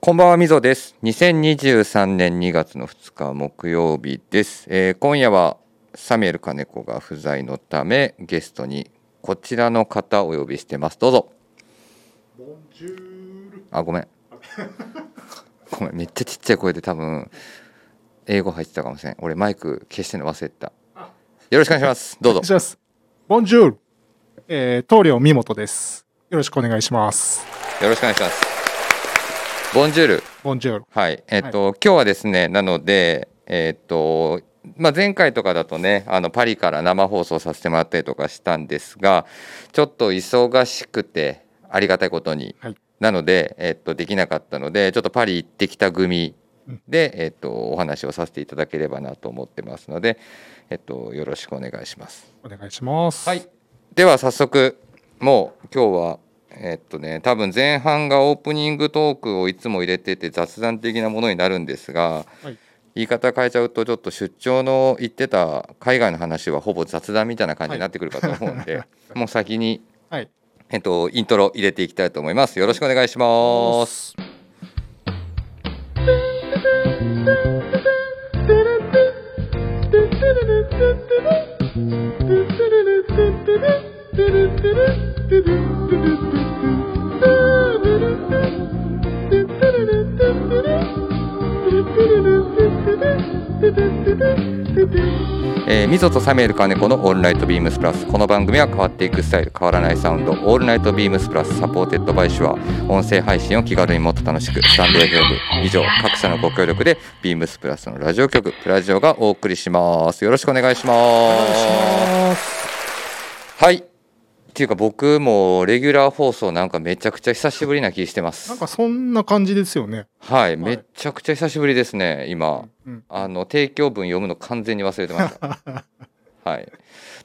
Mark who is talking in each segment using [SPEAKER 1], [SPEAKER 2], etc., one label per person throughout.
[SPEAKER 1] こんばんはみぞです2023年2月の2日木曜日です、えー今夜はサミュエル金子が不在のためゲストにこちらの方お呼びしてますどうぞあごめんごめんめっちゃちっちゃい声で多分英語入ってたかもしれん俺マイク消してんの忘れてたよろしくお願いしますどうぞ
[SPEAKER 2] します。ボンジュール。えー、棟梁みもとです。よろしくお願いします。
[SPEAKER 1] よろしくお願いしますボンジュール
[SPEAKER 2] ボンジュール。
[SPEAKER 1] はい、えっ、と、今日はですね、なので、えっ、と、まあ、前回とかだとね、あのパリから生放送させてもらったりとかしたんですが。ちょっと忙しくて、ありがたいことに、
[SPEAKER 2] はい
[SPEAKER 1] なので、えっ、と、できなかったので、ちょっとパリ行ってきた組。で、えっ、と、お話をさせていただければなと思ってますので、えっ、と、よろしくお願いします。
[SPEAKER 2] お願いします。
[SPEAKER 1] はい。、では早速もう今日はえっとね多分前半がオープニングトークをいつも入れてて雑談的なものになるんですが、
[SPEAKER 2] はい
[SPEAKER 1] 言い方変えちゃうとちょっと出張の行ってた海外の話はほぼ雑談みたいな感じになってくるかと思うんで、もう先に、
[SPEAKER 2] はい。
[SPEAKER 1] えっと、イントロ入れていきたいと思います。よろしくお願いします。えー、ミゾとサミュエル金子のオールナイトビームスプラスこの番組は変わっていくスタイル変わらないサウンドオールナイトビームスプラスサポーテッドバイシュア音声配信を気軽にもっと楽しくスタンド FM 以上各社のご協力でビームスプラスのラジオ局プラジオがお送りしますよろしくお願いしますはいっていうか僕もレギュラー放送なんかめちゃくちゃ久しぶりな気してま
[SPEAKER 2] なん
[SPEAKER 1] す
[SPEAKER 2] かそんな感じですよね。
[SPEAKER 1] はいめちゃくちゃ久しぶりですね今
[SPEAKER 2] うん。
[SPEAKER 1] あの提供文読むの完全に忘れてました。 はい、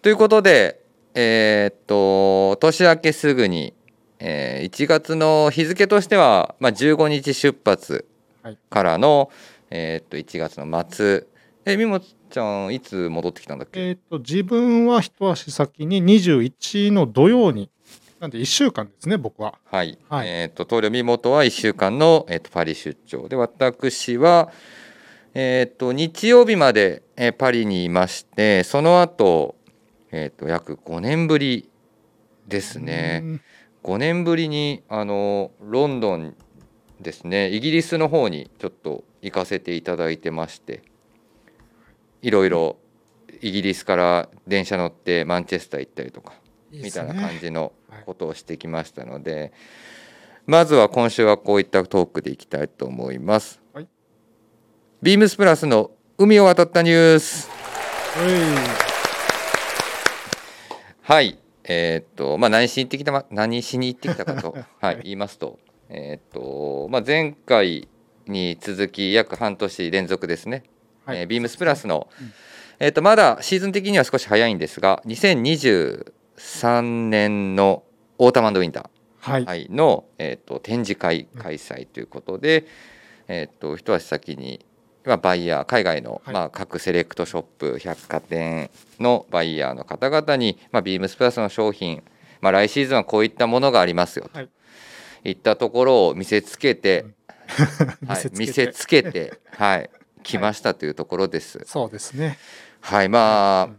[SPEAKER 1] ということで、えーっと年明けすぐに、えー1月の日付としては、まあ、15日出発
[SPEAKER 2] はい
[SPEAKER 1] からの、えーっと1月の末えみもちゃんいつ戻ってきたんだっけ、
[SPEAKER 2] えっ、と、自分は一足先に21の土曜に、なんで1週間ですね、僕は。
[SPEAKER 1] はい、
[SPEAKER 2] はい
[SPEAKER 1] えーっと棟梁みもとは1週間の、えーっとパリ出張で私は、えーっと日曜日まで、えーパリにいましてその後、えーっと約5年ぶりですね
[SPEAKER 2] うん。
[SPEAKER 1] 5年ぶりにあのロンドンですねイギリスの方にちょっと行かせていただいてましていろいろイギリスから電車乗ってマンチェスター行ったりとかみたいな感じのことをしてきましたのでまずは今週はこういったトークでいきたいと思います、
[SPEAKER 2] はい
[SPEAKER 1] ビームスプラスの海を渡ったニュース
[SPEAKER 2] はい
[SPEAKER 1] はいえーっとまあ何しに行ってきた、ま、何しに行ってきたか と、はい、言いますとえーっと、まあ、前回に続き約半年連続ですね
[SPEAKER 2] はい
[SPEAKER 1] えービームスプラスの、
[SPEAKER 2] うん
[SPEAKER 1] えー、とまだシーズン的には少し早いんですが2023年のオータムウィンター
[SPEAKER 2] はい。はい。
[SPEAKER 1] はい、の、えー、と展示会
[SPEAKER 2] うん
[SPEAKER 1] 開催ということで、えー、と一足先に、まあ、バイヤー海外の、
[SPEAKER 2] はい
[SPEAKER 1] まあ、各セレクトショップ百貨店のバイヤーの方々に、まあ、ビームスプラスの商品、まあ、来シーズンはこういったものがありますよと、
[SPEAKER 2] はいい、
[SPEAKER 1] ったところを見せつけて、は
[SPEAKER 2] 見
[SPEAKER 1] い
[SPEAKER 2] せ、
[SPEAKER 1] 見
[SPEAKER 2] つけ
[SPEAKER 1] せ
[SPEAKER 2] て。
[SPEAKER 1] つけ て、はい、来ましたというところです。
[SPEAKER 2] そうですね。
[SPEAKER 1] はい、まあ、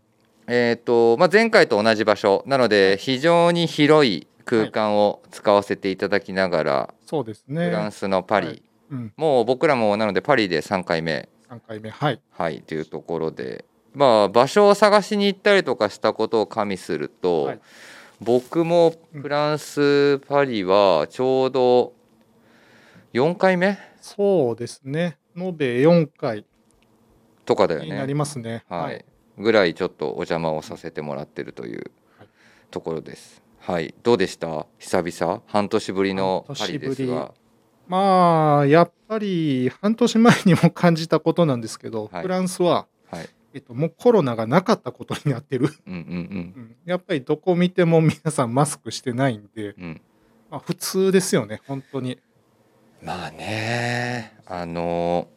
[SPEAKER 1] えーとまあ、前回と同じ場所なので非常に広い空間を使わせていただきながら、
[SPEAKER 2] そうです
[SPEAKER 1] フラン
[SPEAKER 2] ね。
[SPEAKER 1] スのパリ、
[SPEAKER 2] はいうん。
[SPEAKER 1] もう僕らもなのでパリで3回目
[SPEAKER 2] 3回目。はい。
[SPEAKER 1] はいというところでまあ場所を探しに行ったりとかしたことを加味すると、
[SPEAKER 2] はい
[SPEAKER 1] 僕も
[SPEAKER 2] うん
[SPEAKER 1] フランスパリはちょうど4回目
[SPEAKER 2] そうですね。延べ4回
[SPEAKER 1] とかだよ
[SPEAKER 2] にな
[SPEAKER 1] ね
[SPEAKER 2] りますね。
[SPEAKER 1] はい、。ぐらいちょっとお邪魔をさせてもらってるという
[SPEAKER 2] はい
[SPEAKER 1] ところです。はい、どうでした久々半年ぶりのパリですが
[SPEAKER 2] 半まあ、やっぱり半年前にも感じたことなんですけど、
[SPEAKER 1] はい
[SPEAKER 2] フランスは、
[SPEAKER 1] はい
[SPEAKER 2] えっと、もうコロナがなかったことになってる。
[SPEAKER 1] うんうん
[SPEAKER 2] うん やっぱりどこ見ても皆さんマスクしてないん
[SPEAKER 1] う
[SPEAKER 2] で、
[SPEAKER 1] んうん
[SPEAKER 2] まあ、普通ですよね、本当に。
[SPEAKER 1] まあねあの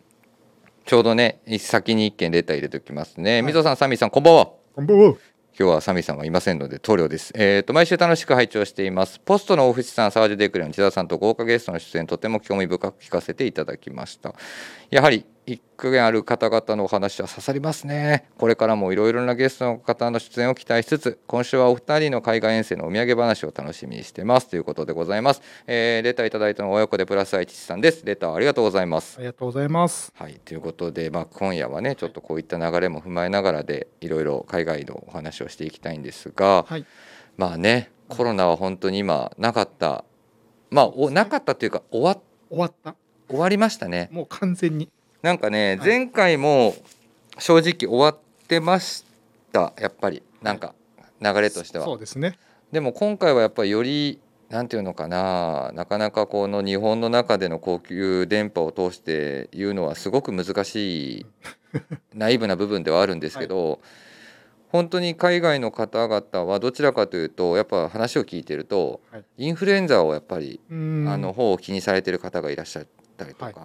[SPEAKER 1] ちょうどね一先に一件レター入れておきますね、
[SPEAKER 2] い
[SPEAKER 1] 水戸さんサミーさんこんばんは
[SPEAKER 2] こんばんは。
[SPEAKER 1] 今日はサミさんはいませんので、投了です。えっ、と、毎週楽しく拝聴しています。ポストの大淵さん、沢地デクレの千田さんと豪華ゲストの出演、とても興味深く聞かせていただきました。やはり、一見ある方々のお話は刺さりますね。これからもいろいろなゲストの方の出演を期待しつつ、今週はお二人の海外遠征のお土産話を楽しみにしてます。ということでございます。えーレターいただいたのは親子でプラス愛知さんです。レターありがとうございます
[SPEAKER 2] あ。りがとうございます。
[SPEAKER 1] はい、ということで、まあ、今夜はねちょっとこういった流れも踏まえながらでいろいろ海外のお話をしていきたいんですが、
[SPEAKER 2] はい
[SPEAKER 1] まあねコロナは本当に今なかったまあおなかったというか終わ
[SPEAKER 2] 終わった。
[SPEAKER 1] 終わりましたね。
[SPEAKER 2] もう完全に。
[SPEAKER 1] なんかね、
[SPEAKER 2] はい
[SPEAKER 1] 前回も正直終わってましたやっぱりなんか流れとしては
[SPEAKER 2] そ。うですね。
[SPEAKER 1] でも今回はやっぱりよりなんていうのかななかなかこの日本の中での高級電波を通して言うのはすごく難 しいナイーブな部分ではあるんですけど、本当に海外の方々はどちらかというとやっぱ話を聞いてると、
[SPEAKER 2] はい
[SPEAKER 1] インフルエンザをやっぱり
[SPEAKER 2] うーん。
[SPEAKER 1] あの方を気にされてる方がいらっしゃったりとか、
[SPEAKER 2] はい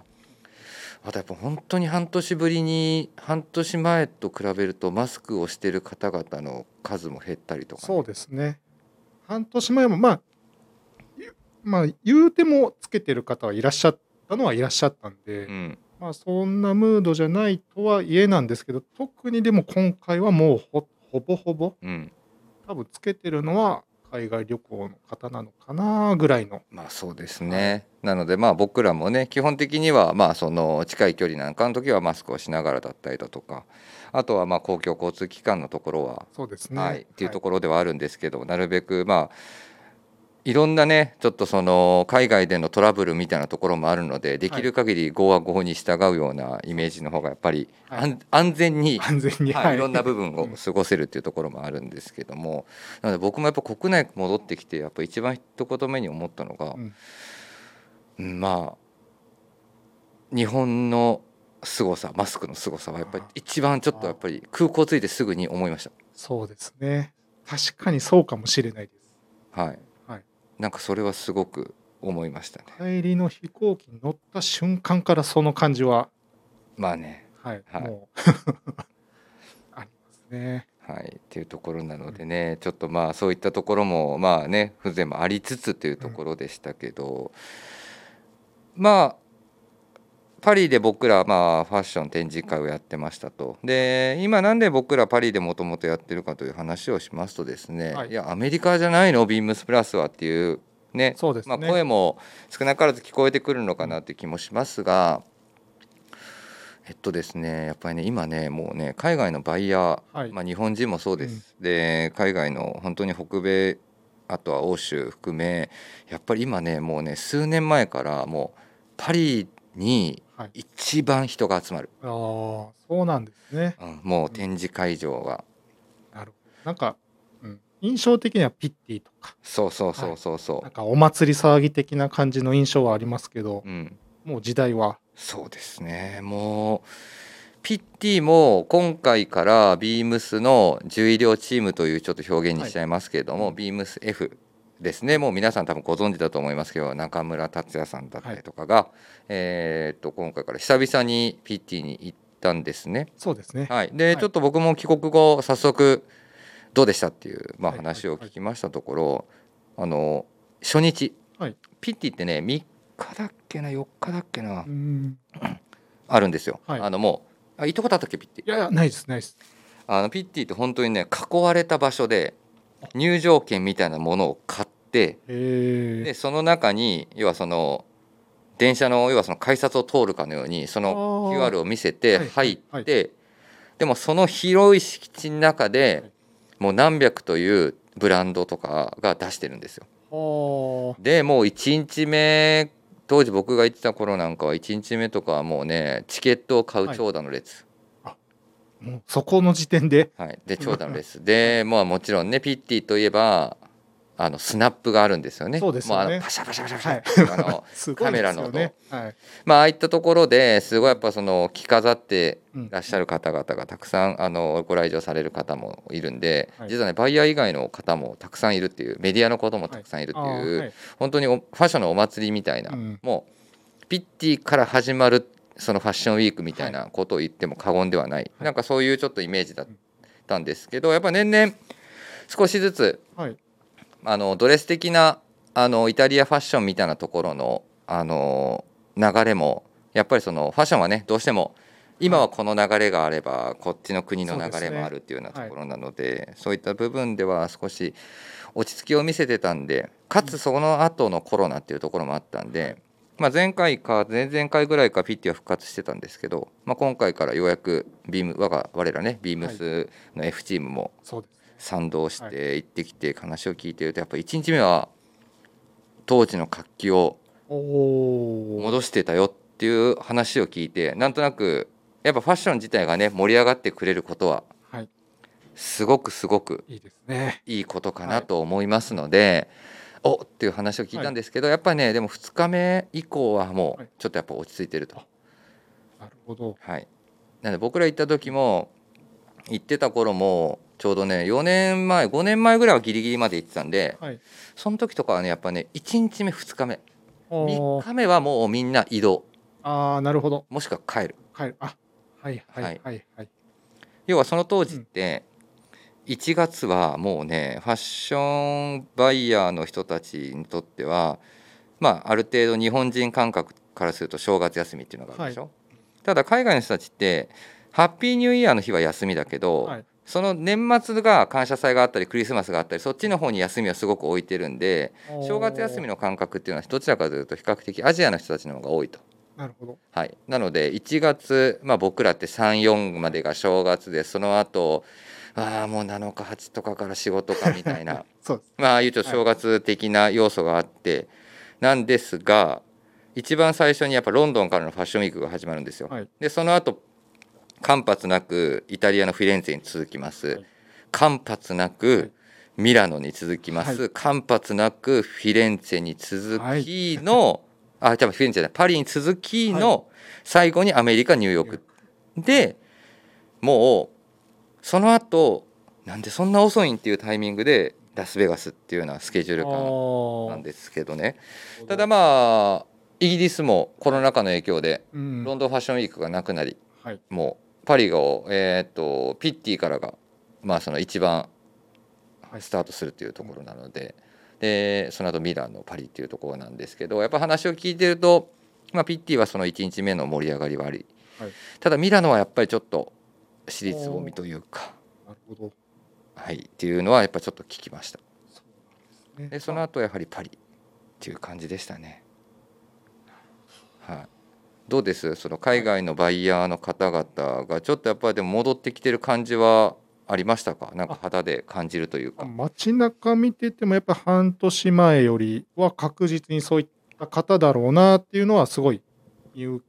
[SPEAKER 1] あとやっぱ本当に半年ぶりに半年前と比べるとマスクをしてる方々の数も減ったりとかね、
[SPEAKER 2] そうですね。半年前もまあ、ゆまあ言うてもつけてる方はいらっしゃったのはいらっしゃったんで、
[SPEAKER 1] うん、
[SPEAKER 2] まあそんなムードじゃないとはいえなんですけど、特にでも今回はもうほほぼほぼ
[SPEAKER 1] うん、
[SPEAKER 2] 多分つけてるのは海外旅行の方なのかなぐらいの。
[SPEAKER 1] まあそうですね、なのでまあ僕らもね基本的にはまあその近い距離なんかの時はマスクをしながらだったりだとかあとはまあ公共交通機関のところは、
[SPEAKER 2] そうですね。
[SPEAKER 1] はい、っていうところではあるんですけど、なるべくまあいろんなねちょっとその海外でのトラブルみたいなところもあるのでできる限り5は5に従うようなイメージの方がやっぱり、
[SPEAKER 2] はい
[SPEAKER 1] 安安全に
[SPEAKER 2] 安全に、
[SPEAKER 1] はい、いろんな部分を
[SPEAKER 2] うん
[SPEAKER 1] 過ごせるっていうところもあるんですけどもなので僕もやっぱ国内戻ってきてやっぱ一番一言目に思ったのが
[SPEAKER 2] う、ん
[SPEAKER 1] うんまあ日本の凄さマスクの凄さはやっぱり
[SPEAKER 2] あー
[SPEAKER 1] 一番ちょっとやっぱり空港着いてすぐに思いまし
[SPEAKER 2] そうですね。確かにそうかもしれないです。
[SPEAKER 1] たはい、
[SPEAKER 2] はい
[SPEAKER 1] なんかそれはすごく思いましたね
[SPEAKER 2] 帰りの飛行機に乗った瞬間からその感じは、
[SPEAKER 1] まあね
[SPEAKER 2] はい、
[SPEAKER 1] はい
[SPEAKER 2] もう ありますね。
[SPEAKER 1] はい、っていうところなのでね、ちょっとまあそういったところもまあね風情もありつつというところでしたけど、まあパリで僕らまあファッション展示会をやってましたとで今なんで僕らパリでもともとやってるかという話をしますとですね、、
[SPEAKER 2] はいい
[SPEAKER 1] やアメリカじゃないのビームスプラスはっていうね
[SPEAKER 2] そうですね。
[SPEAKER 1] まあ、声も少なからず聞こえてくるのかなって気もしますが、えっとですねやっぱりね今ねもうね海外のバイヤー、
[SPEAKER 2] はい
[SPEAKER 1] まあ、日本人もそうです、で海外の本当に北米あとは欧州含めやっぱり今ねもうね数年前からもうパリに
[SPEAKER 2] はい
[SPEAKER 1] 一番人が集まる、
[SPEAKER 2] ああ、そうなんですね。
[SPEAKER 1] うんもう展示会場が、
[SPEAKER 2] なるほど。なんか、うん、印象的にはピッティとか、
[SPEAKER 1] そうそうそうそうそう、
[SPEAKER 2] なんかお祭り騒ぎ的な感じの印象はありますけど、
[SPEAKER 1] うん、
[SPEAKER 2] もう時代は、
[SPEAKER 1] そうですねもうピッティも今回からビームスの獣医療チームというちょっと表現にしちゃいますけれども、
[SPEAKER 2] はい
[SPEAKER 1] ビームス F ですねもう皆さん多分ご存知だと思いますけど中村達也さんだったりとかが、えーっと今回から久々にピッティに行ったんですね。
[SPEAKER 2] そうですね。
[SPEAKER 1] はい、で、
[SPEAKER 2] はい
[SPEAKER 1] ちょっと僕も帰国後早速どうでしたっていう、まあ、
[SPEAKER 2] はい
[SPEAKER 1] 話を
[SPEAKER 2] はい
[SPEAKER 1] 聞きましたところ、あの初日、
[SPEAKER 2] はい
[SPEAKER 1] ピッティってね3日だっけな4日だっけな。
[SPEAKER 2] うん。
[SPEAKER 1] あるんですよ。
[SPEAKER 2] はい
[SPEAKER 1] あのもうあ行ったことあったっけピッティ
[SPEAKER 2] いやいや、ないです、ないです。
[SPEAKER 1] あのピッティって本当にね囲われた場所で入場券みたいなものを買って
[SPEAKER 2] え
[SPEAKER 1] でその中に要はその電車の要はその改札を通るかのようにその
[SPEAKER 2] あー
[SPEAKER 1] QR を見せて
[SPEAKER 2] はい
[SPEAKER 1] 入って、
[SPEAKER 2] はい
[SPEAKER 1] でもその広い敷地の中
[SPEAKER 2] は
[SPEAKER 1] で
[SPEAKER 2] い
[SPEAKER 1] もう何百というブランドとかが出してるんですよ。
[SPEAKER 2] ー。は
[SPEAKER 1] でもう1日目当時僕が行ってた頃なんかは1日目とかはもうねチケットを買う長蛇の列、
[SPEAKER 2] あ。もうそこの時点で、
[SPEAKER 1] はい、で長蛇のレースで、 まあ、もちろんねピッティといえばあのスナップがあるんですよね。
[SPEAKER 2] そうですよね
[SPEAKER 1] もあのパシャパシャパシャパシャ
[SPEAKER 2] はい
[SPEAKER 1] っていう あの
[SPEAKER 2] すごいですよね。はい。
[SPEAKER 1] まあああいったところですごいやっぱその着飾って
[SPEAKER 2] うん
[SPEAKER 1] らっしゃる方々がたくさんあのご来場される方もいるんで、
[SPEAKER 2] はい
[SPEAKER 1] 実はねバイヤー以外の方もたくさんいるっていうメディアのこともたくさんいるって
[SPEAKER 2] あ
[SPEAKER 1] い
[SPEAKER 2] ー
[SPEAKER 1] う、
[SPEAKER 2] はい
[SPEAKER 1] 本当におファッションのお祭りみたいな、
[SPEAKER 2] うん
[SPEAKER 1] もうピッティから始まるそのファッションウィークみたいなことを言っても過言ではない、
[SPEAKER 2] はい
[SPEAKER 1] なんかそういうちょっとイメージだっ
[SPEAKER 2] うん
[SPEAKER 1] たんですけどやっぱ年々少しずつ
[SPEAKER 2] はい。
[SPEAKER 1] あのドレス的なあのイタリアファッションみたいなところのあの流れもやっぱりそのファッションはねどうしても今はこの流れがあればこっちの国の流れもあるっていうようなところなのでそういった部分では少し落ち着きを見せてたんでかつその後のコロナっていうところもあったんで、まあ、前回か前々回ぐらいかフィッティは復活してたんですけど、まあ、今回からようやくビーム我が我らねビームスの F チームも
[SPEAKER 2] そうです。
[SPEAKER 1] 賛同して行ってきて話を聞いてるとやっぱ1日目は当時の活気を
[SPEAKER 2] おお。
[SPEAKER 1] 戻してたよっていう話を聞いてなんとなくやっぱファッション自体がね盛り上がってくれることは
[SPEAKER 2] はい。
[SPEAKER 1] すごくすごく
[SPEAKER 2] いいですね。
[SPEAKER 1] いいことかなと思いますので、おっていう話を聞いたんですけど、やっぱりねでも2日目以降はも
[SPEAKER 2] は
[SPEAKER 1] う
[SPEAKER 2] い
[SPEAKER 1] ちょっとやっぱ落ち着いてると。
[SPEAKER 2] なるほど。
[SPEAKER 1] はい、なので僕ら行った時も行ってた頃もちょうどね4年前5年前ぐらいはギリギリまで行ってたんで、
[SPEAKER 2] はい。
[SPEAKER 1] その時とかはねやっぱね1日目2日目
[SPEAKER 2] お
[SPEAKER 1] 3
[SPEAKER 2] ー
[SPEAKER 1] 日目はもうみんな移動
[SPEAKER 2] ああ、なるほど。
[SPEAKER 1] もしくは帰る
[SPEAKER 2] 帰る。あ、はいはい
[SPEAKER 1] は
[SPEAKER 2] はいいはい。
[SPEAKER 1] 要はその当時って1月はもうねファッションバイヤーの人たちにとってはまあある程度日本人感覚からすると正月休みっていうのがあるでしょ、ただ海外の人たちってハッピーニューイヤーの日は休みだけど、
[SPEAKER 2] はい
[SPEAKER 1] その年末が感謝祭があったりクリスマスがあったりそっちの方に休みをすごく置いてるんで正月休み
[SPEAKER 2] の。
[SPEAKER 1] の感覚っていうのはどちらかというと比較的アジアの人たちの方が多いと。
[SPEAKER 2] なるほど。
[SPEAKER 1] はい、なので1月、まあ、僕らって34までが正月でその後ああもう7日8とかから仕事かみたいな
[SPEAKER 2] そうです。
[SPEAKER 1] まあああいうちょっと正月的な要素があってなんですが一番最初にやっぱロンドンからのファッションウィークが始まるんですよ。
[SPEAKER 2] はい
[SPEAKER 1] でその後間髪なくイタリアのフィレンツェに続きます、
[SPEAKER 2] はい
[SPEAKER 1] 間髪な
[SPEAKER 2] は
[SPEAKER 1] く
[SPEAKER 2] い
[SPEAKER 1] ミラノに続きます、
[SPEAKER 2] は
[SPEAKER 1] 間髪なくフィレンツェに続
[SPEAKER 2] は
[SPEAKER 1] きの、あじゃあフィレンツェじゃないパリに続きの最後にアメリカニューヨーク、でもうその後なんでそんな遅いんっていうタイミングでラスベガスっていうようなスケジュール感なん
[SPEAKER 2] あ
[SPEAKER 1] ですけどね
[SPEAKER 2] あ。
[SPEAKER 1] ただまあイギリスもコロナ禍の影響で
[SPEAKER 2] うん。
[SPEAKER 1] ロンドンファッションウィークがなくなり
[SPEAKER 2] はい。
[SPEAKER 1] もうパリを、えーっとピッティからが、まあ、その一番
[SPEAKER 2] はい
[SPEAKER 1] スタートするというところなので,、でその後ミラノパリっていうところなんですけどやっぱ話を聞いてると、まあ、ピッティはその1日目の盛り上がりはあり、
[SPEAKER 2] はい
[SPEAKER 1] ただミラノはやっぱりちょっと尻つぼみというか、
[SPEAKER 2] なるほど。
[SPEAKER 1] はい、っていうのはやっぱちょっと聞きました
[SPEAKER 2] うなんですね
[SPEAKER 1] でその後やはりパリっていう感じでしたねはいどうですその海外のバイヤーの方々がちょっとやっぱりでも戻ってきてる感じはありましたかなんか肌で感じるというか
[SPEAKER 2] 街中見ててもやっぱ半年前よりは確実にそういった方だろうなっていうのはすごい見受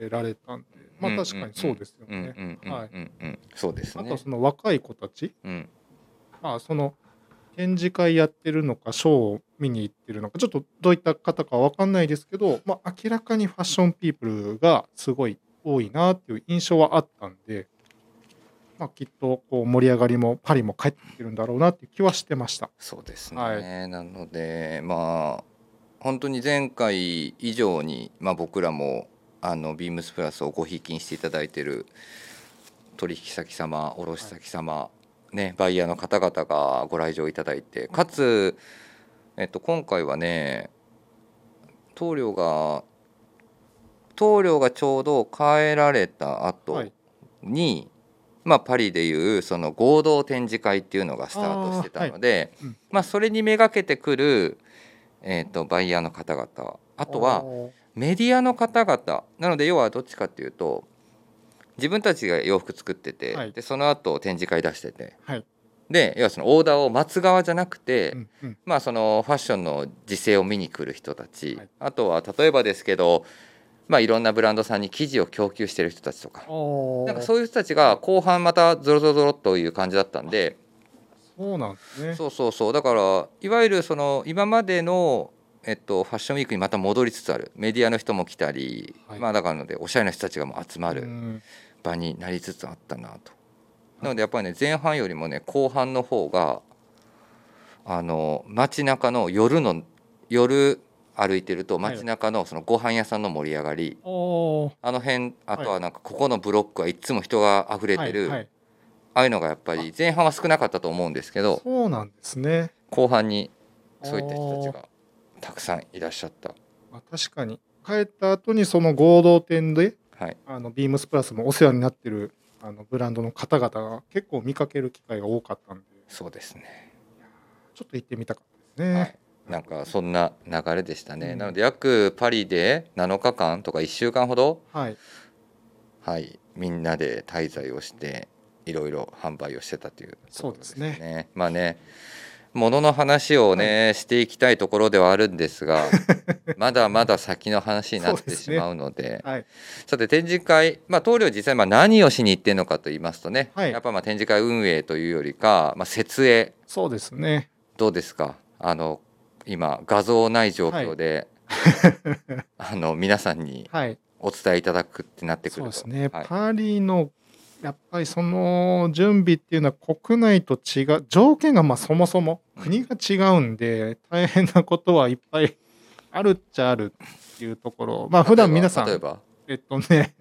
[SPEAKER 2] けられたんで、ま
[SPEAKER 1] うん
[SPEAKER 2] あ
[SPEAKER 1] うんうん
[SPEAKER 2] 確かにそうですよ
[SPEAKER 1] うん
[SPEAKER 2] ね。
[SPEAKER 1] うんうん
[SPEAKER 2] はい
[SPEAKER 1] うんうんそうです
[SPEAKER 2] あ
[SPEAKER 1] ね
[SPEAKER 2] とはその若い子たち、
[SPEAKER 1] うん
[SPEAKER 2] まあその展示会やってるのか、ショーを見に行ってるのか、ちょっとどういった方かわかんないですけど、まあ明らかにファッションピープルがすごい多いなっていう印象はあったんで、まあきっとこう盛り上がりもパリも帰ってきてるんだろうなっていう気はしてました。
[SPEAKER 1] そうですね、
[SPEAKER 2] はい
[SPEAKER 1] なのでまあ本当に前回以上に、まあ、僕らもあのビームスプラスをごひいきにしていただいてる取引先様卸先様、ね、バイヤーの方々がご来場いただいてかつ、えっと、今回はね棟梁が棟梁がちょうど帰られた後
[SPEAKER 2] はい
[SPEAKER 1] に、まあ、パリでいうその合同展示会っていうのがスタートしてたので
[SPEAKER 2] あーはいうん
[SPEAKER 1] まあ、それにめがけてくる、えー、とバイヤーの方々あとは
[SPEAKER 2] おー
[SPEAKER 1] メディアの方々なので要はどっちかっていうと自分たちが洋服作ってて、
[SPEAKER 2] はい
[SPEAKER 1] でその後展示会出してて
[SPEAKER 2] はい。
[SPEAKER 1] で要はそのオーダーを待つ側じゃなくて、
[SPEAKER 2] うんうん。
[SPEAKER 1] まあそのファッションの時勢を見に来る人たち、
[SPEAKER 2] はい
[SPEAKER 1] あとは例えばですけど、まあ、いろんなブランドさんに生地を供給してる人たちとか
[SPEAKER 2] お
[SPEAKER 1] なんか
[SPEAKER 2] そ
[SPEAKER 1] そういう人たちが後半またゾロゾロゾロという感じだったんで
[SPEAKER 2] うなんですね。
[SPEAKER 1] そうそうそうだからいわゆるその今までの、えっと、ファッションウィークにまた戻りつつあるメディアの人も来たり、
[SPEAKER 2] はい
[SPEAKER 1] まあだからのでおしゃれな人たちがもう集ま
[SPEAKER 2] う
[SPEAKER 1] る
[SPEAKER 2] ん
[SPEAKER 1] 場になりつつあったなと。なのでやっぱりね前半よりもね後半の方があの街中の夜の夜歩いてると
[SPEAKER 2] はい
[SPEAKER 1] 街中のそのご飯屋さんの盛り上がり、
[SPEAKER 2] おー
[SPEAKER 1] あの辺あとはなんかここのブロックはいつも人が溢れてる、
[SPEAKER 2] はいはい
[SPEAKER 1] ああいうのがやっぱり前半は少なかったと思うんですけど
[SPEAKER 2] そうなんですね。
[SPEAKER 1] 後半にそういった人たちがたくさんいらっしゃった。
[SPEAKER 2] まあ確かに帰った後にその合同店で
[SPEAKER 1] はい、
[SPEAKER 2] あのビームスプラスもお世話になってるあのブランドの方々が結構見かける機会が多かったんで
[SPEAKER 1] そうですね。
[SPEAKER 2] ちょっと行ってみたかったですね。
[SPEAKER 1] はい、なんかそんな流れでしたね。
[SPEAKER 2] うん
[SPEAKER 1] なので約パリで7日間とか1週間ほど、
[SPEAKER 2] はい、
[SPEAKER 1] はい、みんなで滞在をしていろいろ販売をしてたというところ
[SPEAKER 2] そうです
[SPEAKER 1] ね。まあね物の話をね、していきたいところではあるんです がまだまだ先の話になっ
[SPEAKER 2] そう
[SPEAKER 1] て
[SPEAKER 2] です
[SPEAKER 1] し
[SPEAKER 2] ね
[SPEAKER 1] まうので
[SPEAKER 2] はい、
[SPEAKER 1] さて展示会、まあ、棟梁実際まあ何をしに行ってるのかと言いますとね、
[SPEAKER 2] はい
[SPEAKER 1] やっぱまあ展示会運営というよりか、まあ、設営
[SPEAKER 2] そうですね。
[SPEAKER 1] どうですかあの今画像ない状況で、 あの皆さんに
[SPEAKER 2] はい、
[SPEAKER 1] お伝えいただくってなってく
[SPEAKER 2] そう
[SPEAKER 1] る
[SPEAKER 2] で
[SPEAKER 1] と
[SPEAKER 2] すね。
[SPEAKER 1] はい
[SPEAKER 2] パリのやっぱりその準備っていうのは国内と違う条件がまあそもそも国が違うんで大変なことはいっぱいあるっちゃあるっていうところまあ普段皆さ
[SPEAKER 1] 例え
[SPEAKER 2] ん
[SPEAKER 1] ば、
[SPEAKER 2] えっとね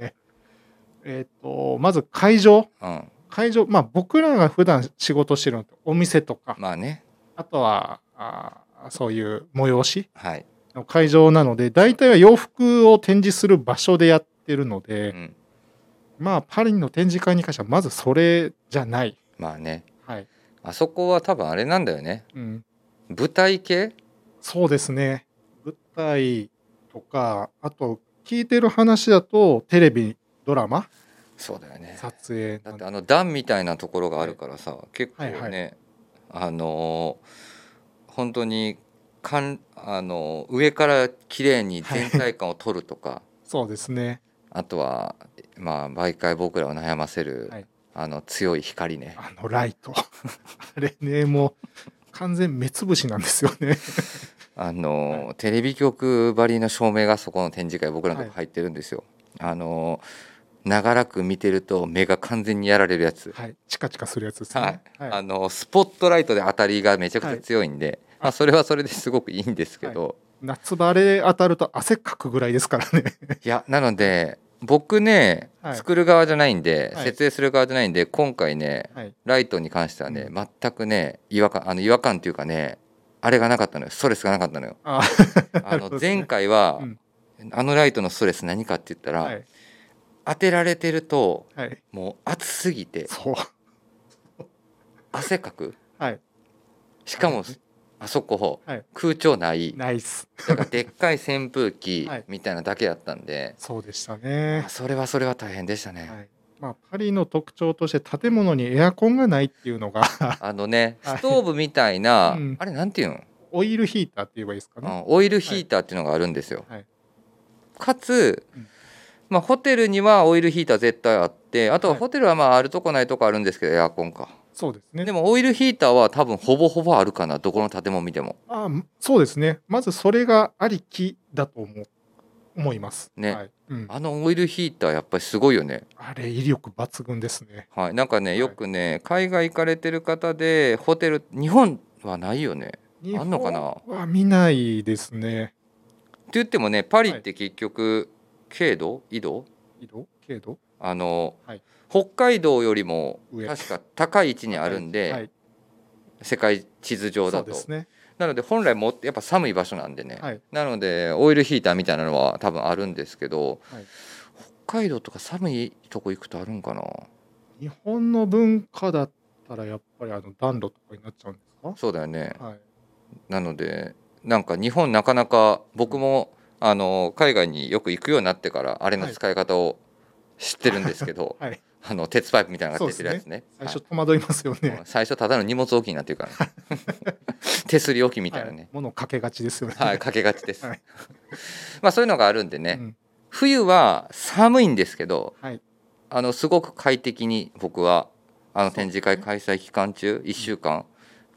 [SPEAKER 2] えっとまず会
[SPEAKER 1] 例
[SPEAKER 2] 場
[SPEAKER 1] えばうん、
[SPEAKER 2] 会場まあ僕らが普段仕事してるのってお店とか
[SPEAKER 1] まあね
[SPEAKER 2] あとはあーそういう催し
[SPEAKER 1] はい、
[SPEAKER 2] の会場なので大体は洋服を展示する場所でやってるので、
[SPEAKER 1] うん、
[SPEAKER 2] まあパリの展示会に関してはまずそれじゃない。
[SPEAKER 1] まあね
[SPEAKER 2] はい。
[SPEAKER 1] あそこは多分あれなんだよね
[SPEAKER 2] うん。
[SPEAKER 1] 舞台系
[SPEAKER 2] そうですね。舞台とか、あと聞いてる話だとテレビ、ドラマ、
[SPEAKER 1] そうだよね
[SPEAKER 2] 撮影
[SPEAKER 1] だ
[SPEAKER 2] な
[SPEAKER 1] っ
[SPEAKER 2] ん
[SPEAKER 1] て
[SPEAKER 2] で。
[SPEAKER 1] あの段みたいなところがあるからさ、結構ね、
[SPEAKER 2] はい
[SPEAKER 1] あのー本当にかんあのー上から綺麗に全体感を取るとか、
[SPEAKER 2] そうですね。
[SPEAKER 1] あとはまあ毎回僕らを悩ませる、
[SPEAKER 2] はい
[SPEAKER 1] あの強い光ね
[SPEAKER 2] あのライト。 あれね、もう完全目つぶしなんですよね。
[SPEAKER 1] あのー、テレビ局ばりの照明がそこの展示会僕らのとこ入ってるんですよ。あのー長らく見てると目が完全にやられるやつ、
[SPEAKER 2] はい。チカチカするやつですね。はい。
[SPEAKER 1] あのスポットライトで当たりがめちゃくちゃ強いんで、まあ、それはそれですごくいいんですけど、
[SPEAKER 2] 夏場あれ当たると汗かくぐらいですから ね。
[SPEAKER 1] い、やなので僕ね、
[SPEAKER 2] はい
[SPEAKER 1] 作る側じゃないんで、
[SPEAKER 2] はい
[SPEAKER 1] 設営する側じゃないんで今回ね
[SPEAKER 2] はい。
[SPEAKER 1] ライトに関してはね全くね違和感あの違和感というかねあれがなかったのよストレスがなかったのよ。
[SPEAKER 2] あ
[SPEAKER 1] あ
[SPEAKER 2] なるほ
[SPEAKER 1] の
[SPEAKER 2] どですね
[SPEAKER 1] 前回は、
[SPEAKER 2] うん
[SPEAKER 1] あのライトのストレス何かって言ったら、
[SPEAKER 2] はい。
[SPEAKER 1] 当てられてると
[SPEAKER 2] はい。
[SPEAKER 1] もう暑すぎて
[SPEAKER 2] そう。
[SPEAKER 1] 汗かく
[SPEAKER 2] はい。
[SPEAKER 1] しかも
[SPEAKER 2] はい
[SPEAKER 1] あそこ、
[SPEAKER 2] はい
[SPEAKER 1] 空調ない
[SPEAKER 2] ナイス。
[SPEAKER 1] だからでっかい扇風機
[SPEAKER 2] はい
[SPEAKER 1] みたいなだけだったんで、
[SPEAKER 2] そうでしたね
[SPEAKER 1] あ。それはそれは大変でしたね、
[SPEAKER 2] はいまあ、パリの特徴として建物にエアコンがないっていうのが
[SPEAKER 1] あのね
[SPEAKER 2] はい
[SPEAKER 1] ストーブみたいな、
[SPEAKER 2] うん
[SPEAKER 1] あれなんていうの、
[SPEAKER 2] オイルヒーターって言えばいいですか
[SPEAKER 1] う
[SPEAKER 2] ね。
[SPEAKER 1] んオイルヒーターっていうのがあるんですよ、
[SPEAKER 2] はい
[SPEAKER 1] かつ
[SPEAKER 2] うん、
[SPEAKER 1] まあ、ホテルにはオイルヒーター絶対あってあとは
[SPEAKER 2] はい
[SPEAKER 1] ホテルはまああるとこないとこあるんですけどエアコンか
[SPEAKER 2] そうですね。
[SPEAKER 1] でもオイルヒーターは多分ほぼほぼあるかなどこの建物見ても
[SPEAKER 2] ああそうですね。まずそれがありきだと思う思います。
[SPEAKER 1] ね
[SPEAKER 2] はいうん、
[SPEAKER 1] あのオイルヒーターやっぱりすごいよね
[SPEAKER 2] あれ、威力抜群ですね。
[SPEAKER 1] はい、なんかね
[SPEAKER 2] い
[SPEAKER 1] よくね、海外行かれてる方でホテル日本はないよねあんのかな
[SPEAKER 2] 日本は見ないですね。
[SPEAKER 1] って言ってもねパリって結局、軽度緯度
[SPEAKER 2] 緯度経度
[SPEAKER 1] あの、
[SPEAKER 2] はい
[SPEAKER 1] 北海道よりも
[SPEAKER 2] 上
[SPEAKER 1] 確か高い位置にあるんで、
[SPEAKER 2] はい、
[SPEAKER 1] 世界地図上
[SPEAKER 2] そ
[SPEAKER 1] だ
[SPEAKER 2] う
[SPEAKER 1] と、
[SPEAKER 2] ですね。
[SPEAKER 1] なので本来もやっぱ寒い場所なんでね、
[SPEAKER 2] はい
[SPEAKER 1] なのでオイルヒーターみたいなのは多分あるんですけど、
[SPEAKER 2] はい
[SPEAKER 1] 北海道とか寒いとこ行くとあるんかな
[SPEAKER 2] 日本の文化だったらやっぱりあの暖炉とかになっちゃうんです
[SPEAKER 1] そうだよね
[SPEAKER 2] か、はい、
[SPEAKER 1] なのでなんか日本なかなか僕もあの海外によく行くようになってからあれの使い方を知ってるんですけ ど、
[SPEAKER 2] はいはい
[SPEAKER 1] あの鉄パイプみたいなのが出てるやつね
[SPEAKER 2] 最初戸惑いますよね。
[SPEAKER 1] はいうん最初ただの荷物置きになってるから、ね、 手すり置きみたいな
[SPEAKER 2] は
[SPEAKER 1] ね、
[SPEAKER 2] 物をかけがちですよね。
[SPEAKER 1] はい、かけがちです、
[SPEAKER 2] はい
[SPEAKER 1] まあそういうのがあるんでね、
[SPEAKER 2] うん
[SPEAKER 1] 冬は寒いんですけど
[SPEAKER 2] はい
[SPEAKER 1] あのすごく快適に僕はあの展示会開催期間中1週間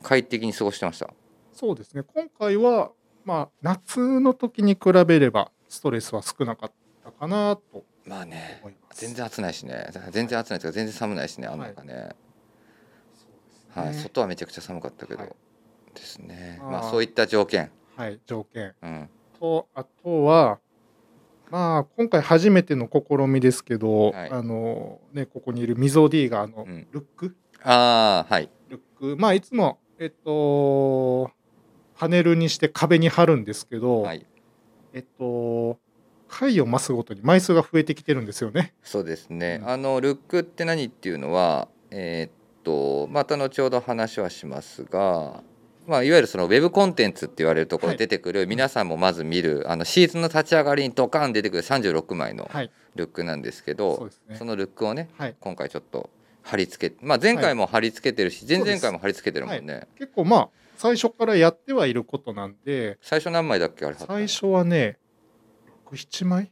[SPEAKER 1] 快適に過ごしてました
[SPEAKER 2] そうですね今回は、まあ、夏の時に比べればストレスは少なかったかなと
[SPEAKER 1] まあね
[SPEAKER 2] 思います。
[SPEAKER 1] 全然暑ないしね全然暑ないというか全然寒ないしねあんのかね、
[SPEAKER 2] は
[SPEAKER 1] はいい
[SPEAKER 2] そうですね
[SPEAKER 1] 外はめちゃくちゃ寒かったけど、
[SPEAKER 2] はい
[SPEAKER 1] ですね
[SPEAKER 2] あー
[SPEAKER 1] まあそういった条件、
[SPEAKER 2] はい、条件
[SPEAKER 1] うん、
[SPEAKER 2] とあとは、まあ、今回初めての試みですけど、
[SPEAKER 1] はい
[SPEAKER 2] あのね、ここにいるミゾ D があの、
[SPEAKER 1] うん
[SPEAKER 2] ルック
[SPEAKER 1] ああはい
[SPEAKER 2] ルックまあいつもえっとパネルにして壁に貼るんですけど、
[SPEAKER 1] はい
[SPEAKER 2] えっと回を増すごとに枚数が増えてきてるんですよね。
[SPEAKER 1] そうですね、
[SPEAKER 2] うん
[SPEAKER 1] あのルックって何っていうのはえーっとまた後ほど話はしますが、まあ、いわゆるそのウェブコンテンツって言われるところ
[SPEAKER 2] はい
[SPEAKER 1] に出てくる、皆さんもまず見るあのシーズンの立ち上がりにドカン出てくる36枚の
[SPEAKER 2] はい、
[SPEAKER 1] ルックなんですけ
[SPEAKER 2] そう
[SPEAKER 1] ど、
[SPEAKER 2] ですね
[SPEAKER 1] そ。のルックをね
[SPEAKER 2] はい、
[SPEAKER 1] 今回ちょっと貼り付け、まあ、前回も貼り付けてるし、前々回も貼り付けてるもんね、
[SPEAKER 2] 結構まあ最初からやってはいることなんで、
[SPEAKER 1] 最初何枚だっけあれ貼ったの
[SPEAKER 2] 最初はね、7枚、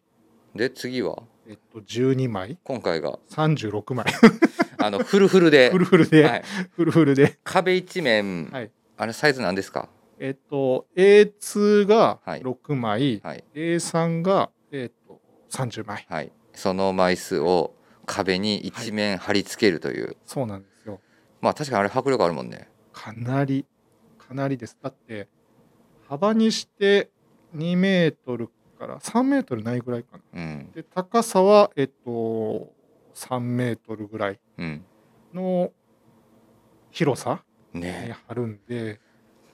[SPEAKER 1] で次は
[SPEAKER 2] えっと12枚、
[SPEAKER 1] 今回が
[SPEAKER 2] 36枚、
[SPEAKER 1] あのフルフルで
[SPEAKER 2] フルフルで、
[SPEAKER 1] はい、
[SPEAKER 2] フルフルで、
[SPEAKER 1] 壁一面、
[SPEAKER 2] はい
[SPEAKER 1] あれサイズなんですか
[SPEAKER 2] えっと A2 が
[SPEAKER 1] はい
[SPEAKER 2] 6枚、
[SPEAKER 1] はい、
[SPEAKER 2] A3 がえっと30枚、
[SPEAKER 1] はい、その枚数を壁に一面貼り付けるという、
[SPEAKER 2] そうなんですよ。
[SPEAKER 1] まあ確かにあれ迫力あるもんね
[SPEAKER 2] かなりかなりですだって幅にして2メートルから3メートルないぐらいかな
[SPEAKER 1] うん
[SPEAKER 2] で高さはえっと3メートルぐらい
[SPEAKER 1] うん
[SPEAKER 2] の広さに
[SPEAKER 1] ね
[SPEAKER 2] 貼るんで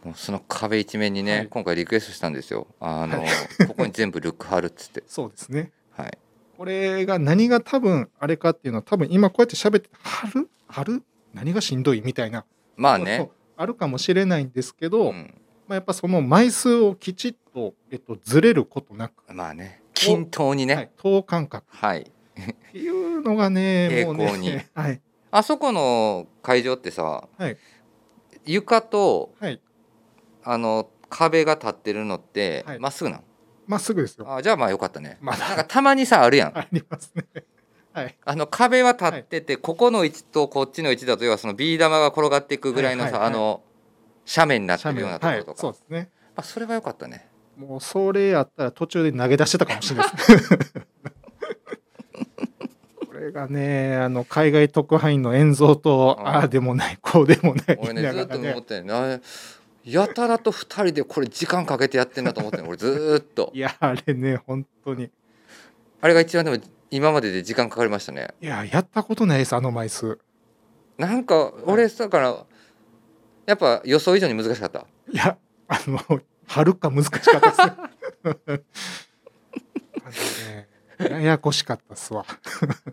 [SPEAKER 1] もうその壁一面にね、
[SPEAKER 2] はい
[SPEAKER 1] 今回リクエストしたんですよあの、
[SPEAKER 2] は
[SPEAKER 1] ここに全部ルック貼るっつって
[SPEAKER 2] そうですね
[SPEAKER 1] はい
[SPEAKER 2] これが何が多分あれかっていうのは多分今こうやって喋って貼る貼る何がしんどいみたいな、
[SPEAKER 1] まあ
[SPEAKER 2] そう
[SPEAKER 1] ね
[SPEAKER 2] あるかもしれないんですけど、
[SPEAKER 1] う
[SPEAKER 2] ま
[SPEAKER 1] ん
[SPEAKER 2] あ、やっぱその枚数をきちっと、えっと、ずれることなく、
[SPEAKER 1] まあね均等にね
[SPEAKER 2] はい、等間隔
[SPEAKER 1] はい、
[SPEAKER 2] っていうのがね、もう
[SPEAKER 1] 平行に
[SPEAKER 2] ね、はい、
[SPEAKER 1] あそこの会場ってさ、
[SPEAKER 2] はい
[SPEAKER 1] 床と
[SPEAKER 2] はい、
[SPEAKER 1] あの壁が立ってるのって
[SPEAKER 2] はい
[SPEAKER 1] まっすぐなの、
[SPEAKER 2] まっすぐですよ。
[SPEAKER 1] あじゃあまあよかったね、
[SPEAKER 2] まだ
[SPEAKER 1] なんかたまにさあるやん、
[SPEAKER 2] ありますね。はい、
[SPEAKER 1] あの壁は立ってて、ここの位置とこっちの位置だと要はそのビー玉が転がっていくぐらいのさ、
[SPEAKER 2] はいはいはい
[SPEAKER 1] あの斜面になって
[SPEAKER 2] 斜
[SPEAKER 1] るよう
[SPEAKER 2] 面、
[SPEAKER 1] なとこ
[SPEAKER 2] は
[SPEAKER 1] ろ
[SPEAKER 2] い
[SPEAKER 1] と、か、
[SPEAKER 2] そうですね。
[SPEAKER 1] まあ、それは良かった ね
[SPEAKER 2] もうそれやったら途中で投げ出してたかもしれないです。これがね、あの海外特派員の演像と、
[SPEAKER 1] うん
[SPEAKER 2] ああでもない、こうでもな
[SPEAKER 1] 俺
[SPEAKER 2] い、言い
[SPEAKER 1] ね
[SPEAKER 2] な
[SPEAKER 1] ず
[SPEAKER 2] が
[SPEAKER 1] っと
[SPEAKER 2] ら
[SPEAKER 1] 思っ
[SPEAKER 2] ね。
[SPEAKER 1] てんねあれやたらと2人でこれ時間かけてやってんなと思ってんの俺ずーっと
[SPEAKER 2] いや、あれね、本当に。
[SPEAKER 1] あれが一番でも今までで時間かかりましたね
[SPEAKER 2] いや、やったことないです、あの枚数。
[SPEAKER 1] なんか俺
[SPEAKER 2] は
[SPEAKER 1] だからやっぱ予想以上に難しかった
[SPEAKER 2] いや、あの、はるか難しかったですね。あのね、ややこしかったっすわ。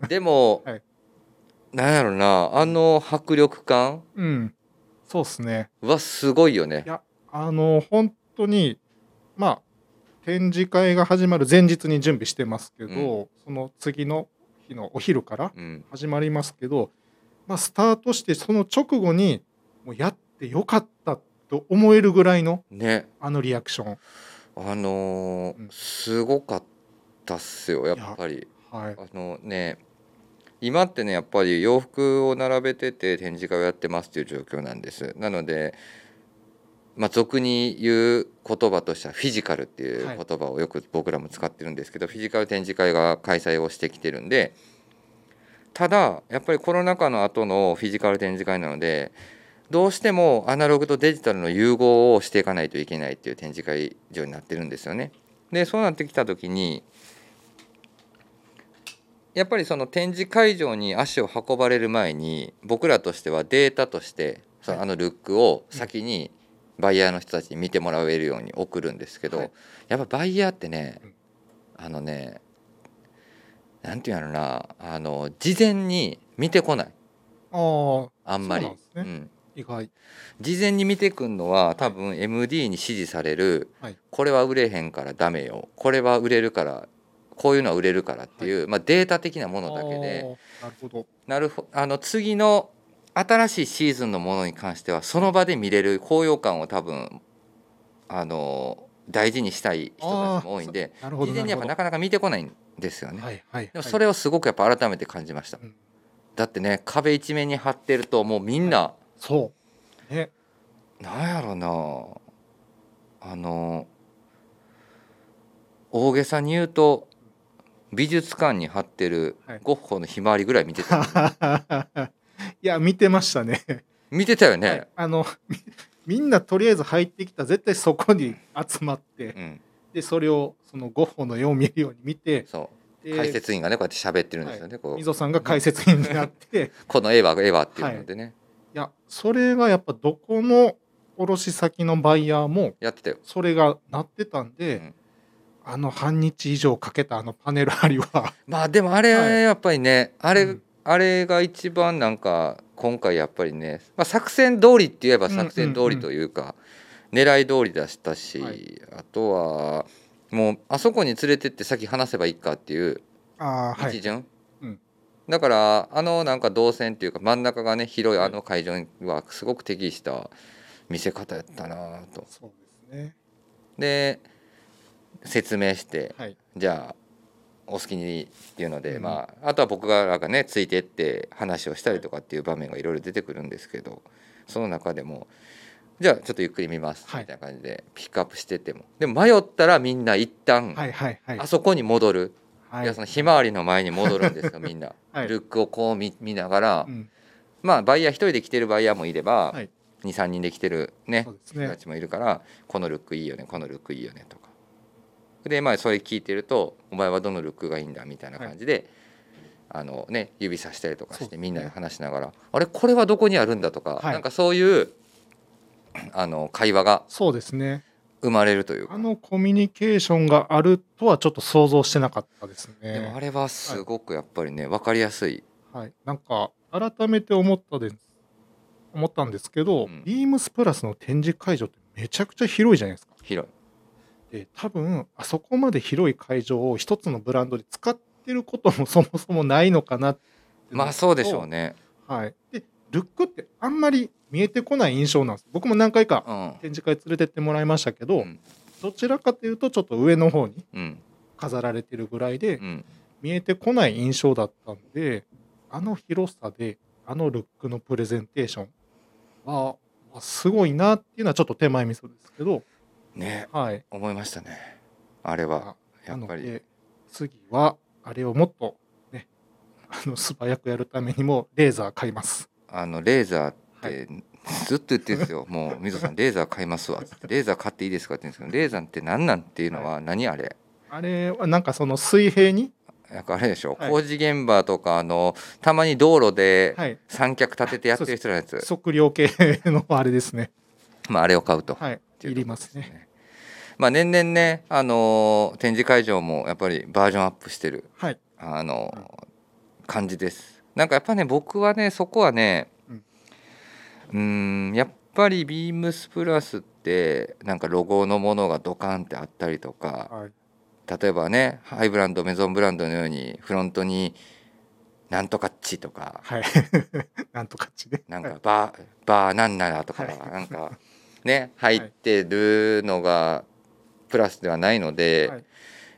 [SPEAKER 1] でも、
[SPEAKER 2] はい
[SPEAKER 1] なんやろなあの迫力感
[SPEAKER 2] うん、そうですね。
[SPEAKER 1] はすごいよね
[SPEAKER 2] いやあの本当にまあ展示会が始まる前日に準備してますけど、その次の日のお昼から
[SPEAKER 1] うん
[SPEAKER 2] 始まりますけど、まあ、スタートしてその直後にもうやってよかったと思えるぐらいの
[SPEAKER 1] ね
[SPEAKER 2] あのリアクション、
[SPEAKER 1] あのー
[SPEAKER 2] うん
[SPEAKER 1] すごかったっすよやっぱり
[SPEAKER 2] はい
[SPEAKER 1] あのね今ってねやっぱり洋服を並べてて展示会をやってますっていう状況なんですなのでまあ俗に言う言葉としてはフィジカルってい
[SPEAKER 2] は
[SPEAKER 1] う
[SPEAKER 2] い
[SPEAKER 1] 言葉をよく僕らも使ってるんですけど、フィジカル展示会が開催をしてきてるんでただやっぱりコロナ禍の後のフィジカル展示会なのでどうしてもアナログとデジタルの融合をしていかないといけないっていう展示会場になってるんですよね。でそうなってきた時にやっぱりその展示会場に足を運ばれる前に僕らとしてはデータとしてその
[SPEAKER 2] は
[SPEAKER 1] あのルックを先にバイヤーの人たちに見てもらえるように送るんですけど、
[SPEAKER 2] はい
[SPEAKER 1] やっぱバイヤーってね
[SPEAKER 2] うん
[SPEAKER 1] あのねなんていうんやろなあの事前に見てこない
[SPEAKER 2] ああ
[SPEAKER 1] あんまり
[SPEAKER 2] そうなんですね
[SPEAKER 1] ん
[SPEAKER 2] 意外
[SPEAKER 1] 事前に見てくんのは多分 MD に指示される、
[SPEAKER 2] はい
[SPEAKER 1] これは売れへんからダメよこれは売れるからこういうのは売れるからっていう、まあ、データ的なものだけで
[SPEAKER 2] あーなるほど
[SPEAKER 1] なるほあの次の新しいシーズンのものに関してはその場で見れる高揚感を多分あの大事にしたい人たちも多いんで
[SPEAKER 2] なるほ
[SPEAKER 1] 事
[SPEAKER 2] ど
[SPEAKER 1] 前にやっぱ
[SPEAKER 2] なる
[SPEAKER 1] なかなか見てこないんですよ
[SPEAKER 2] ほ
[SPEAKER 1] ね。
[SPEAKER 2] どはいはい
[SPEAKER 1] でも
[SPEAKER 2] はい
[SPEAKER 1] それをすごくやっぱ改めて感じました
[SPEAKER 2] う。ん
[SPEAKER 1] だってね壁一面に貼ってるともうみんな、
[SPEAKER 2] そうね
[SPEAKER 1] なんやろなあの大げさに言うと美術館に貼ってる
[SPEAKER 2] はい
[SPEAKER 1] ゴッホの「ひまわり」ぐらい見てた、
[SPEAKER 2] いや見てましたね
[SPEAKER 1] 見てたよ
[SPEAKER 2] は
[SPEAKER 1] ね
[SPEAKER 2] い、あのみみんなとりあえず入ってきた絶対そこに集まって
[SPEAKER 1] うん
[SPEAKER 2] でそれをそのゴッホの絵を見るように見て
[SPEAKER 1] そう
[SPEAKER 2] で
[SPEAKER 1] 解説員がねこうやって喋ってるんですよね、こう
[SPEAKER 2] 溝さんが解説員になって
[SPEAKER 1] この絵は絵はっていうのでね、
[SPEAKER 2] いやそれがやっぱどこの卸先のバイヤーも
[SPEAKER 1] やってたよ
[SPEAKER 2] それがなってたんで、
[SPEAKER 1] うん
[SPEAKER 2] あの半日以上かけたあのパネル張りは
[SPEAKER 1] まあでもあれ
[SPEAKER 2] はい
[SPEAKER 1] やっぱりね、あれ、
[SPEAKER 2] うん
[SPEAKER 1] あれが一番なんか今回やっぱりね、まあ、作戦通りって言えば作戦通りというか、狙い通りだしたし、
[SPEAKER 2] はい
[SPEAKER 1] あとはもうあそこに連れてって先話せばいいかっていう
[SPEAKER 2] あーは
[SPEAKER 1] 一
[SPEAKER 2] い、
[SPEAKER 1] 巡、
[SPEAKER 2] うん
[SPEAKER 1] だからあのなんか動線っていうか真ん中がね広いあの会場にはすごく適した見せ方やったなぁと。
[SPEAKER 2] そうですね
[SPEAKER 1] で説明して
[SPEAKER 2] はい
[SPEAKER 1] じゃあお好きにっていうので、
[SPEAKER 2] うん
[SPEAKER 1] まあ、あとは僕がなんかねついてって話をしたりとかっていう場面がいろいろ出てくるんですけどその中でもじゃあちょっとゆっくり見ます
[SPEAKER 2] はい
[SPEAKER 1] みたいな感じでピックアップしててもでも迷ったらみんな一旦
[SPEAKER 2] はいはいはい
[SPEAKER 1] あそこに戻る、、
[SPEAKER 2] はいい
[SPEAKER 1] やそのひまわりの前に戻るんですよみんな、
[SPEAKER 2] はい
[SPEAKER 1] ルックをこう見見ながら、
[SPEAKER 2] うん
[SPEAKER 1] まあバイヤー一人で来てるバイヤーもいれば、
[SPEAKER 2] はい
[SPEAKER 1] 23人で来てるね
[SPEAKER 2] そうです
[SPEAKER 1] 人た
[SPEAKER 2] ね
[SPEAKER 1] ちもいるから、このルックいいよねこのルックいいよねとかでまあそれ聞いてると「お前はどのルックがいいんだ」みたいな感じで、あのね、指さしたりとか
[SPEAKER 2] そう
[SPEAKER 1] し
[SPEAKER 2] です
[SPEAKER 1] て
[SPEAKER 2] ね
[SPEAKER 1] みんなで話しながら「あれこれはどこにあるんだ」とか、
[SPEAKER 2] はい
[SPEAKER 1] なんかそういうあの会話が
[SPEAKER 2] そうですね
[SPEAKER 1] 生まれるというか
[SPEAKER 2] あのコミュニケーションがあるとはちょっと想像してなかったです
[SPEAKER 1] でもあ
[SPEAKER 2] ね。
[SPEAKER 1] れはすごくやっぱりね分かりやすい、
[SPEAKER 2] はい、なんか改めて思ったです思ったんですけど、
[SPEAKER 1] うん
[SPEAKER 2] ビームスプラスの展示会場ってめちゃくちゃ広いじゃないですか。
[SPEAKER 1] 広い。
[SPEAKER 2] で多分あそこまで広い会場を一つのブランドで使ってることもそもそもないのかなっていのと
[SPEAKER 1] まあそうでしょう。ね。
[SPEAKER 2] はい、でルックってあんまり見えてこない印象なんです。僕も何回か
[SPEAKER 1] うん
[SPEAKER 2] 展示会連れてってもらいましたけ
[SPEAKER 1] う
[SPEAKER 2] ど、
[SPEAKER 1] ん
[SPEAKER 2] どちらかというとちょっと上の方に
[SPEAKER 1] うん
[SPEAKER 2] 飾られてるぐらいで、
[SPEAKER 1] うん
[SPEAKER 2] 見えてこない印象だったんであの広さであのルックのプレゼンテーションはまあすごいなっていうのはちょっと手前味噌ですけど、
[SPEAKER 1] ね
[SPEAKER 2] はい、
[SPEAKER 1] 思いましたねあれはや
[SPEAKER 2] な
[SPEAKER 1] っ
[SPEAKER 2] の
[SPEAKER 1] ぱり
[SPEAKER 2] で次はあれをもっと、ね、あの素早くやるためにもレーザー買います。
[SPEAKER 1] あのレーザーっ
[SPEAKER 2] は
[SPEAKER 1] てずっと言ってるんですよ、 もう水戸さんレーザー買いますわっつってレーザー買っていいですかって言うんですけどレーザーって何なんっていうのは何あれ
[SPEAKER 2] あれはなんかその水平に、
[SPEAKER 1] なんかあれでしょ、
[SPEAKER 2] はい
[SPEAKER 1] 工事現場とかあのたまに道路で
[SPEAKER 2] はい、
[SPEAKER 1] 三脚立ててやってる人のやつ、
[SPEAKER 2] 測量計のあれですね。
[SPEAKER 1] まあ、あれを買うと、
[SPEAKER 2] はい、
[SPEAKER 1] って
[SPEAKER 2] いうり
[SPEAKER 1] とこ
[SPEAKER 2] ま
[SPEAKER 1] ろです
[SPEAKER 2] ね。
[SPEAKER 1] まあ、年々ね、あのー展示会場もやっぱりバージョンアップしてる、
[SPEAKER 2] はい、
[SPEAKER 1] あのー感じですなんかやっぱね僕はねそこはね
[SPEAKER 2] うん
[SPEAKER 1] うーんやっぱりビームスプラスってなんかロゴのものがドカンってあったりとか
[SPEAKER 2] はい、
[SPEAKER 1] 例えばねハイブランドメゾンブランドのようにフロントに「なんとかっち」とか
[SPEAKER 2] はい、 なんとかっちね。
[SPEAKER 1] 「なん
[SPEAKER 2] はい
[SPEAKER 1] かバーバーなんなら」とか、
[SPEAKER 2] はい
[SPEAKER 1] なんかね入ってるのがプラスではないので。
[SPEAKER 2] はい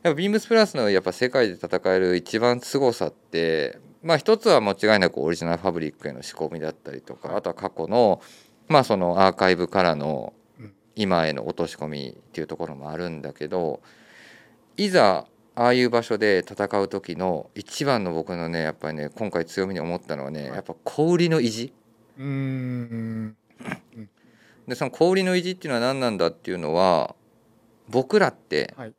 [SPEAKER 1] やっぱビームスプラスのやっぱ世界で戦える一番凄さってまあ一つは間違いなくオリジナルファブリックへの仕込みだったりとかあとは過去のまあそのアーカイブからの
[SPEAKER 2] うん
[SPEAKER 1] 今への落とし込みっていうところもあるんだけどいざああいう場所で戦う時の一番の僕のねやっぱりね今回強みに思ったのはね
[SPEAKER 2] はい
[SPEAKER 1] やっぱ小売りの維持
[SPEAKER 2] うーん
[SPEAKER 1] でその小売りの維持っていうのは何なんだっていうのは僕らって
[SPEAKER 2] はい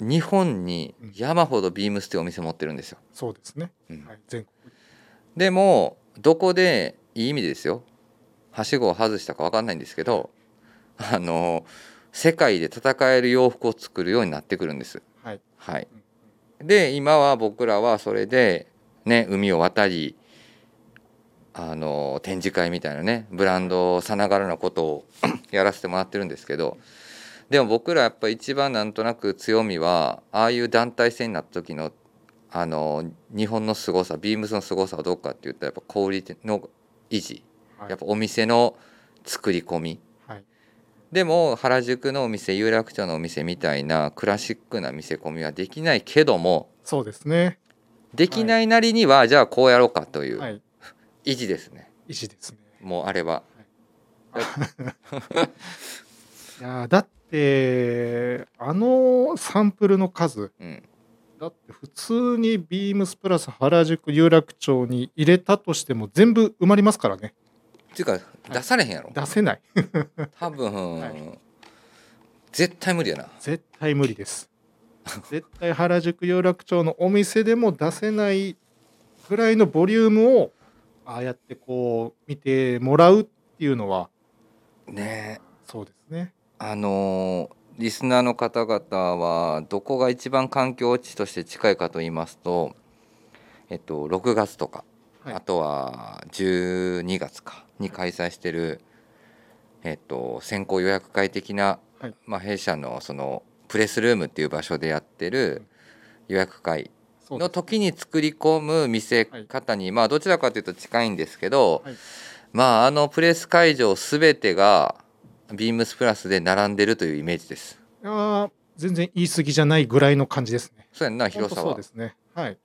[SPEAKER 1] 日本に
[SPEAKER 2] うん
[SPEAKER 1] 山ほどビームスっていうお店持ってるんですよ。
[SPEAKER 2] そうですね。
[SPEAKER 1] うん
[SPEAKER 2] はい、全国
[SPEAKER 1] でもどこでいい意味でですよはしごを外したか分かんないんですけどあの世界で戦える洋服を作るようになってくるんです。
[SPEAKER 2] はい。
[SPEAKER 1] はい、で今は僕らはそれで、ね、海を渡りあの展示会みたいなねブランドさながらのことを やらせてもらってるんですけどでも僕らやっぱ一番なんとなく強みはああいう団体戦になった時のあの日本の凄さビームスの凄さはどうかって言ったらやっぱ小売りの維持
[SPEAKER 2] はい
[SPEAKER 1] やっぱお店の作り込み、
[SPEAKER 2] はい。
[SPEAKER 1] でも原宿のお店有楽町のお店みたいなクラシックな店込みはできないけども
[SPEAKER 2] そうですね。
[SPEAKER 1] できないなりにはじゃあこうやろうかとい
[SPEAKER 2] は
[SPEAKER 1] う
[SPEAKER 2] い。
[SPEAKER 1] 維持ですね、
[SPEAKER 2] 意地ですね。
[SPEAKER 1] もうあれは。
[SPEAKER 2] いやーだって、あのサンプルの数、
[SPEAKER 1] うん
[SPEAKER 2] だって普通にビームスプラス原宿有楽町に入れたとしても全部埋まりますからね。
[SPEAKER 1] っていうか出されへんやろ
[SPEAKER 2] 出せない。
[SPEAKER 1] 多分、
[SPEAKER 2] はい
[SPEAKER 1] 絶対無理やな。
[SPEAKER 2] 絶対無理です。絶対原宿有楽町のお店でも出せないぐらいのボリュームをああやってこう見てもらうっていうのは
[SPEAKER 1] ねえ
[SPEAKER 2] そうですね。
[SPEAKER 1] あのーリスナーの方々はどこが一番環境地として近いかと言いますと、えっと、6月とか、
[SPEAKER 2] はい
[SPEAKER 1] あとは12月かに開催してる、えっと、先行予約会的な、
[SPEAKER 2] はい
[SPEAKER 1] まあ、弊社のそのプレスルームっていう場所でやってる予約会
[SPEAKER 2] そうで
[SPEAKER 1] の
[SPEAKER 2] す
[SPEAKER 1] 時に作り込む見せ方に、まあどちらかというと近いんですけど、
[SPEAKER 2] はい
[SPEAKER 1] まああのプレス会場すべてがビームスプラスで並んでるというイメージです。
[SPEAKER 2] いやー全然言い過ぎじゃないぐらいの感じですね。
[SPEAKER 1] そうやんな広さ
[SPEAKER 2] 本当そう
[SPEAKER 1] は
[SPEAKER 2] ですね。はい。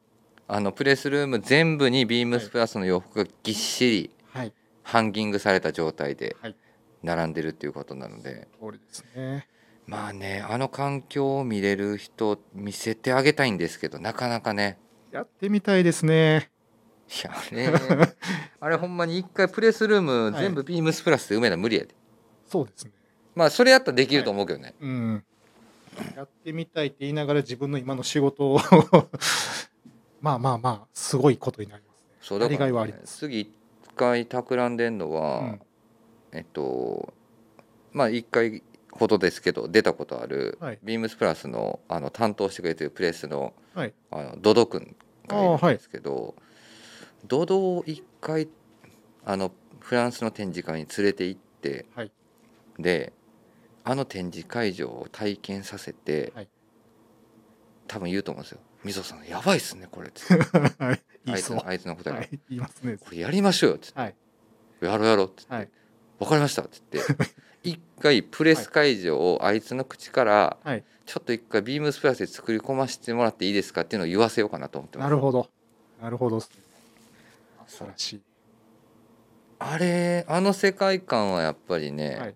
[SPEAKER 1] あのプレスルーム全部にビームスプラスの洋服がぎっしり
[SPEAKER 2] はい。
[SPEAKER 1] ハンギングされた状態で
[SPEAKER 2] はい
[SPEAKER 1] 並んでるっていうことなので、
[SPEAKER 2] 通りですね。
[SPEAKER 1] まあねあの環境を見れる人見せてあげたいんですけどなかなかね
[SPEAKER 2] やってみたいですね。
[SPEAKER 1] いやあ れあれほんまに一回プレスルーム全部ビームスプラスで埋めな無理やで。
[SPEAKER 2] そうですね。
[SPEAKER 1] まあそれやったらできると思うけどね、
[SPEAKER 2] うん。やってみたいって言いながら自分の今の仕事を まあまあまあすごいことになりますね。
[SPEAKER 1] そうだから、
[SPEAKER 2] やりがいはあります
[SPEAKER 1] 次一回企んでんのは、
[SPEAKER 2] うん
[SPEAKER 1] えっとまあ一回ほどですけど出たことある、
[SPEAKER 2] はい
[SPEAKER 1] ビームスプラスのあの担当してくれてるプレスの,、
[SPEAKER 2] はい
[SPEAKER 1] あのドド君が
[SPEAKER 2] あ
[SPEAKER 1] い
[SPEAKER 2] ーは
[SPEAKER 1] るん
[SPEAKER 2] い
[SPEAKER 1] ですけど、ドドを一回あのフランスの展示会に連れて行って、
[SPEAKER 2] はい
[SPEAKER 1] であの展示会場を体験させて、
[SPEAKER 2] はい
[SPEAKER 1] 多分言うと思うんですよ「みぞさんやばいっすねこれ」っつ って
[SPEAKER 2] はい。言
[SPEAKER 1] あ
[SPEAKER 2] い
[SPEAKER 1] いつ
[SPEAKER 2] そう。
[SPEAKER 1] のあいつの答え
[SPEAKER 2] はい。言いますね。
[SPEAKER 1] これやりましょうよ」っつって
[SPEAKER 2] はい。
[SPEAKER 1] 「やろうやろう」っつって「
[SPEAKER 2] は
[SPEAKER 1] わ
[SPEAKER 2] い。
[SPEAKER 1] かりました」っつって 一回プレス会場をあいつの口から「
[SPEAKER 2] はい
[SPEAKER 1] ちょっと一回ビームスプラスで作り込ませてもらっていいですか」っていうのを言わせようかなと思ってます
[SPEAKER 2] なるほど。なるほど。素晴らしい。
[SPEAKER 1] あれあの世界観はやっぱりね、
[SPEAKER 2] はい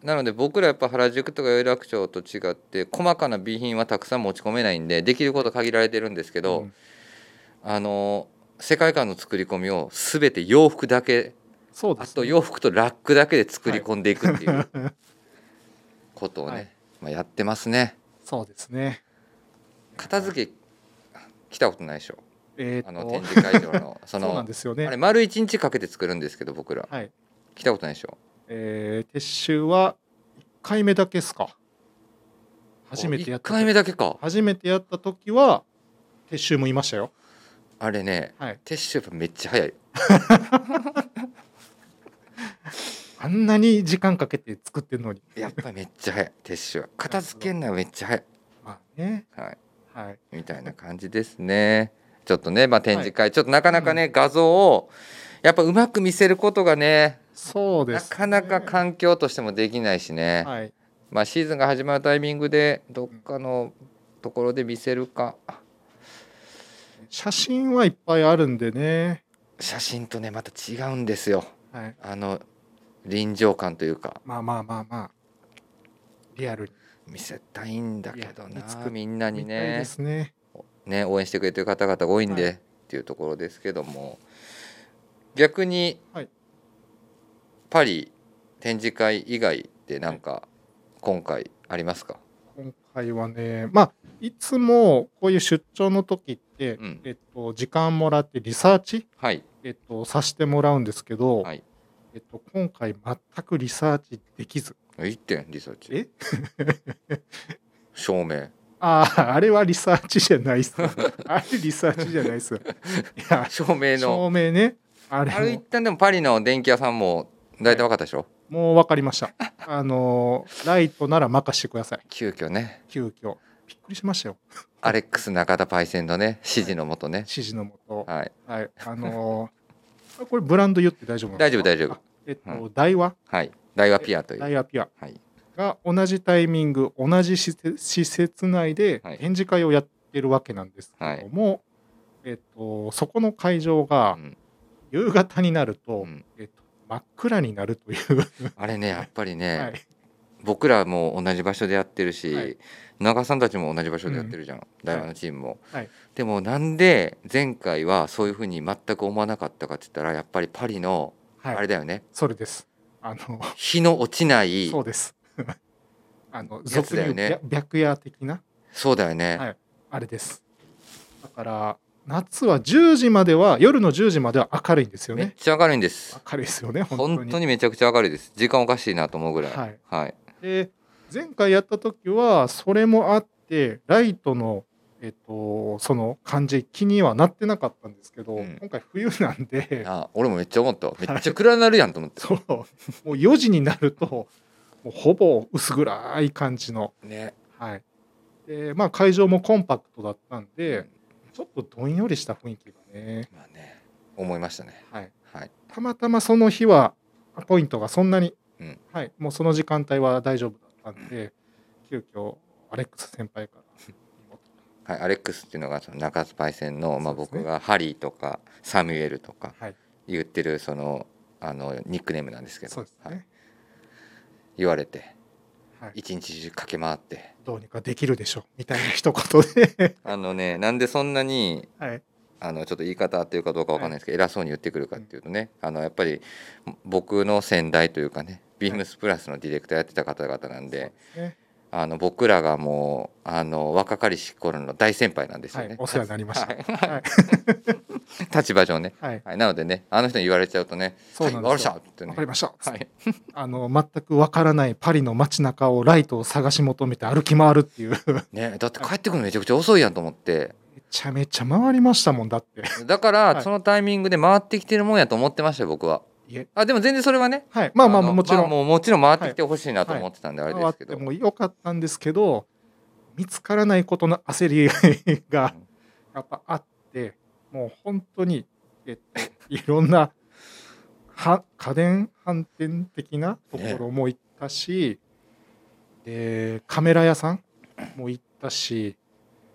[SPEAKER 1] なので僕らやっぱ原宿とか有楽町と違って細かな備品はたくさん持ち込めないんでできること限られてるんですけど、
[SPEAKER 2] うん
[SPEAKER 1] あの世界観の作り込みを全て洋服だけ
[SPEAKER 2] そうで
[SPEAKER 1] あ
[SPEAKER 2] す、
[SPEAKER 1] と洋服とラックだけで作り込んでいくっていう ことをね、
[SPEAKER 2] はい
[SPEAKER 1] まあ、やってますね
[SPEAKER 2] そうですね。
[SPEAKER 1] 片付け来たことないでしょ
[SPEAKER 2] え
[SPEAKER 1] あ
[SPEAKER 2] ー、
[SPEAKER 1] の
[SPEAKER 2] と
[SPEAKER 1] 展示会場 のそ
[SPEAKER 2] そうな
[SPEAKER 1] の
[SPEAKER 2] んです
[SPEAKER 1] あ
[SPEAKER 2] よ
[SPEAKER 1] れ
[SPEAKER 2] ね。
[SPEAKER 1] 丸一日かけて作るんですけど僕ら
[SPEAKER 2] はい。
[SPEAKER 1] 来たことないでしょ
[SPEAKER 2] えー、撤収は1回目だけですか初めてやっ
[SPEAKER 1] 1
[SPEAKER 2] た
[SPEAKER 1] 回目だけか
[SPEAKER 2] 初めてやった時は撤収もいましたよ
[SPEAKER 1] あれね
[SPEAKER 2] はい
[SPEAKER 1] 撤収やっぱめっちゃ早い
[SPEAKER 2] あんなに時間かけて作ってるのに
[SPEAKER 1] やっぱめっちゃ早い撤収は片付けんのはめっちゃ早い、
[SPEAKER 2] まあね
[SPEAKER 1] はい、
[SPEAKER 2] はい
[SPEAKER 1] みたいな感じですねちょっとね、まあ、展示会、ちょっとなかなかね、画像をやっぱうまく見せることがね
[SPEAKER 2] そうで
[SPEAKER 1] な
[SPEAKER 2] す
[SPEAKER 1] かなか環境としてもできないしね、
[SPEAKER 2] はい
[SPEAKER 1] まあ、シーズンが始まるタイミングでどっかのところで見せるか
[SPEAKER 2] 写真はいっぱいあるんでね
[SPEAKER 1] 写真とねまた違うんですよ
[SPEAKER 2] はい
[SPEAKER 1] あの臨場感というか
[SPEAKER 2] まあまあまあまあリアル
[SPEAKER 1] 見せたいんだけど
[SPEAKER 2] いや
[SPEAKER 1] ない
[SPEAKER 2] つか
[SPEAKER 1] みんな
[SPEAKER 2] に
[SPEAKER 1] に
[SPEAKER 2] 見たい
[SPEAKER 1] ね
[SPEAKER 2] ですね
[SPEAKER 1] ね、応援してくれてる方々多いんで、
[SPEAKER 2] はい
[SPEAKER 1] っていうところですけども逆に、
[SPEAKER 2] はい
[SPEAKER 1] パリ展示会以外でなんか今回ありますか、
[SPEAKER 2] 今回はねまあいつもこういう出張の時って、
[SPEAKER 1] うん
[SPEAKER 2] えっと、時間もらってリサーチ
[SPEAKER 1] はい
[SPEAKER 2] えっと、させてもらうんですけど、
[SPEAKER 1] はい
[SPEAKER 2] えっと、今回全くリサーチできず。
[SPEAKER 1] 1点リサーチ
[SPEAKER 2] え
[SPEAKER 1] 証明
[SPEAKER 2] ああ、あれはリサーチじ ゃないっす。あれリサーチじゃないっす。いや、
[SPEAKER 1] 証明の
[SPEAKER 2] 照明ね。あ
[SPEAKER 1] あれ
[SPEAKER 2] れ
[SPEAKER 1] 一
[SPEAKER 2] も、
[SPEAKER 1] 旦でもパリの電気屋さんも大体分かったでしょ、
[SPEAKER 2] もう分かりました。あのー、ライトなら任してください。
[SPEAKER 1] 急遽ね
[SPEAKER 2] 急遽。びっくりしましたよ。
[SPEAKER 1] アレックス中田パイセンのね指示のもとね、
[SPEAKER 2] 指示のもと。
[SPEAKER 1] はい、
[SPEAKER 2] はい。あのー、これブランド言って大丈夫なん
[SPEAKER 1] 大
[SPEAKER 2] で
[SPEAKER 1] 丈
[SPEAKER 2] す
[SPEAKER 1] 夫
[SPEAKER 2] か
[SPEAKER 1] 大丈夫
[SPEAKER 2] あえっと、ダイワ、
[SPEAKER 1] はい大和ピアという
[SPEAKER 2] ダイワピア
[SPEAKER 1] はい
[SPEAKER 2] が同じタイミング、同じ施設施設内で
[SPEAKER 1] はい
[SPEAKER 2] 展示会をやってるわけなんですけども、えっと、そこの会場
[SPEAKER 1] う
[SPEAKER 2] が
[SPEAKER 1] ん
[SPEAKER 2] 夕方になると、
[SPEAKER 1] うん
[SPEAKER 2] えっと、真っ暗になるという、
[SPEAKER 1] あれねやっぱりね、
[SPEAKER 2] はい、
[SPEAKER 1] 僕らも同じ場所でやってるし、
[SPEAKER 2] はい
[SPEAKER 1] 長さんたちも同じ場所でやってるじゃん、台湾のチームも、
[SPEAKER 2] はい
[SPEAKER 1] でもなんで前回はそういうふうに全く思わなかったかって言ったらやっぱりパリの
[SPEAKER 2] はい
[SPEAKER 1] あれだよね、
[SPEAKER 2] それです。あの、
[SPEAKER 1] 日の落ちない
[SPEAKER 2] そうです。 あの、
[SPEAKER 1] やつ
[SPEAKER 2] 俗
[SPEAKER 1] だ
[SPEAKER 2] に
[SPEAKER 1] よ
[SPEAKER 2] 言う
[SPEAKER 1] ね
[SPEAKER 2] 白白夜的な、
[SPEAKER 1] そうだよね、
[SPEAKER 2] はいあれです。だから、夏は10時までは夜の10時までは明るいんですよ
[SPEAKER 1] めっ
[SPEAKER 2] ね
[SPEAKER 1] ちゃ明るいんです
[SPEAKER 2] 明るいですよね本当に
[SPEAKER 1] 本当にめちゃくちゃ明るいです時間おかしいなと思うぐらい
[SPEAKER 2] はい
[SPEAKER 1] はい
[SPEAKER 2] で前回やった時はそれもあってライトのえっとその感じ気にはなってなかったんですけど、
[SPEAKER 1] うん
[SPEAKER 2] 今回冬なんで
[SPEAKER 1] あ俺もめっちゃ思ったわめっちゃ暗なるやんと思って、
[SPEAKER 2] そうもう4時になるともうほぼ薄暗い感じの、
[SPEAKER 1] ね
[SPEAKER 2] はいでまあ、会場もコンパクトだったんでちょっとどんよりした雰囲気がね、
[SPEAKER 1] まあね思いましたね
[SPEAKER 2] はい、
[SPEAKER 1] はい
[SPEAKER 2] たまたまその日はアポイントがそんなに、
[SPEAKER 1] うん
[SPEAKER 2] はい、もうその時間帯は大丈夫だったんで、急遽アレックス先輩から
[SPEAKER 1] はい、アレックスっていうのがその中津パイセンの、まあ、
[SPEAKER 2] そうですね
[SPEAKER 1] 僕がハリーとかサミュエルとか
[SPEAKER 2] はい
[SPEAKER 1] 言ってるそのあのニックネームなんですけど
[SPEAKER 2] そうです
[SPEAKER 1] はい
[SPEAKER 2] ね、
[SPEAKER 1] 言われて
[SPEAKER 2] はい
[SPEAKER 1] 一日中駆け回って
[SPEAKER 2] どうにかできるでしょうみたいな一言 で、
[SPEAKER 1] あのねなんでそんなに
[SPEAKER 2] はい、
[SPEAKER 1] あのちょっと言い方合っていうかどうかわかんないですけど、偉そうに言ってくるかっていうとねあのやっぱり僕の先代というかねビームスプラスのディレクターやってた方々なんで、
[SPEAKER 2] そうですね
[SPEAKER 1] あの僕らがもうあの若かりし頃の大先輩なんですよね、
[SPEAKER 2] はいお世話になりました
[SPEAKER 1] はい
[SPEAKER 2] はい
[SPEAKER 1] 立場上ね、
[SPEAKER 2] はい、
[SPEAKER 1] はい、なのでねあの人に言われちゃうとね「
[SPEAKER 2] そうなんですよ
[SPEAKER 1] はいわかりました」ってね
[SPEAKER 2] わかりました、
[SPEAKER 1] はい、
[SPEAKER 2] あの全くわからないパリの街中をライトを探し求めて歩き回る っていうめ
[SPEAKER 1] ね、だって帰ってくるのめちゃくちゃ遅いやんと思って
[SPEAKER 2] ちゃめちゃ回りましたもんだって
[SPEAKER 1] だか
[SPEAKER 2] は
[SPEAKER 1] ら
[SPEAKER 2] い
[SPEAKER 1] そのタイミングで回ってきてるもんやと思ってましたよ僕はい
[SPEAKER 2] え。
[SPEAKER 1] あでも全然それはね
[SPEAKER 2] はいまあまあ
[SPEAKER 1] の
[SPEAKER 2] もちろん、
[SPEAKER 1] まあもうもちろん回ってきてほしいなと思ってたんであれ
[SPEAKER 2] 回
[SPEAKER 1] で
[SPEAKER 2] っ
[SPEAKER 1] すけ
[SPEAKER 2] て
[SPEAKER 1] ど、
[SPEAKER 2] もよかったんですけど見つからないことの焦りがやっぱあってもう本当に、えっと、いろんなは家電反転的なところも行ったし、でカメラ屋さんも行ったし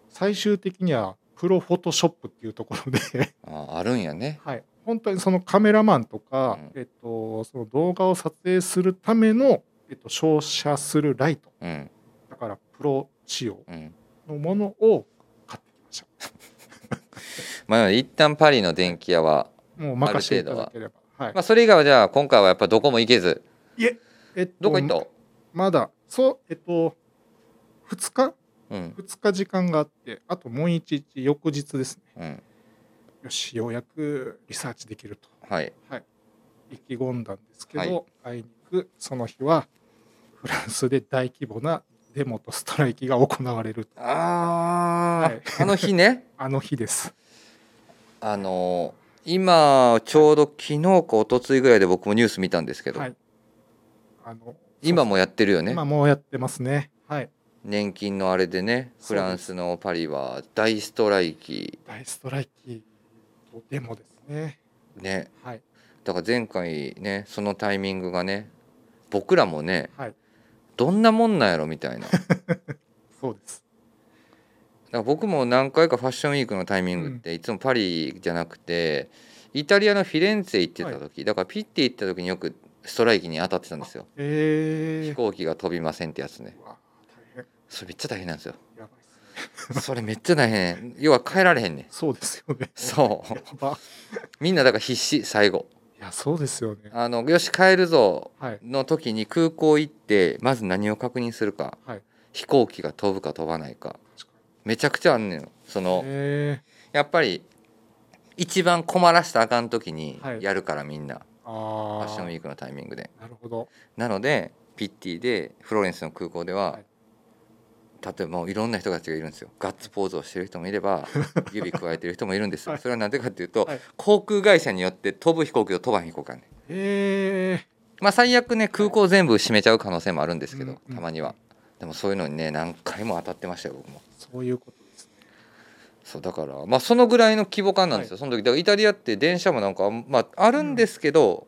[SPEAKER 2] 最終的にはプロフォトショップっていうところで。
[SPEAKER 1] ああるんやね
[SPEAKER 2] はい、本当にそのカメラマンとか、
[SPEAKER 1] う
[SPEAKER 2] えっと、その動画を撮影するための、えっと、照射するライト
[SPEAKER 1] うん
[SPEAKER 2] だからプロ仕様
[SPEAKER 1] うん
[SPEAKER 2] のものを買ってきまし
[SPEAKER 1] まあなので一旦パリの電気屋は、
[SPEAKER 2] たもう任せていただければはい、
[SPEAKER 1] まあ、それ以外はじゃあ今回はやっぱどこも行けず
[SPEAKER 2] えっと
[SPEAKER 1] どこ行った、
[SPEAKER 2] まだそうえっと2日
[SPEAKER 1] うん
[SPEAKER 2] 2日時間があってあともう一日翌日ですね
[SPEAKER 1] うん
[SPEAKER 2] よしようやくリサーチできると
[SPEAKER 1] はい
[SPEAKER 2] 意気込んだんですけど、
[SPEAKER 1] はい
[SPEAKER 2] あいにくその日はフランスで大規模なデモとストライキが行われる
[SPEAKER 1] あー、
[SPEAKER 2] はい
[SPEAKER 1] あの日ね
[SPEAKER 2] あの日です。
[SPEAKER 1] あの今ちょうど昨日か一昨日ぐらいで僕もニュース見たんですけど、
[SPEAKER 2] はい。あの
[SPEAKER 1] 今もやってるよね
[SPEAKER 2] 今もうやってますね。はい。
[SPEAKER 1] 年金のあれでねフランスのパリは大ストライキ
[SPEAKER 2] 大ストライキとデモですね。
[SPEAKER 1] ね
[SPEAKER 2] はい
[SPEAKER 1] だから前回ねそのタイミングがね僕らもね
[SPEAKER 2] はい。
[SPEAKER 1] どんなもんなんやろみたいなだか
[SPEAKER 2] そうです。
[SPEAKER 1] ら僕も何回かファッションウィークのタイミングっていつもパリじゃなくてイタリアのフィレンツェ行ってた時、だからピッて行った時によくストライキに当たってたんですよ飛
[SPEAKER 2] ええ
[SPEAKER 1] 行機が飛びませんってやつね
[SPEAKER 2] ー。うわ大変
[SPEAKER 1] それめっちゃ大変なんですよ
[SPEAKER 2] やばいですね。
[SPEAKER 1] それめっちゃ大変要は帰られへんねん
[SPEAKER 2] そうですよね。
[SPEAKER 1] そ
[SPEAKER 2] や
[SPEAKER 1] う
[SPEAKER 2] ば。
[SPEAKER 1] みんなだから必死最後
[SPEAKER 2] いやそうですよね。
[SPEAKER 1] あのよし帰るぞ
[SPEAKER 2] はい
[SPEAKER 1] の時に空港行ってまず何を確認するか
[SPEAKER 2] はい。
[SPEAKER 1] 飛行機が飛ぶか飛ばないか
[SPEAKER 2] 確か
[SPEAKER 1] めちゃくちゃあんねんその
[SPEAKER 2] に。ええ
[SPEAKER 1] やっぱり一番困らしたらあかん時に
[SPEAKER 2] はい
[SPEAKER 1] やるからみんな
[SPEAKER 2] ー。
[SPEAKER 1] ファ
[SPEAKER 2] あ
[SPEAKER 1] ッションウ
[SPEAKER 2] あ。
[SPEAKER 1] ィークのタイミングで
[SPEAKER 2] なるほど。
[SPEAKER 1] なのでピッティでフローレンスの空港では、
[SPEAKER 2] はい
[SPEAKER 1] 例えばもういろんな人たちがいるんですよガッツポーズをしてる人もいれ ば指くわえてる人もいるんですよ
[SPEAKER 2] はい
[SPEAKER 1] それはなぜかというと、
[SPEAKER 2] はい
[SPEAKER 1] 航空会社によって飛ぶ飛行機と飛ばん飛行機があんねん
[SPEAKER 2] ええ
[SPEAKER 1] まあ最悪ね空港全部閉めちゃう可能性もあるんですけど、
[SPEAKER 2] うん
[SPEAKER 1] たまにはでもそういうのにね何回も当たってましたよ僕も
[SPEAKER 2] そういうことですね。
[SPEAKER 1] そうだからまあそのぐらいの規模感なんですよ、その時だからイタリアって電車もなんかあんまああるんですけど、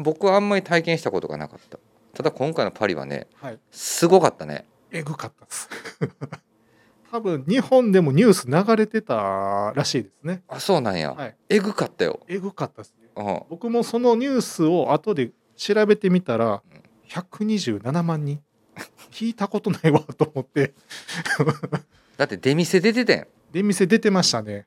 [SPEAKER 1] 僕はあんまり体験したことがなかったただ今回のパリはね
[SPEAKER 2] はい。
[SPEAKER 1] すごかったね
[SPEAKER 2] えぐかったです。 多分日本でもニュース流れてたらしいですね。
[SPEAKER 1] あそうなんや、
[SPEAKER 2] はい。
[SPEAKER 1] えぐかったよ、
[SPEAKER 2] えぐかったですね。
[SPEAKER 1] うん、
[SPEAKER 2] 僕もそのニュースを後で調べてみたら
[SPEAKER 1] うん
[SPEAKER 2] 127万人聞いたことないわと思って
[SPEAKER 1] だって出店出てて
[SPEAKER 2] 出店出てましたね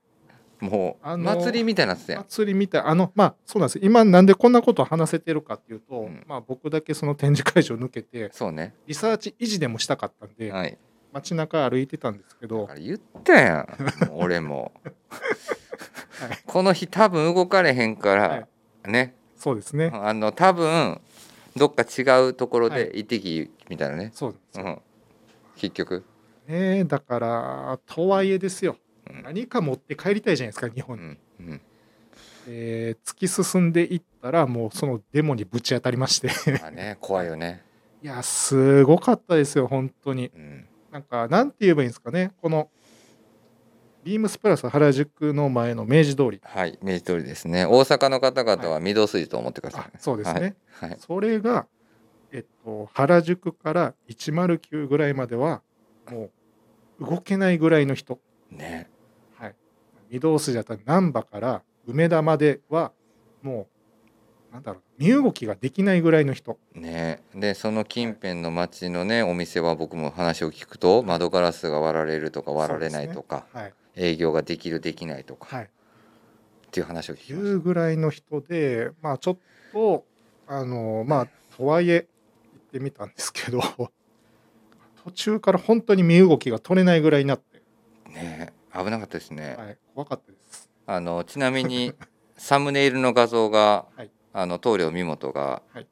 [SPEAKER 1] んもう
[SPEAKER 2] あのー
[SPEAKER 1] 祭りみたいになってたやん
[SPEAKER 2] 祭りみたいあのまあそうなんです今なんでこんなことを話せてるかっていうと、
[SPEAKER 1] うん
[SPEAKER 2] まあ、僕だけその展示会場抜けて
[SPEAKER 1] そうね
[SPEAKER 2] リサーチ維持でもしたかったんで、
[SPEAKER 1] はい
[SPEAKER 2] 街中歩いてたんですけ
[SPEAKER 1] だ
[SPEAKER 2] ど
[SPEAKER 1] から言ったやんもう俺も
[SPEAKER 2] はい
[SPEAKER 1] この日多分動かれへんから、
[SPEAKER 2] はい
[SPEAKER 1] ね
[SPEAKER 2] そうですね。
[SPEAKER 1] あの多分どっか違うところ
[SPEAKER 2] は
[SPEAKER 1] で一滴みたいなね、
[SPEAKER 2] そうです
[SPEAKER 1] うん、結局、
[SPEAKER 2] ね。だから、とはいえですよ。
[SPEAKER 1] うん
[SPEAKER 2] 何か持って帰りたいじゃないですか、日
[SPEAKER 1] う
[SPEAKER 2] 本に。
[SPEAKER 1] んうん、
[SPEAKER 2] えー突き進んでいったら、もうそのデモにぶち当たり まして。
[SPEAKER 1] まあね怖いよね、
[SPEAKER 2] いや、すごかったですよ、本当に。
[SPEAKER 1] うん
[SPEAKER 2] なんか、なんて言えばいいんですかね。この、ビームスプラス原宿の前の明治通り。
[SPEAKER 1] はい明治通りですね大阪の方々は御堂筋と思ってください、
[SPEAKER 2] あ、そうですね。
[SPEAKER 1] はい、はい
[SPEAKER 2] それが、えっと、原宿から109ぐらいまでは、もう動けないぐらいの人。
[SPEAKER 1] ね
[SPEAKER 2] はい。御堂筋だったら難波から梅田までは、もう、なんだろう、身動きができないぐらいの人。
[SPEAKER 1] ねでその近辺の町のねお店は僕も話を聞くと窓ガラスが割られるとか割られないとか、
[SPEAKER 2] はい。
[SPEAKER 1] 営業ができるできないとか、
[SPEAKER 2] はい。
[SPEAKER 1] っていう話を聞きまし
[SPEAKER 2] いうぐらいの人で、まあちょっと、あの、まあ、とはいえ、行ってみたんです けど、途中から本当に身動きが取れないぐらいになって、
[SPEAKER 1] たね危なかったですね、
[SPEAKER 2] はい、怖かったです。
[SPEAKER 1] あのちなみ にサムネイルの画像が、
[SPEAKER 2] はい
[SPEAKER 1] あの棟梁美本が、
[SPEAKER 2] はい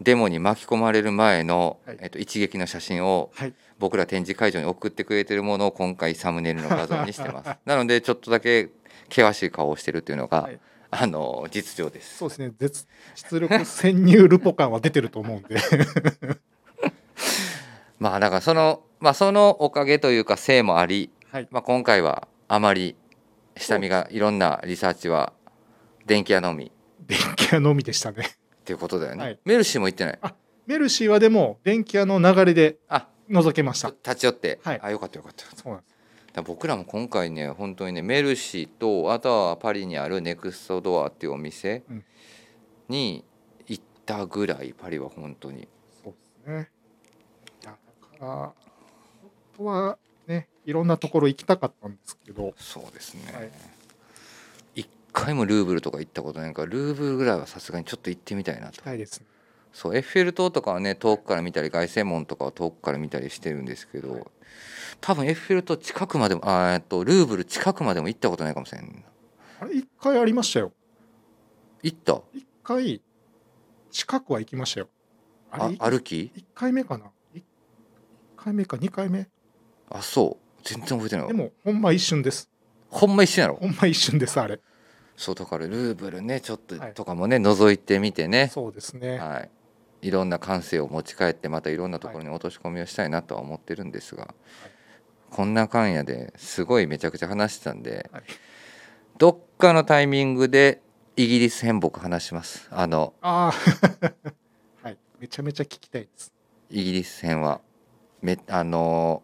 [SPEAKER 1] デモに巻き込まれる前の、
[SPEAKER 2] はい
[SPEAKER 1] えっと、一撃の写真を
[SPEAKER 2] はい。
[SPEAKER 1] 僕ら展示会場に送ってくれてるものを今回サムネイルの画像にして ますなのでちょっとだけ険しい顔をしてるっていうのが、
[SPEAKER 2] はい
[SPEAKER 1] あの実情です
[SPEAKER 2] そうですね、絶出力潜入ルポ感は出てると思うんで、
[SPEAKER 1] まあだからそのまあそのおかげというかせいもあり、
[SPEAKER 2] はい。
[SPEAKER 1] まあ、今回はあまり下見がいろんなリサーチは電気屋のみ
[SPEAKER 2] 電気屋のみでしたね。
[SPEAKER 1] っていうことだよね、
[SPEAKER 2] はい
[SPEAKER 1] メルシーも行ってない
[SPEAKER 2] メルシーはでも、電気屋の流れで
[SPEAKER 1] あ
[SPEAKER 2] 覗けました。
[SPEAKER 1] 立ち寄って、
[SPEAKER 2] はい
[SPEAKER 1] あよかったよかっただか
[SPEAKER 2] そうなんです。
[SPEAKER 1] ら僕らも今回ね本当にねメルシーとあとはパリにあるネクストドアっていうお店
[SPEAKER 2] うん
[SPEAKER 1] に行ったぐらいパリは本当に
[SPEAKER 2] そうですね。いや、だから、本当はね、いろんなところ行きたかったんですけど、
[SPEAKER 1] そうですね、
[SPEAKER 2] はい
[SPEAKER 1] 一回もルーブルとか行ったことないからルーブルぐらいはさすがにちょっと行ってみたいな
[SPEAKER 2] 行き
[SPEAKER 1] と
[SPEAKER 2] たいですね。
[SPEAKER 1] そうエッフェル塔とかはね遠くから見たり凱旋門とかは遠くから見たりしてるんですけど、
[SPEAKER 2] はい
[SPEAKER 1] 多分エッフェル塔近くまでもあーえっとルーブル近くまでも行ったことないかもしれん
[SPEAKER 2] あれ、一回ありましたよ。
[SPEAKER 1] 行った
[SPEAKER 2] 一回、近くは行きましたよ。あ
[SPEAKER 1] あ
[SPEAKER 2] れ、
[SPEAKER 1] 歩き
[SPEAKER 2] 一回目かな一回目か二回目
[SPEAKER 1] あそう全然覚えてないわ
[SPEAKER 2] でも、ほんま一瞬です。
[SPEAKER 1] ほんま一緒やろ
[SPEAKER 2] ほんま一瞬です、あれ。
[SPEAKER 1] そうだからルーブルねちょっと
[SPEAKER 2] はい
[SPEAKER 1] とかもね、覗いてみてね
[SPEAKER 2] そうですね。
[SPEAKER 1] はいいろんな感性を持ち帰ってまたいろんなところに落とし込みをしたいなとは思ってるんですが、こんなかんやですごいめちゃくちゃ話してたんで、
[SPEAKER 2] はい
[SPEAKER 1] どっかのタイミングでイギリス変僕話しますあの
[SPEAKER 2] あ あ。はい。めちゃめちゃ聞きたいです。
[SPEAKER 1] イギリス編はめあの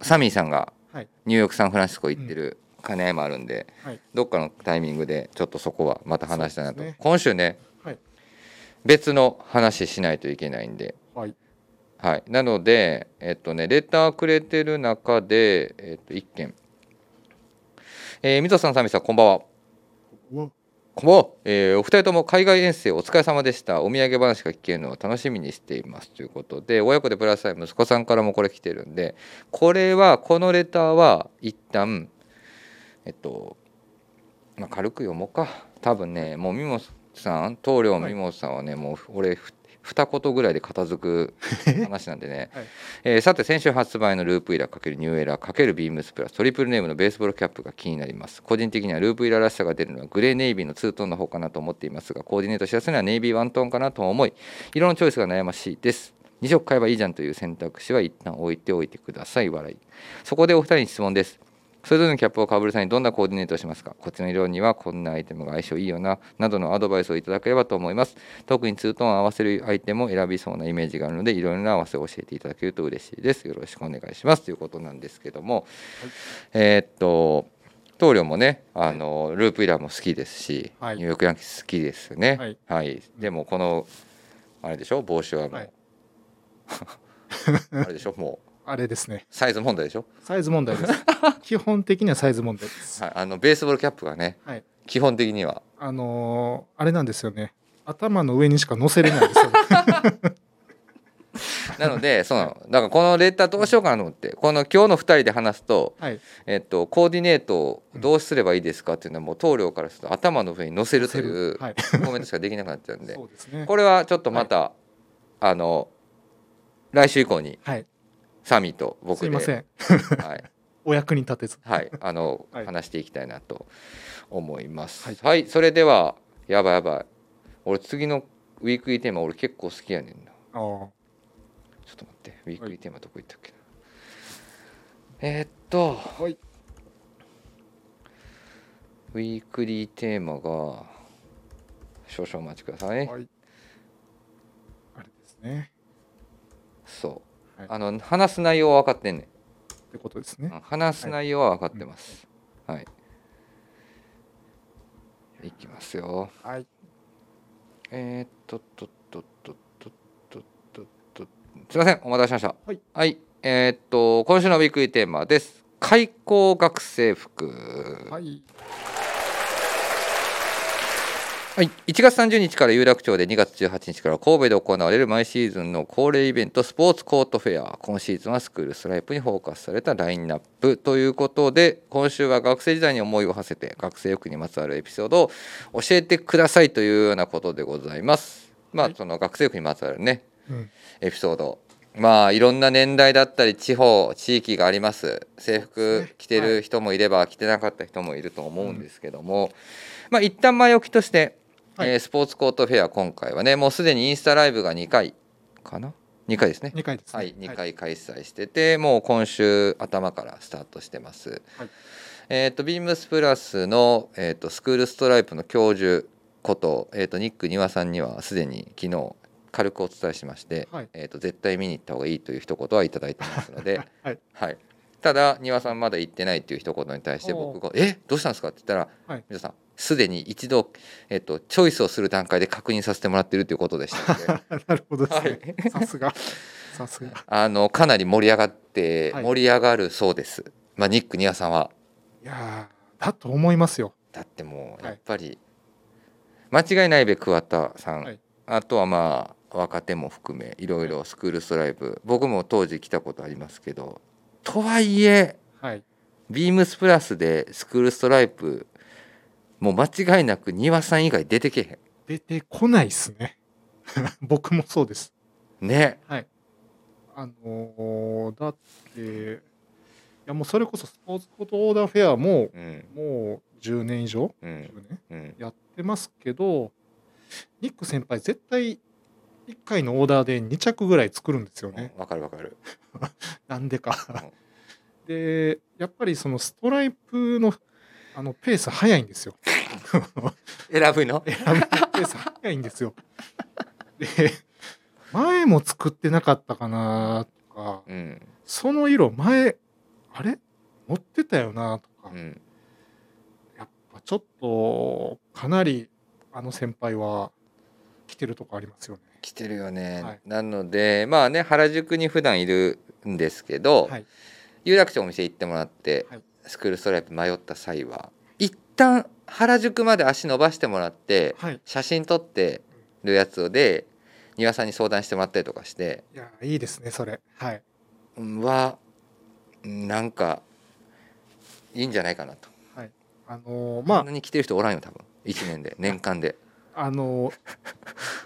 [SPEAKER 1] サミーさんが
[SPEAKER 2] はい。
[SPEAKER 1] ニューヨークサンフランシスコ行ってる金山あるんで、
[SPEAKER 2] はい
[SPEAKER 1] どっかのタイミングでちょっとそこはまた話したいなと、
[SPEAKER 2] そうですね
[SPEAKER 1] 今週ね
[SPEAKER 2] はい。
[SPEAKER 1] 別の話しないといけないんで、
[SPEAKER 2] はい。
[SPEAKER 1] はい、なのでえっとねレターくれてる中で、えっと、1件えー、水戸さん、サミさん、こんばんは。
[SPEAKER 2] うわ
[SPEAKER 1] こんばんは、えーお二人とも海外遠征お疲れ様でした。お土産話が聞けるのを楽しみにしていますということで、親子でプラスアイ息子さんからもこれ来てるんで、これは、このレターは一旦、えっと、まあ、軽く読もうか。多分ね、もうミモさん、棟梁ミモさんはね、もう俺、ふ二言ぐらいで片付く話なんでね、
[SPEAKER 2] はい
[SPEAKER 1] えーさて先週発売のループイラー×ニューエラー×ビームスプラストリプルネームのベースボールキャップが気になります個人的にはループイラーらしさが出るのはグレーネイビーのツートンの方かなと思っていますがコーディネートしやすいのはネイビーワントーンかなと思い色のチョイスが悩ましいです2色買えばいいじゃんという選択肢は一旦置いておいてください笑いそこでお二人に質問ですそれぞれのキャップをかぶる際にどんなコーディネートをしますかこっちの色にはこんなアイテムが相性いいよななどのアドバイスをいただければと思います特にツートーンを合わせるアイテムを選びそうなイメージがあるのでいろいろな合わせを教えていただけると嬉しいですよろしくお願いしますということなんですけども、えーっと棟梁もねあのループイラーも好きですし、
[SPEAKER 2] はい
[SPEAKER 1] ニューヨークヤンキース好きですよね
[SPEAKER 2] はい、
[SPEAKER 1] でもこのあれでしょ帽子はもう、
[SPEAKER 2] はい
[SPEAKER 1] あれでしょもう
[SPEAKER 2] あれですね。
[SPEAKER 1] サイズ問題でしょ、
[SPEAKER 2] サイズ問題 です。基本的にはサイズ問題です。
[SPEAKER 1] はい、あのベースボールキャップがね
[SPEAKER 2] はい。
[SPEAKER 1] 基本的には
[SPEAKER 2] あのーあれなんですよね。頭の上にしか乗せれないですよね。
[SPEAKER 1] なのでそのだからこのレターどうしようかなと思ってこの今日の2人で話すと、
[SPEAKER 2] はい
[SPEAKER 1] えっと、コーディネートをどうすればいいですかっていうのはもう棟梁からすると頭の上に載せるという
[SPEAKER 2] はい、
[SPEAKER 1] コメントしかできなくなっちゃうんで
[SPEAKER 2] そうですね。
[SPEAKER 1] これはちょっとまた、あの来週以降に
[SPEAKER 2] はい、
[SPEAKER 1] サミーと僕
[SPEAKER 2] す
[SPEAKER 1] で
[SPEAKER 2] いません、
[SPEAKER 1] はい
[SPEAKER 2] お役に立てず。
[SPEAKER 1] はい、あの、
[SPEAKER 2] はい
[SPEAKER 1] 話していきたいなと思います。は
[SPEAKER 2] はいい、
[SPEAKER 1] それではやばいやばい。俺次のウィークリーテーマ俺結構好きやねんな。
[SPEAKER 2] あー
[SPEAKER 1] ちょっと待って、ウィークリーテーマどこ行ったっけな。えーっと、
[SPEAKER 2] はい
[SPEAKER 1] ウィークリーテーマが少々お待ちください。
[SPEAKER 2] はい。あれですね。
[SPEAKER 1] そう、
[SPEAKER 2] はい
[SPEAKER 1] あの話す内容は分かってんねん。
[SPEAKER 2] ってことですね。
[SPEAKER 1] 話す内容は分かってます。はい。いきますよ。
[SPEAKER 2] はい。
[SPEAKER 1] えーっとっとっとっとっとっとっとっとすいませんお待たせしました
[SPEAKER 2] はい、
[SPEAKER 1] えーっと今週のウィークリーテーマです開校学生服は、
[SPEAKER 2] はいい。
[SPEAKER 1] 1月30日から有楽町で2月18日から神戸で行われる毎シーズンの恒例イベントスポーツコートフェア今シーズンはスクールストライプにフォーカスされたラインナップということで今週は学生時代に思いを馳せて学生服にまつわるエピソードを教えてくださいというようなことでございますまあ、
[SPEAKER 2] はい
[SPEAKER 1] その学生服にまつわるね
[SPEAKER 2] うん。
[SPEAKER 1] エピソードまあいろんな年代だったり地方地域があります制服着てる人もいれば着てなかった人もいると思うんですけども、まあ一旦前置きとして、
[SPEAKER 2] はい
[SPEAKER 1] えースポーツコートフェア今回はねもうすでにインスタライブが2回かな2回ですね
[SPEAKER 2] 二回ですね。
[SPEAKER 1] はい、2回開催してて、もう今週頭からスタートしてます。
[SPEAKER 2] はい
[SPEAKER 1] えっ、とビームスプラスのえっ、とスクールストライプの教授ことえっ、とニック庭さんにはすでに昨日軽くお伝えしまして、
[SPEAKER 2] はい
[SPEAKER 1] えっ、と絶対見に行った方がいいという一言はいただいてますので、
[SPEAKER 2] はい。
[SPEAKER 1] はい。ただ庭さんまだ行ってないという一言に対して僕が「えどうしたんですか?」って言ったら「
[SPEAKER 2] はい
[SPEAKER 1] 皆さんすでに一度、えっとチョイスをする段階で確認させてもらってるということでしたので。
[SPEAKER 2] なるほどですね。
[SPEAKER 1] はい
[SPEAKER 2] さすが。さすが。
[SPEAKER 1] あのかなり盛り上がって、
[SPEAKER 2] はい
[SPEAKER 1] 盛り上がるそうです。まあニックニアさんはい
[SPEAKER 2] やーだと思いますよ。
[SPEAKER 1] だってもう
[SPEAKER 2] は
[SPEAKER 1] や
[SPEAKER 2] い
[SPEAKER 1] っぱり、間違いないべ桑田さん、
[SPEAKER 2] はい
[SPEAKER 1] あとはまあ若手も含めいろいろスクールストライブ僕も当時来たことありますけどとはいえ
[SPEAKER 2] はい。
[SPEAKER 1] ビームスプラスでスクールストライプもう間違いなく庭さん以外出てけへ
[SPEAKER 2] 出てこないですね。 僕もそうです。
[SPEAKER 1] んね
[SPEAKER 2] はい。あのーだって、いやもうそれこそスポーツコートオーダーフェアも、
[SPEAKER 1] うん
[SPEAKER 2] もう10年以上、
[SPEAKER 1] うん
[SPEAKER 2] 10年
[SPEAKER 1] うん
[SPEAKER 2] やってますけど、ニック先輩、絶対1回のオーダーで2着ぐらい作るんですよね。
[SPEAKER 1] わかるわかる
[SPEAKER 2] なんでか。 で、やっぱりそのストライプのあのペース早いんです よ。
[SPEAKER 1] 選ぶの
[SPEAKER 2] 選ぶペース早いんですよ。で、前も作ってなかったかなとか、
[SPEAKER 1] うん
[SPEAKER 2] その色前、あれ持ってたよなとか
[SPEAKER 1] う、ん
[SPEAKER 2] やっぱちょっとかなりあの先輩は来てるとこありますよね。
[SPEAKER 1] 来てるよね、
[SPEAKER 2] はい
[SPEAKER 1] なのでまあね原宿に普段いるんですけど、
[SPEAKER 2] はい。
[SPEAKER 1] 有楽町お店行ってもらって、
[SPEAKER 2] はい
[SPEAKER 1] スクールストライプ迷った際は一旦原宿まで足伸ばしてもらって
[SPEAKER 2] はい。
[SPEAKER 1] 写真撮ってるやつをで庭さんに相談してもらったりとかして
[SPEAKER 2] いや、いいですね、それ。はい。
[SPEAKER 1] うんはうんなんかいいんじゃないかなと、
[SPEAKER 2] あのー
[SPEAKER 1] まあ、
[SPEAKER 2] ま
[SPEAKER 1] そんなに来てる人おらんよ多分1年で年間で
[SPEAKER 2] あ、あのー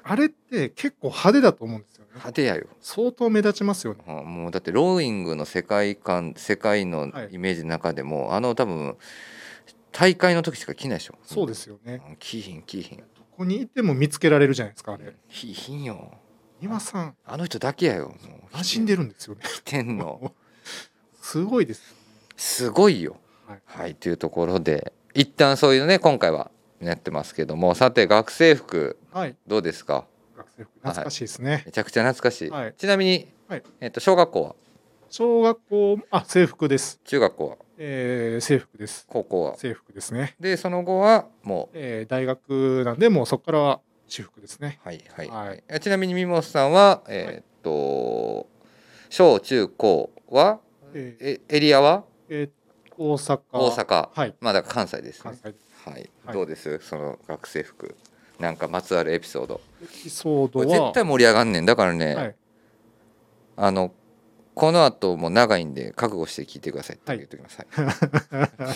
[SPEAKER 2] あれって結構派手だと思うんですよね。
[SPEAKER 1] 派手やよ
[SPEAKER 2] 相当目立ちますよね。
[SPEAKER 1] あもうだってローイングの世界観世界の
[SPEAKER 2] はい
[SPEAKER 1] イメージの中でも、あの多分大会の時しか着ないでしょ
[SPEAKER 2] そうですよね。
[SPEAKER 1] うん着いひん着いひん
[SPEAKER 2] どこにいても見つけられるじゃないですか、あれ。
[SPEAKER 1] 着いひんよ
[SPEAKER 2] 今さん、
[SPEAKER 1] あの人だけやよもう
[SPEAKER 2] 馴染んでるんですよね。
[SPEAKER 1] 着てんの
[SPEAKER 2] すごいです。
[SPEAKER 1] すごいよ
[SPEAKER 2] はい。
[SPEAKER 1] はいというところで一旦そういうね今回はやってますけどもさて学生服
[SPEAKER 2] はい。
[SPEAKER 1] どうですか
[SPEAKER 2] 学生服、懐かしいですね。
[SPEAKER 1] めちゃくちゃ懐かしい、
[SPEAKER 2] はい
[SPEAKER 1] ちなみに、
[SPEAKER 2] はい
[SPEAKER 1] えっと小学校は
[SPEAKER 2] 小学校、あ、制服です。
[SPEAKER 1] 中学校は
[SPEAKER 2] えー、制服です。
[SPEAKER 1] 高校は
[SPEAKER 2] 制服ですね。
[SPEAKER 1] でその後はもう
[SPEAKER 2] えー、大学なんで、もうそこからは私服ですね。
[SPEAKER 1] はいはい、
[SPEAKER 2] はい
[SPEAKER 1] えちなみにミモスさんはえーっと、小中高は
[SPEAKER 2] えー
[SPEAKER 1] えエリアは
[SPEAKER 2] えー大阪。
[SPEAKER 1] 大阪
[SPEAKER 2] はい。
[SPEAKER 1] まあだから関西ですね
[SPEAKER 2] 関西です。
[SPEAKER 1] はい、
[SPEAKER 2] はい
[SPEAKER 1] どうですその学生服なんかまつわるエピソード
[SPEAKER 2] エピソー
[SPEAKER 1] こ
[SPEAKER 2] ド
[SPEAKER 1] れ
[SPEAKER 2] は
[SPEAKER 1] 絶対盛り上がんねんだからね、
[SPEAKER 2] はい
[SPEAKER 1] あのこの後も長いんで覚悟して聞いてくださいって言ってきます、はい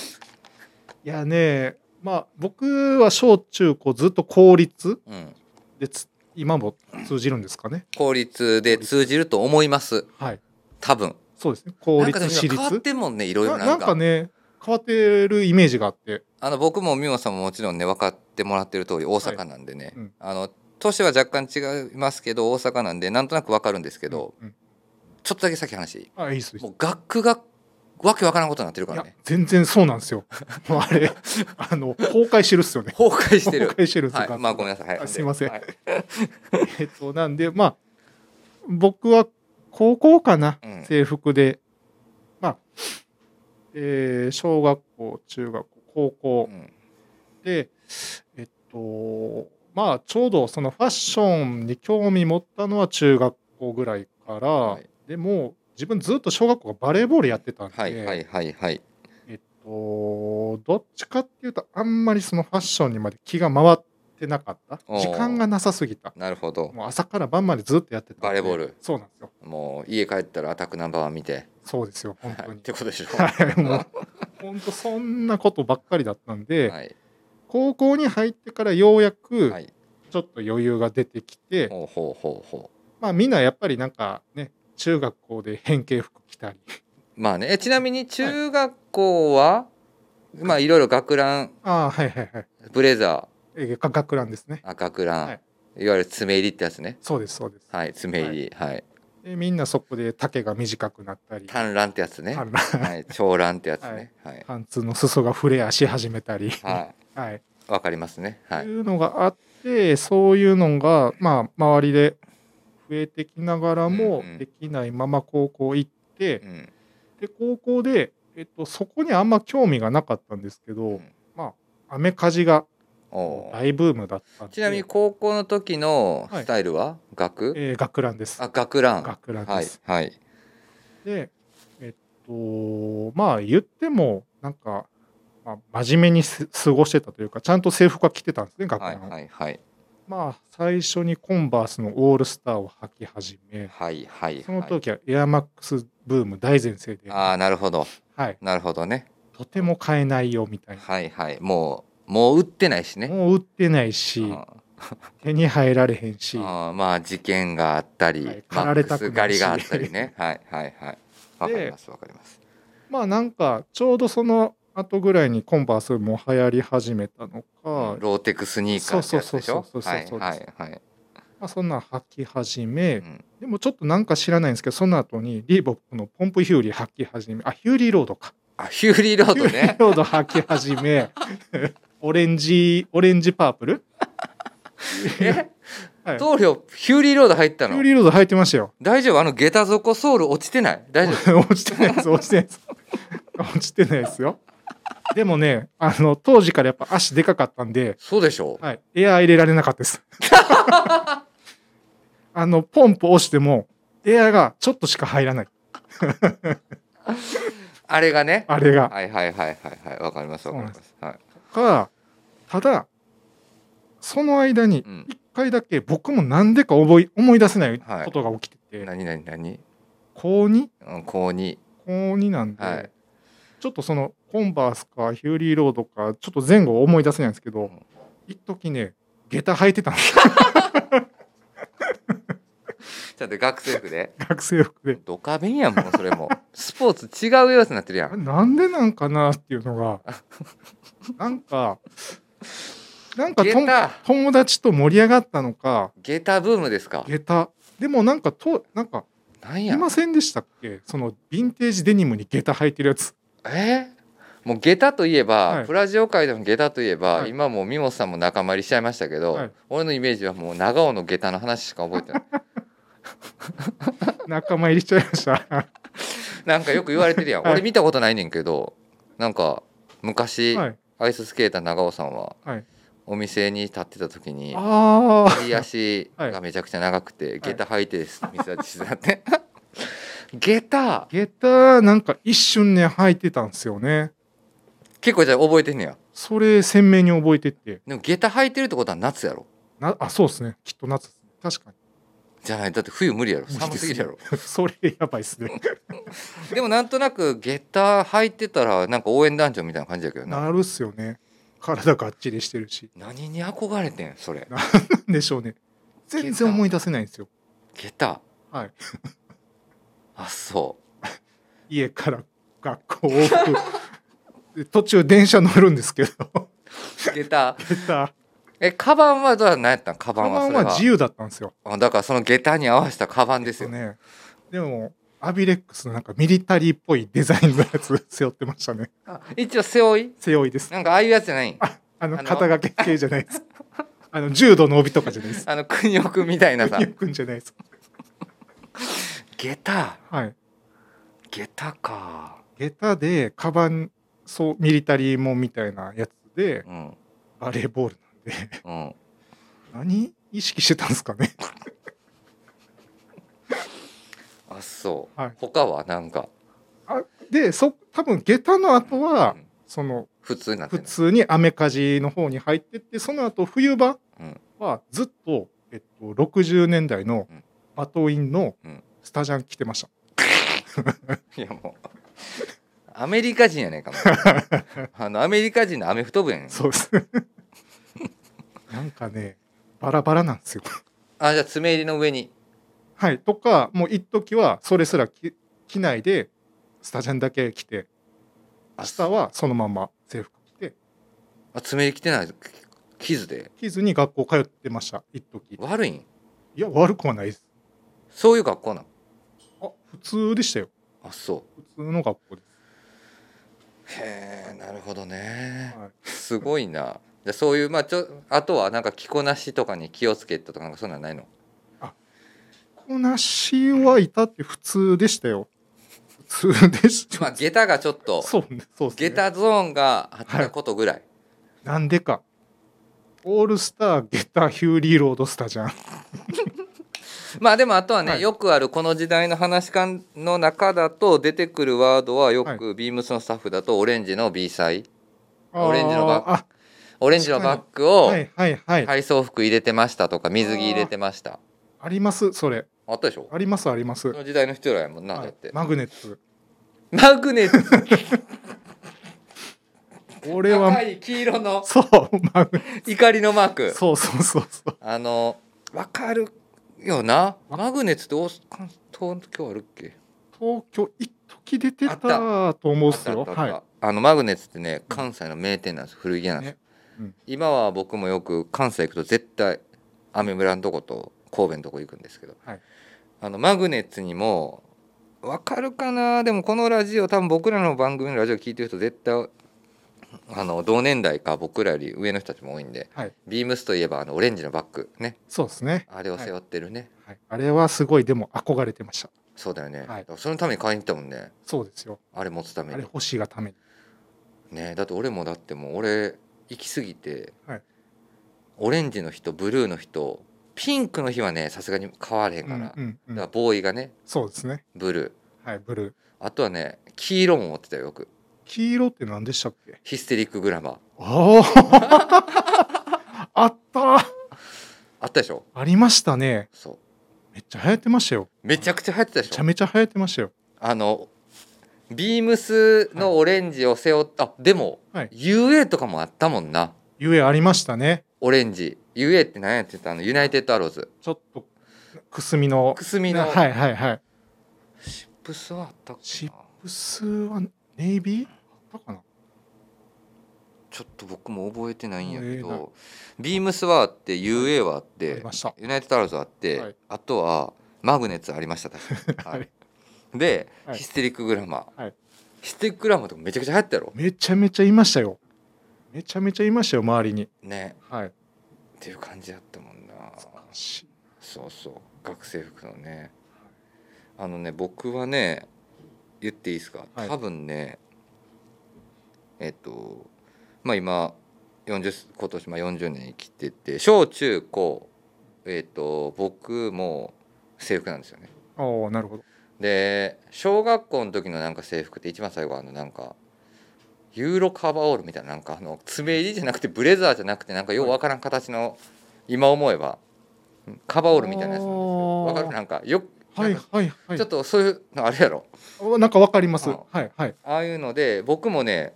[SPEAKER 2] いやねまあ僕は小中高ずっと公立
[SPEAKER 1] うん、
[SPEAKER 2] でつ今も通じるんですかね
[SPEAKER 1] 効率で通じると思います
[SPEAKER 2] はい
[SPEAKER 1] 多分
[SPEAKER 2] そうですね公
[SPEAKER 1] なんか
[SPEAKER 2] 立
[SPEAKER 1] でも
[SPEAKER 2] 私
[SPEAKER 1] 今変わっ
[SPEAKER 2] 立
[SPEAKER 1] てんもんねいろいろ
[SPEAKER 2] な
[SPEAKER 1] な
[SPEAKER 2] なんん
[SPEAKER 1] か
[SPEAKER 2] かね変わってるイメージがあって
[SPEAKER 1] あの僕も美穂さんももちろんね分かってもらってる通り大阪なんでね、
[SPEAKER 2] うん
[SPEAKER 1] あの都市は若干違いますけど大阪なんでなんとなく分かるんですけど、
[SPEAKER 2] うん
[SPEAKER 1] ちょっとだけ先話
[SPEAKER 2] あいいっすいいっす
[SPEAKER 1] もう学区がわけわからんことになってるか
[SPEAKER 2] い
[SPEAKER 1] ら
[SPEAKER 2] や
[SPEAKER 1] ね
[SPEAKER 2] 全然そうなんで すよもうあれあの崩壊してるっすよね
[SPEAKER 1] 崩壊してる
[SPEAKER 2] 崩壊して るっす
[SPEAKER 1] はい
[SPEAKER 2] 学校
[SPEAKER 1] まあごめんなさい、は
[SPEAKER 2] あすいません
[SPEAKER 1] はい
[SPEAKER 2] えっとなんでまあ僕は高校かな、
[SPEAKER 1] うん
[SPEAKER 2] 制服でまあ、えー小学校中学校高校
[SPEAKER 1] うん
[SPEAKER 2] でえっとまあちょうどそのファッションに興味持ったのは中学校ぐらいから、
[SPEAKER 1] はい
[SPEAKER 2] でも自分ずっと小学校がバレーボールやってたんで、
[SPEAKER 1] はいはいはいはい
[SPEAKER 2] えっとどっちかっていうとあんまりそのファッションにまで気が回ってなかった
[SPEAKER 1] おー
[SPEAKER 2] 時間がなさすぎた
[SPEAKER 1] なるほど
[SPEAKER 2] もう朝から晩までずっとやってたんで
[SPEAKER 1] バレーボール
[SPEAKER 2] そうなんですよ
[SPEAKER 1] もう家帰ったらアタックナンバーワン見て、
[SPEAKER 2] そうですよ本
[SPEAKER 1] は
[SPEAKER 2] 当
[SPEAKER 1] い、っ
[SPEAKER 2] に
[SPEAKER 1] てことでしょ
[SPEAKER 2] はいもう本当そんなことばっかりだったんで、
[SPEAKER 1] はい
[SPEAKER 2] 高校に入ってからようやく
[SPEAKER 1] はい
[SPEAKER 2] ちょっと余裕が出てきて、
[SPEAKER 1] ほうほうほうほ
[SPEAKER 2] まあみんなやっぱりなんかね中学校で変形服着たり
[SPEAKER 1] うまあねえちなみに中学校は、まあいろいろ学ラン
[SPEAKER 2] ああはいはいはい
[SPEAKER 1] ブレザ
[SPEAKER 2] えが学ランですね
[SPEAKER 1] ー赤クラン、
[SPEAKER 2] はい
[SPEAKER 1] い、わゆる爪入りってやつね
[SPEAKER 2] そうですそうです、
[SPEAKER 1] はい爪入りはい、
[SPEAKER 2] でみんなそこで丈が短くなったり
[SPEAKER 1] 短ランってやつね
[SPEAKER 2] 短ラン
[SPEAKER 1] はい長ランってやつねはい
[SPEAKER 2] パンツの裾がフレアし始めたり、
[SPEAKER 1] は
[SPEAKER 2] はい、、
[SPEAKER 1] いわかりますねはいいう
[SPEAKER 2] のがあってそういうのがまあ周りで増えてきながらも
[SPEAKER 1] うんうん
[SPEAKER 2] できないまま高校行って、
[SPEAKER 1] うん
[SPEAKER 2] で高校で、えっと、そこにあんま興味がなかったんですけど、
[SPEAKER 1] うん
[SPEAKER 2] まあアメカジが
[SPEAKER 1] おー
[SPEAKER 2] 大ブームだったんで
[SPEAKER 1] ちなみに高校の時のスタイルは、学
[SPEAKER 2] えー学ランです
[SPEAKER 1] あ学ラン
[SPEAKER 2] 学ラン
[SPEAKER 1] は
[SPEAKER 2] で
[SPEAKER 1] い
[SPEAKER 2] す、
[SPEAKER 1] はい
[SPEAKER 2] でえっとまあ言ってもなんか、まあ、真面目にす過ごしてたというかちゃんと制服は着てたんですね学ラ
[SPEAKER 1] は
[SPEAKER 2] ン
[SPEAKER 1] い
[SPEAKER 2] を
[SPEAKER 1] はいはい
[SPEAKER 2] まあ最初にコンバースのオールスターを履き始め
[SPEAKER 1] はいはい
[SPEAKER 2] その
[SPEAKER 1] はい
[SPEAKER 2] 時はエアマックスブーム大全盛で、
[SPEAKER 1] ああなるほど
[SPEAKER 2] はい、
[SPEAKER 1] なるほどね
[SPEAKER 2] とても買えないよみたいな、
[SPEAKER 1] はいはいもうもう売ってないしね
[SPEAKER 2] もう売ってないうし、
[SPEAKER 1] んあ
[SPEAKER 2] 手に入られへんし、
[SPEAKER 1] ーまあ事件があったり、
[SPEAKER 2] はい
[SPEAKER 1] マ
[SPEAKER 2] 狩
[SPEAKER 1] ッ
[SPEAKER 2] られ
[SPEAKER 1] ク
[SPEAKER 2] たく
[SPEAKER 1] ス
[SPEAKER 2] な
[SPEAKER 1] 狩
[SPEAKER 2] い
[SPEAKER 1] り
[SPEAKER 2] し
[SPEAKER 1] があったりねはいはいはいわかりますわかります
[SPEAKER 2] まあなんかちょうどその後ぐらいにコンバースも流行り始めたのか、ま
[SPEAKER 1] ローテクスニーカーってやつでしょ
[SPEAKER 2] そうそうそうそう
[SPEAKER 1] はい
[SPEAKER 2] そうそう
[SPEAKER 1] はいはい
[SPEAKER 2] あ、そんなん履き始め、
[SPEAKER 1] うん
[SPEAKER 2] でもちょっとなんか知らないんですけどその後にリーボックのポンプヒューリー履き始めあヒューリーロードか
[SPEAKER 1] あヒューリーロー
[SPEAKER 2] ヒ
[SPEAKER 1] ド
[SPEAKER 2] ューリ
[SPEAKER 1] ね
[SPEAKER 2] ーロード履き始 めオレンジオレンジパープル
[SPEAKER 1] え
[SPEAKER 2] はい
[SPEAKER 1] 棟梁ヒューリーロード入った
[SPEAKER 2] ヒュー
[SPEAKER 1] の
[SPEAKER 2] リーロード履いてましたよ
[SPEAKER 1] 大丈夫あの下駄底ソール落ちてない大丈夫
[SPEAKER 2] 落ちてないです落ちてないです落ちてないですよでもねあの当時からやっぱ足でかかったんで、
[SPEAKER 1] そうでしょ
[SPEAKER 2] はい、エアー入れられなかったです あのポンプ押してもエアーがちょっとしか入らない
[SPEAKER 1] あれがね
[SPEAKER 2] あれが
[SPEAKER 1] はいはいはいはいはいわかりますわかりますはい
[SPEAKER 2] かただその間に
[SPEAKER 1] うん
[SPEAKER 2] 一回だけ僕も何でか思い思い出せないことが起きてて、
[SPEAKER 1] 何何何
[SPEAKER 2] 高2
[SPEAKER 1] うん高二
[SPEAKER 2] 高2なんで、
[SPEAKER 1] はい
[SPEAKER 2] ちょっとそのコンバースかヒューリーロードかちょっと前後思い出せないんですけ
[SPEAKER 1] う
[SPEAKER 2] ど
[SPEAKER 1] ん
[SPEAKER 2] 一時ね下駄履いてたんですよ
[SPEAKER 1] ちょっと学生服で
[SPEAKER 2] 学生服で
[SPEAKER 1] ドカベンやんもうそれもスポーツ違うやつになってるや
[SPEAKER 2] あ
[SPEAKER 1] ん
[SPEAKER 2] れなんでなんかなっていうの がなんかなんかと
[SPEAKER 1] 下駄
[SPEAKER 2] 友達と盛り上がったのか
[SPEAKER 1] 下駄ブームですか
[SPEAKER 2] 下駄でもなんかとなんか
[SPEAKER 1] なん
[SPEAKER 2] い
[SPEAKER 1] や
[SPEAKER 2] ませんでしたっけそのヴィンテージデニムに下駄履いてるやつ
[SPEAKER 1] えもう下駄といえば、
[SPEAKER 2] はい
[SPEAKER 1] プラジオ界でも下駄といえば、
[SPEAKER 2] はい
[SPEAKER 1] 今もうミモさんも仲間入りしちゃいましたけど、
[SPEAKER 2] はい
[SPEAKER 1] 俺のイメージはもう長尾の下駄の話しか覚え てない
[SPEAKER 2] 仲間入りしちゃいました は
[SPEAKER 1] なんかよく言われてるやん、
[SPEAKER 2] はい
[SPEAKER 1] 俺見たことないねんけどなんか昔、
[SPEAKER 2] い
[SPEAKER 1] アイススケーター長尾さんは、
[SPEAKER 2] はい
[SPEAKER 1] お店に立ってた時に
[SPEAKER 2] ああ
[SPEAKER 1] 左足がめちゃくちゃ長くて、下駄履いてです水立ちしてたって 下駄
[SPEAKER 2] 下駄なんか一瞬ね履いてたんですよね
[SPEAKER 1] 結構じゃあ覚えてんねや
[SPEAKER 2] それ鮮明に覚えてて
[SPEAKER 1] でも下駄履いてるってことは夏やろ
[SPEAKER 2] なあそうですねきっと夏ですね確かに
[SPEAKER 1] じゃないだって冬無理やろ
[SPEAKER 2] 無理です
[SPEAKER 1] 寒すぎるやろ
[SPEAKER 2] それやばい っすね。
[SPEAKER 1] でもなんとなくゲッター履いてたらなんか応援団長みたいな感じやけどな
[SPEAKER 2] なるっすよね。体がっちりしてるし。
[SPEAKER 1] 何に憧れてんそれ
[SPEAKER 2] なんでしょうね。全然思い出せないんですよ。
[SPEAKER 1] ゲッター
[SPEAKER 2] はい
[SPEAKER 1] あそ
[SPEAKER 2] 家から学校往復。 で途中電車乗るんですけど。
[SPEAKER 1] うゲッタ ー
[SPEAKER 2] 下駄
[SPEAKER 1] えカバンはどうや何やったんカ
[SPEAKER 2] カ
[SPEAKER 1] バンは
[SPEAKER 2] バ
[SPEAKER 1] そ
[SPEAKER 2] ン
[SPEAKER 1] れは
[SPEAKER 2] は自由だったんですよ。
[SPEAKER 1] あだからその下駄に合わせたカバンですよね
[SPEAKER 2] ね。でも、アビレックスのなんかミリタリーっぽいデザインのやつ背負ってましたね。
[SPEAKER 1] あ一応背負い
[SPEAKER 2] 背負いです。
[SPEAKER 1] なんかああいうやつじゃないん
[SPEAKER 2] あの、
[SPEAKER 1] あの
[SPEAKER 2] 肩掛け系じゃないです。あの、柔道の帯とかじゃないです。
[SPEAKER 1] あの国奥みたい なさ
[SPEAKER 2] よくんじゃないです。
[SPEAKER 1] 下駄
[SPEAKER 2] はい。
[SPEAKER 1] 下駄か
[SPEAKER 2] 下駄で、カバン、そう、ミリタリーもんみたいなやつで、
[SPEAKER 1] うん
[SPEAKER 2] バレーボールなんで、
[SPEAKER 1] うん
[SPEAKER 2] 何意識してたんですか ね。
[SPEAKER 1] あそう、
[SPEAKER 2] はい
[SPEAKER 1] 他はなんか
[SPEAKER 2] で、そ、多分下駄の後は
[SPEAKER 1] うん、
[SPEAKER 2] その、
[SPEAKER 1] 普通になって
[SPEAKER 2] 普
[SPEAKER 1] んの
[SPEAKER 2] 通にアメカジの方に入ってってその後冬場
[SPEAKER 1] うん
[SPEAKER 2] はずっと、えっと、60年代の
[SPEAKER 1] うん
[SPEAKER 2] バトインの
[SPEAKER 1] うん
[SPEAKER 2] スタジャン着てました、
[SPEAKER 1] いやもうアメリカ人やねんかも あのアメリカ人のアメフト部やねん
[SPEAKER 2] そうです なんかねバラバラなんですよ
[SPEAKER 1] あじゃあ爪入りの上に
[SPEAKER 2] はいとかもう一時はそれすら着着ないでスタジャンだけ着て
[SPEAKER 1] あ
[SPEAKER 2] 下はそのまま制服着て
[SPEAKER 1] あ爪入り着てない傷で
[SPEAKER 2] 着ずに学校通ってました一時い
[SPEAKER 1] 悪いん
[SPEAKER 2] や悪くはないです
[SPEAKER 1] そういう学校なん
[SPEAKER 2] あ普通でしたよ
[SPEAKER 1] あそ
[SPEAKER 2] 普通の学校で
[SPEAKER 1] うへえなるほどね
[SPEAKER 2] す、はい、
[SPEAKER 1] すごいなじゃあそういうまあちょあとはなんか着こなしとかに気をつけたとかなんかそんなんないの
[SPEAKER 2] こなしはいたって普通でしたよ。普通でした。
[SPEAKER 1] まあ下駄がちょっと
[SPEAKER 2] そうね、そうですね。
[SPEAKER 1] 下駄ゾーンがあったことぐらい、
[SPEAKER 2] なんでか。オールスター、下駄、ヒューリーロードスタジャン。
[SPEAKER 1] まあでもあとはね、
[SPEAKER 2] はい
[SPEAKER 1] よくあるこの時代の話し家の中だと出てくるワードはよくビームスのスタッフだとオレンジの B イオレンジのバッグ
[SPEAKER 2] あ
[SPEAKER 1] オレンジのバッグを
[SPEAKER 2] ー。あはいはいはい。
[SPEAKER 1] 体操服入れてましたとか水着入れてました
[SPEAKER 2] あります、それ。
[SPEAKER 1] あったでしょ
[SPEAKER 2] ありますあります。
[SPEAKER 1] その時代の人らやもんな、
[SPEAKER 2] は
[SPEAKER 1] だっ
[SPEAKER 2] い
[SPEAKER 1] て、
[SPEAKER 2] マグネット。
[SPEAKER 1] マグネット
[SPEAKER 2] 俺
[SPEAKER 1] 赤
[SPEAKER 2] は、
[SPEAKER 1] い黄色の
[SPEAKER 2] そう、マグ
[SPEAKER 1] 怒りのマーク
[SPEAKER 2] そうそうそうそう。
[SPEAKER 1] あのわかるよなマグネットって大阪東京あるっけ
[SPEAKER 2] 東京、一時出て
[SPEAKER 1] あ
[SPEAKER 2] た
[SPEAKER 1] った
[SPEAKER 2] と思うっす
[SPEAKER 1] あ
[SPEAKER 2] よ。
[SPEAKER 1] ったあったあった
[SPEAKER 2] は
[SPEAKER 1] あのマグネットってね関西の名店なんです古着屋なんですよ、
[SPEAKER 2] ねうん
[SPEAKER 1] 今は僕もよく関西行くと絶対アメ村のとこと神戸のとこ行くんですけど、
[SPEAKER 2] はい
[SPEAKER 1] あのマグネットにもわかるかなでもこのラジオ多分僕らの番組のラジオ聞いてる人絶対あの同年代か僕らより上の人たちも多いんで、
[SPEAKER 2] はい
[SPEAKER 1] ビームスといえばあのオレンジのバッグね
[SPEAKER 2] い。そうですね、
[SPEAKER 1] あれを背負ってるね、
[SPEAKER 2] はい。あれはすごい、でも憧れてました。
[SPEAKER 1] そうだよね、
[SPEAKER 2] はい
[SPEAKER 1] そのために買いに行ったもんね
[SPEAKER 2] そうですよ。
[SPEAKER 1] あれ持つため
[SPEAKER 2] あれ
[SPEAKER 1] に
[SPEAKER 2] 欲しいがために。
[SPEAKER 1] ねだって俺もだってもう俺行き過ぎて、
[SPEAKER 2] はい
[SPEAKER 1] オレンジの人ブルーの人ピンクの日はねさすがに変われへん
[SPEAKER 2] う
[SPEAKER 1] から,、
[SPEAKER 2] んうんう
[SPEAKER 1] だから
[SPEAKER 2] ん。
[SPEAKER 1] ボーイがね
[SPEAKER 2] そうですね。
[SPEAKER 1] ブルー
[SPEAKER 2] はい、ブルー。
[SPEAKER 1] あとはね黄色も持ってたよよく
[SPEAKER 2] 黄色って何でしたっけ
[SPEAKER 1] ヒステリックグラマー
[SPEAKER 2] ああ あった
[SPEAKER 1] あったでしょ
[SPEAKER 2] ありましたね。
[SPEAKER 1] そう
[SPEAKER 2] めっちゃ流行ってましたよ。
[SPEAKER 1] めちゃくちゃ流行ってたで
[SPEAKER 2] め
[SPEAKER 1] し
[SPEAKER 2] ちゃ
[SPEAKER 1] ょ
[SPEAKER 2] めちゃ流行ってましたよ。
[SPEAKER 1] あのビームスのオレンジを背負った、あでも、
[SPEAKER 2] はい
[SPEAKER 1] UA とかもあったもんな
[SPEAKER 2] ゆえありましたね。
[SPEAKER 1] オレンジ UA って何やって言ったあのユナイテッドアローズ
[SPEAKER 2] ちょっとくすみの。
[SPEAKER 1] くすみの
[SPEAKER 2] はいはいはい。
[SPEAKER 1] シップスはあったかな
[SPEAKER 2] シップスはネイビーあったかな
[SPEAKER 1] ちょっと僕も覚えてないんやけ
[SPEAKER 2] ええな
[SPEAKER 1] ど、ビームスはあって UA はあっ
[SPEAKER 2] あ
[SPEAKER 1] て
[SPEAKER 2] りました。
[SPEAKER 1] ユナイテッドアローズはあって、
[SPEAKER 2] はい
[SPEAKER 1] あとはマグネッツありました確か
[SPEAKER 2] は
[SPEAKER 1] はいい、で、
[SPEAKER 2] はい
[SPEAKER 1] ヒステリックグラマー、
[SPEAKER 2] はい
[SPEAKER 1] ヒステリックグラマーとかめちゃくちゃ流行ったやろ
[SPEAKER 2] めちゃめちゃいましたよ。めちゃめちゃいましたよ、周りに。
[SPEAKER 1] ね
[SPEAKER 2] はい。
[SPEAKER 1] っていう感じやったもんな
[SPEAKER 2] 懐かしい
[SPEAKER 1] そうそう学生服のねあのね僕はね言っていいですか、
[SPEAKER 2] はい
[SPEAKER 1] 多分ねえっとまあ今40今年まあ40年生きてて小中高えっと僕も制服なんですよね
[SPEAKER 2] ああ、なるほど。
[SPEAKER 1] で小学校の時のなんか制服って一番最後あのなんかユーロカバーオールみたいななんかあの爪入りじゃなくてブレザーじゃなくてなんかようわからん形の今思えばカバーオールみたいなやつなんですよ
[SPEAKER 2] ー
[SPEAKER 1] わかるなんかよく
[SPEAKER 2] はいはいはい。
[SPEAKER 1] ちょっとそういうのあれやろ
[SPEAKER 2] となんかわかります。
[SPEAKER 1] うん
[SPEAKER 2] はいはい。
[SPEAKER 1] ああいうので僕もね、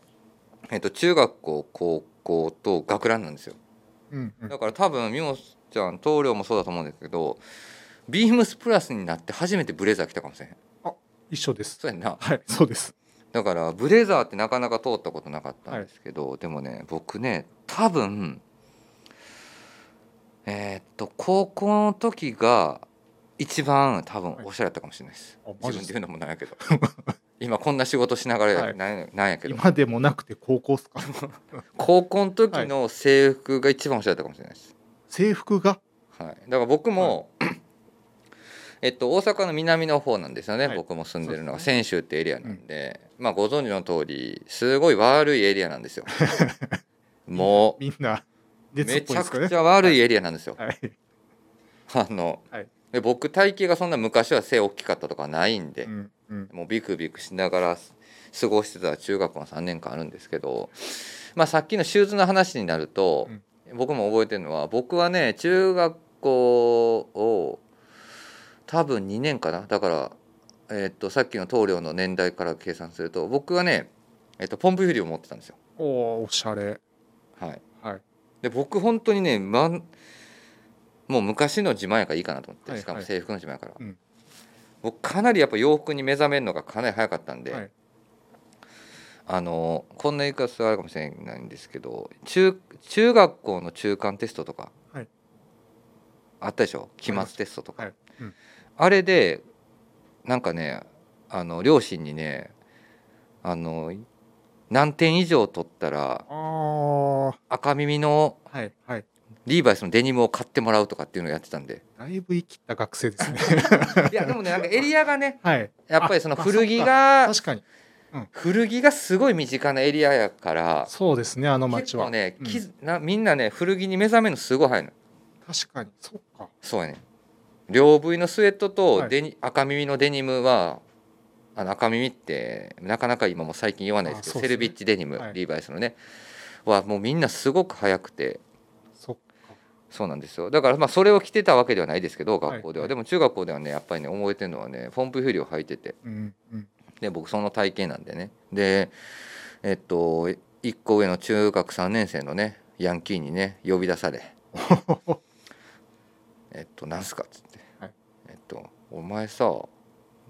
[SPEAKER 1] えっと中学校高校と学ランなんですよ
[SPEAKER 2] うんうん。
[SPEAKER 1] だから多分みもちゃん棟梁もそうだと思うんですけどビームスプラスになって初めてブレザー着たかもしれへん
[SPEAKER 2] 一緒です。
[SPEAKER 1] そうやんな
[SPEAKER 2] はい、そうです。
[SPEAKER 1] だからブレザーってなかなか通ったことなかったんですけど、でもね僕ね多分えーっと高校の時が一番多分おしゃれだったかもしれないです、
[SPEAKER 2] あマ
[SPEAKER 1] 自
[SPEAKER 2] ジ
[SPEAKER 1] 分です言う
[SPEAKER 2] で
[SPEAKER 1] のもなんやけど 今こんな仕事しながら
[SPEAKER 2] はい
[SPEAKER 1] なんや,、なんやけど
[SPEAKER 2] 今でもなくて高校っすか。
[SPEAKER 1] 高校の時の制服が一番おしゃれだったかもしれないです、
[SPEAKER 2] 制服が。
[SPEAKER 1] はい、だから僕も、えっと、大阪の南の方なんですよね、
[SPEAKER 2] はい
[SPEAKER 1] 僕も住んでるのが
[SPEAKER 2] そう
[SPEAKER 1] 泉州ってエリアなんで、まあご存知の通りすごい悪いエリアなんです よもう
[SPEAKER 2] みんな。熱っ
[SPEAKER 1] め
[SPEAKER 2] ぽ
[SPEAKER 1] ち
[SPEAKER 2] いで
[SPEAKER 1] ゃ
[SPEAKER 2] すか
[SPEAKER 1] く
[SPEAKER 2] ね
[SPEAKER 1] ち。ゃ悪いエリアなんですよ、
[SPEAKER 2] はい。
[SPEAKER 1] あの、
[SPEAKER 2] はい
[SPEAKER 1] で僕体型がそんな昔は背大きかったとかないんで、
[SPEAKER 2] うんうん。
[SPEAKER 1] もうビクビクしながら過ごしてた中学校の3年間あるんですけど、まあ、さっきのシューズの話になると、僕も覚えてるのは僕はね中学校を多分2年かなだから、えっとさっきの棟梁の年代から計算すると僕はね、えっとポンプフィリを持ってたんですよ。
[SPEAKER 2] おお、おしゃれ。
[SPEAKER 1] はい、
[SPEAKER 2] はい。
[SPEAKER 1] で僕本当にね、まん、もう昔の自慢やからいいかなと思って、
[SPEAKER 2] はい
[SPEAKER 1] しかも
[SPEAKER 2] はい
[SPEAKER 1] 制服の自慢やから、
[SPEAKER 2] うん
[SPEAKER 1] 僕かなりやっぱ洋服に目覚めるのがかなり早かったんで、
[SPEAKER 2] はい
[SPEAKER 1] あのこんな言い方あるかもしれないんですけど中中学校の中間テストとか、
[SPEAKER 2] はい
[SPEAKER 1] あったでしょ期末テストとか、
[SPEAKER 2] はいうん
[SPEAKER 1] あれでなんかねあの両親にねあの何点以上取ったら
[SPEAKER 2] ああ。は
[SPEAKER 1] 赤耳の
[SPEAKER 2] いはい。
[SPEAKER 1] リーバイスのデニムを買ってもらうとかっていうのをやってたんで
[SPEAKER 2] だいぶ生きった学生ですね。
[SPEAKER 1] いやでもねなんかエリアがね
[SPEAKER 2] はい。
[SPEAKER 1] やっぱりその
[SPEAKER 2] あまあ
[SPEAKER 1] 古着が
[SPEAKER 2] 確かに。
[SPEAKER 1] 古着がすごい身近なエリアやから
[SPEAKER 2] そうですね。あの
[SPEAKER 1] 結
[SPEAKER 2] 街は。
[SPEAKER 1] 構ね、
[SPEAKER 2] うん
[SPEAKER 1] きなみんなね古着に目覚めるのすごい早いの
[SPEAKER 2] 確かに。そっか。
[SPEAKER 1] そうやね両部位のスウェット
[SPEAKER 2] は
[SPEAKER 1] と
[SPEAKER 2] い
[SPEAKER 1] デニ、赤耳のデニムはあの赤耳ってなかなか今もう最近言わないですけど
[SPEAKER 2] あそう
[SPEAKER 1] セ
[SPEAKER 2] ですね
[SPEAKER 1] ルビッチデニム、
[SPEAKER 2] はい
[SPEAKER 1] リーバイスのねはもうみんなすごく早くて
[SPEAKER 2] そっか。
[SPEAKER 1] そうなんですよだからまあそれを着てたわけではないですけど学校では、
[SPEAKER 2] はい
[SPEAKER 1] でも中学校ではねやっぱりね覚えてるのはねポンプフィリを履いてて
[SPEAKER 2] うんうん。
[SPEAKER 1] で僕その体型なんでねでえっと1個上の中学3年生のねヤンキーにね呼び出され 「えっとなんすか?」っつって「
[SPEAKER 2] はい
[SPEAKER 1] えっとお前さ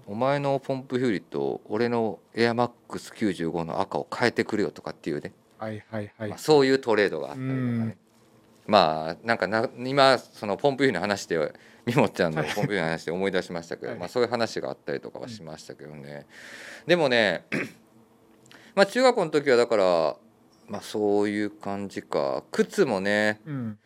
[SPEAKER 1] お前のポンプフィリと俺のエアマックス95の赤を変えてくれよ」とかっていうね、
[SPEAKER 2] はいはいはい
[SPEAKER 1] まあ、。そういうトレードがあったりとか
[SPEAKER 2] う
[SPEAKER 1] ね
[SPEAKER 2] ん
[SPEAKER 1] まあなんかな今そのポンプフィリの話でみもちゃんの
[SPEAKER 2] はい
[SPEAKER 1] ポンプフィリの話で思い出しましたけど、
[SPEAKER 2] はい
[SPEAKER 1] まあ、そういう話があったりとかはしましたけどね、でもね まあ中学校の時はだから、まあ、そういう感じか靴もね
[SPEAKER 2] うん。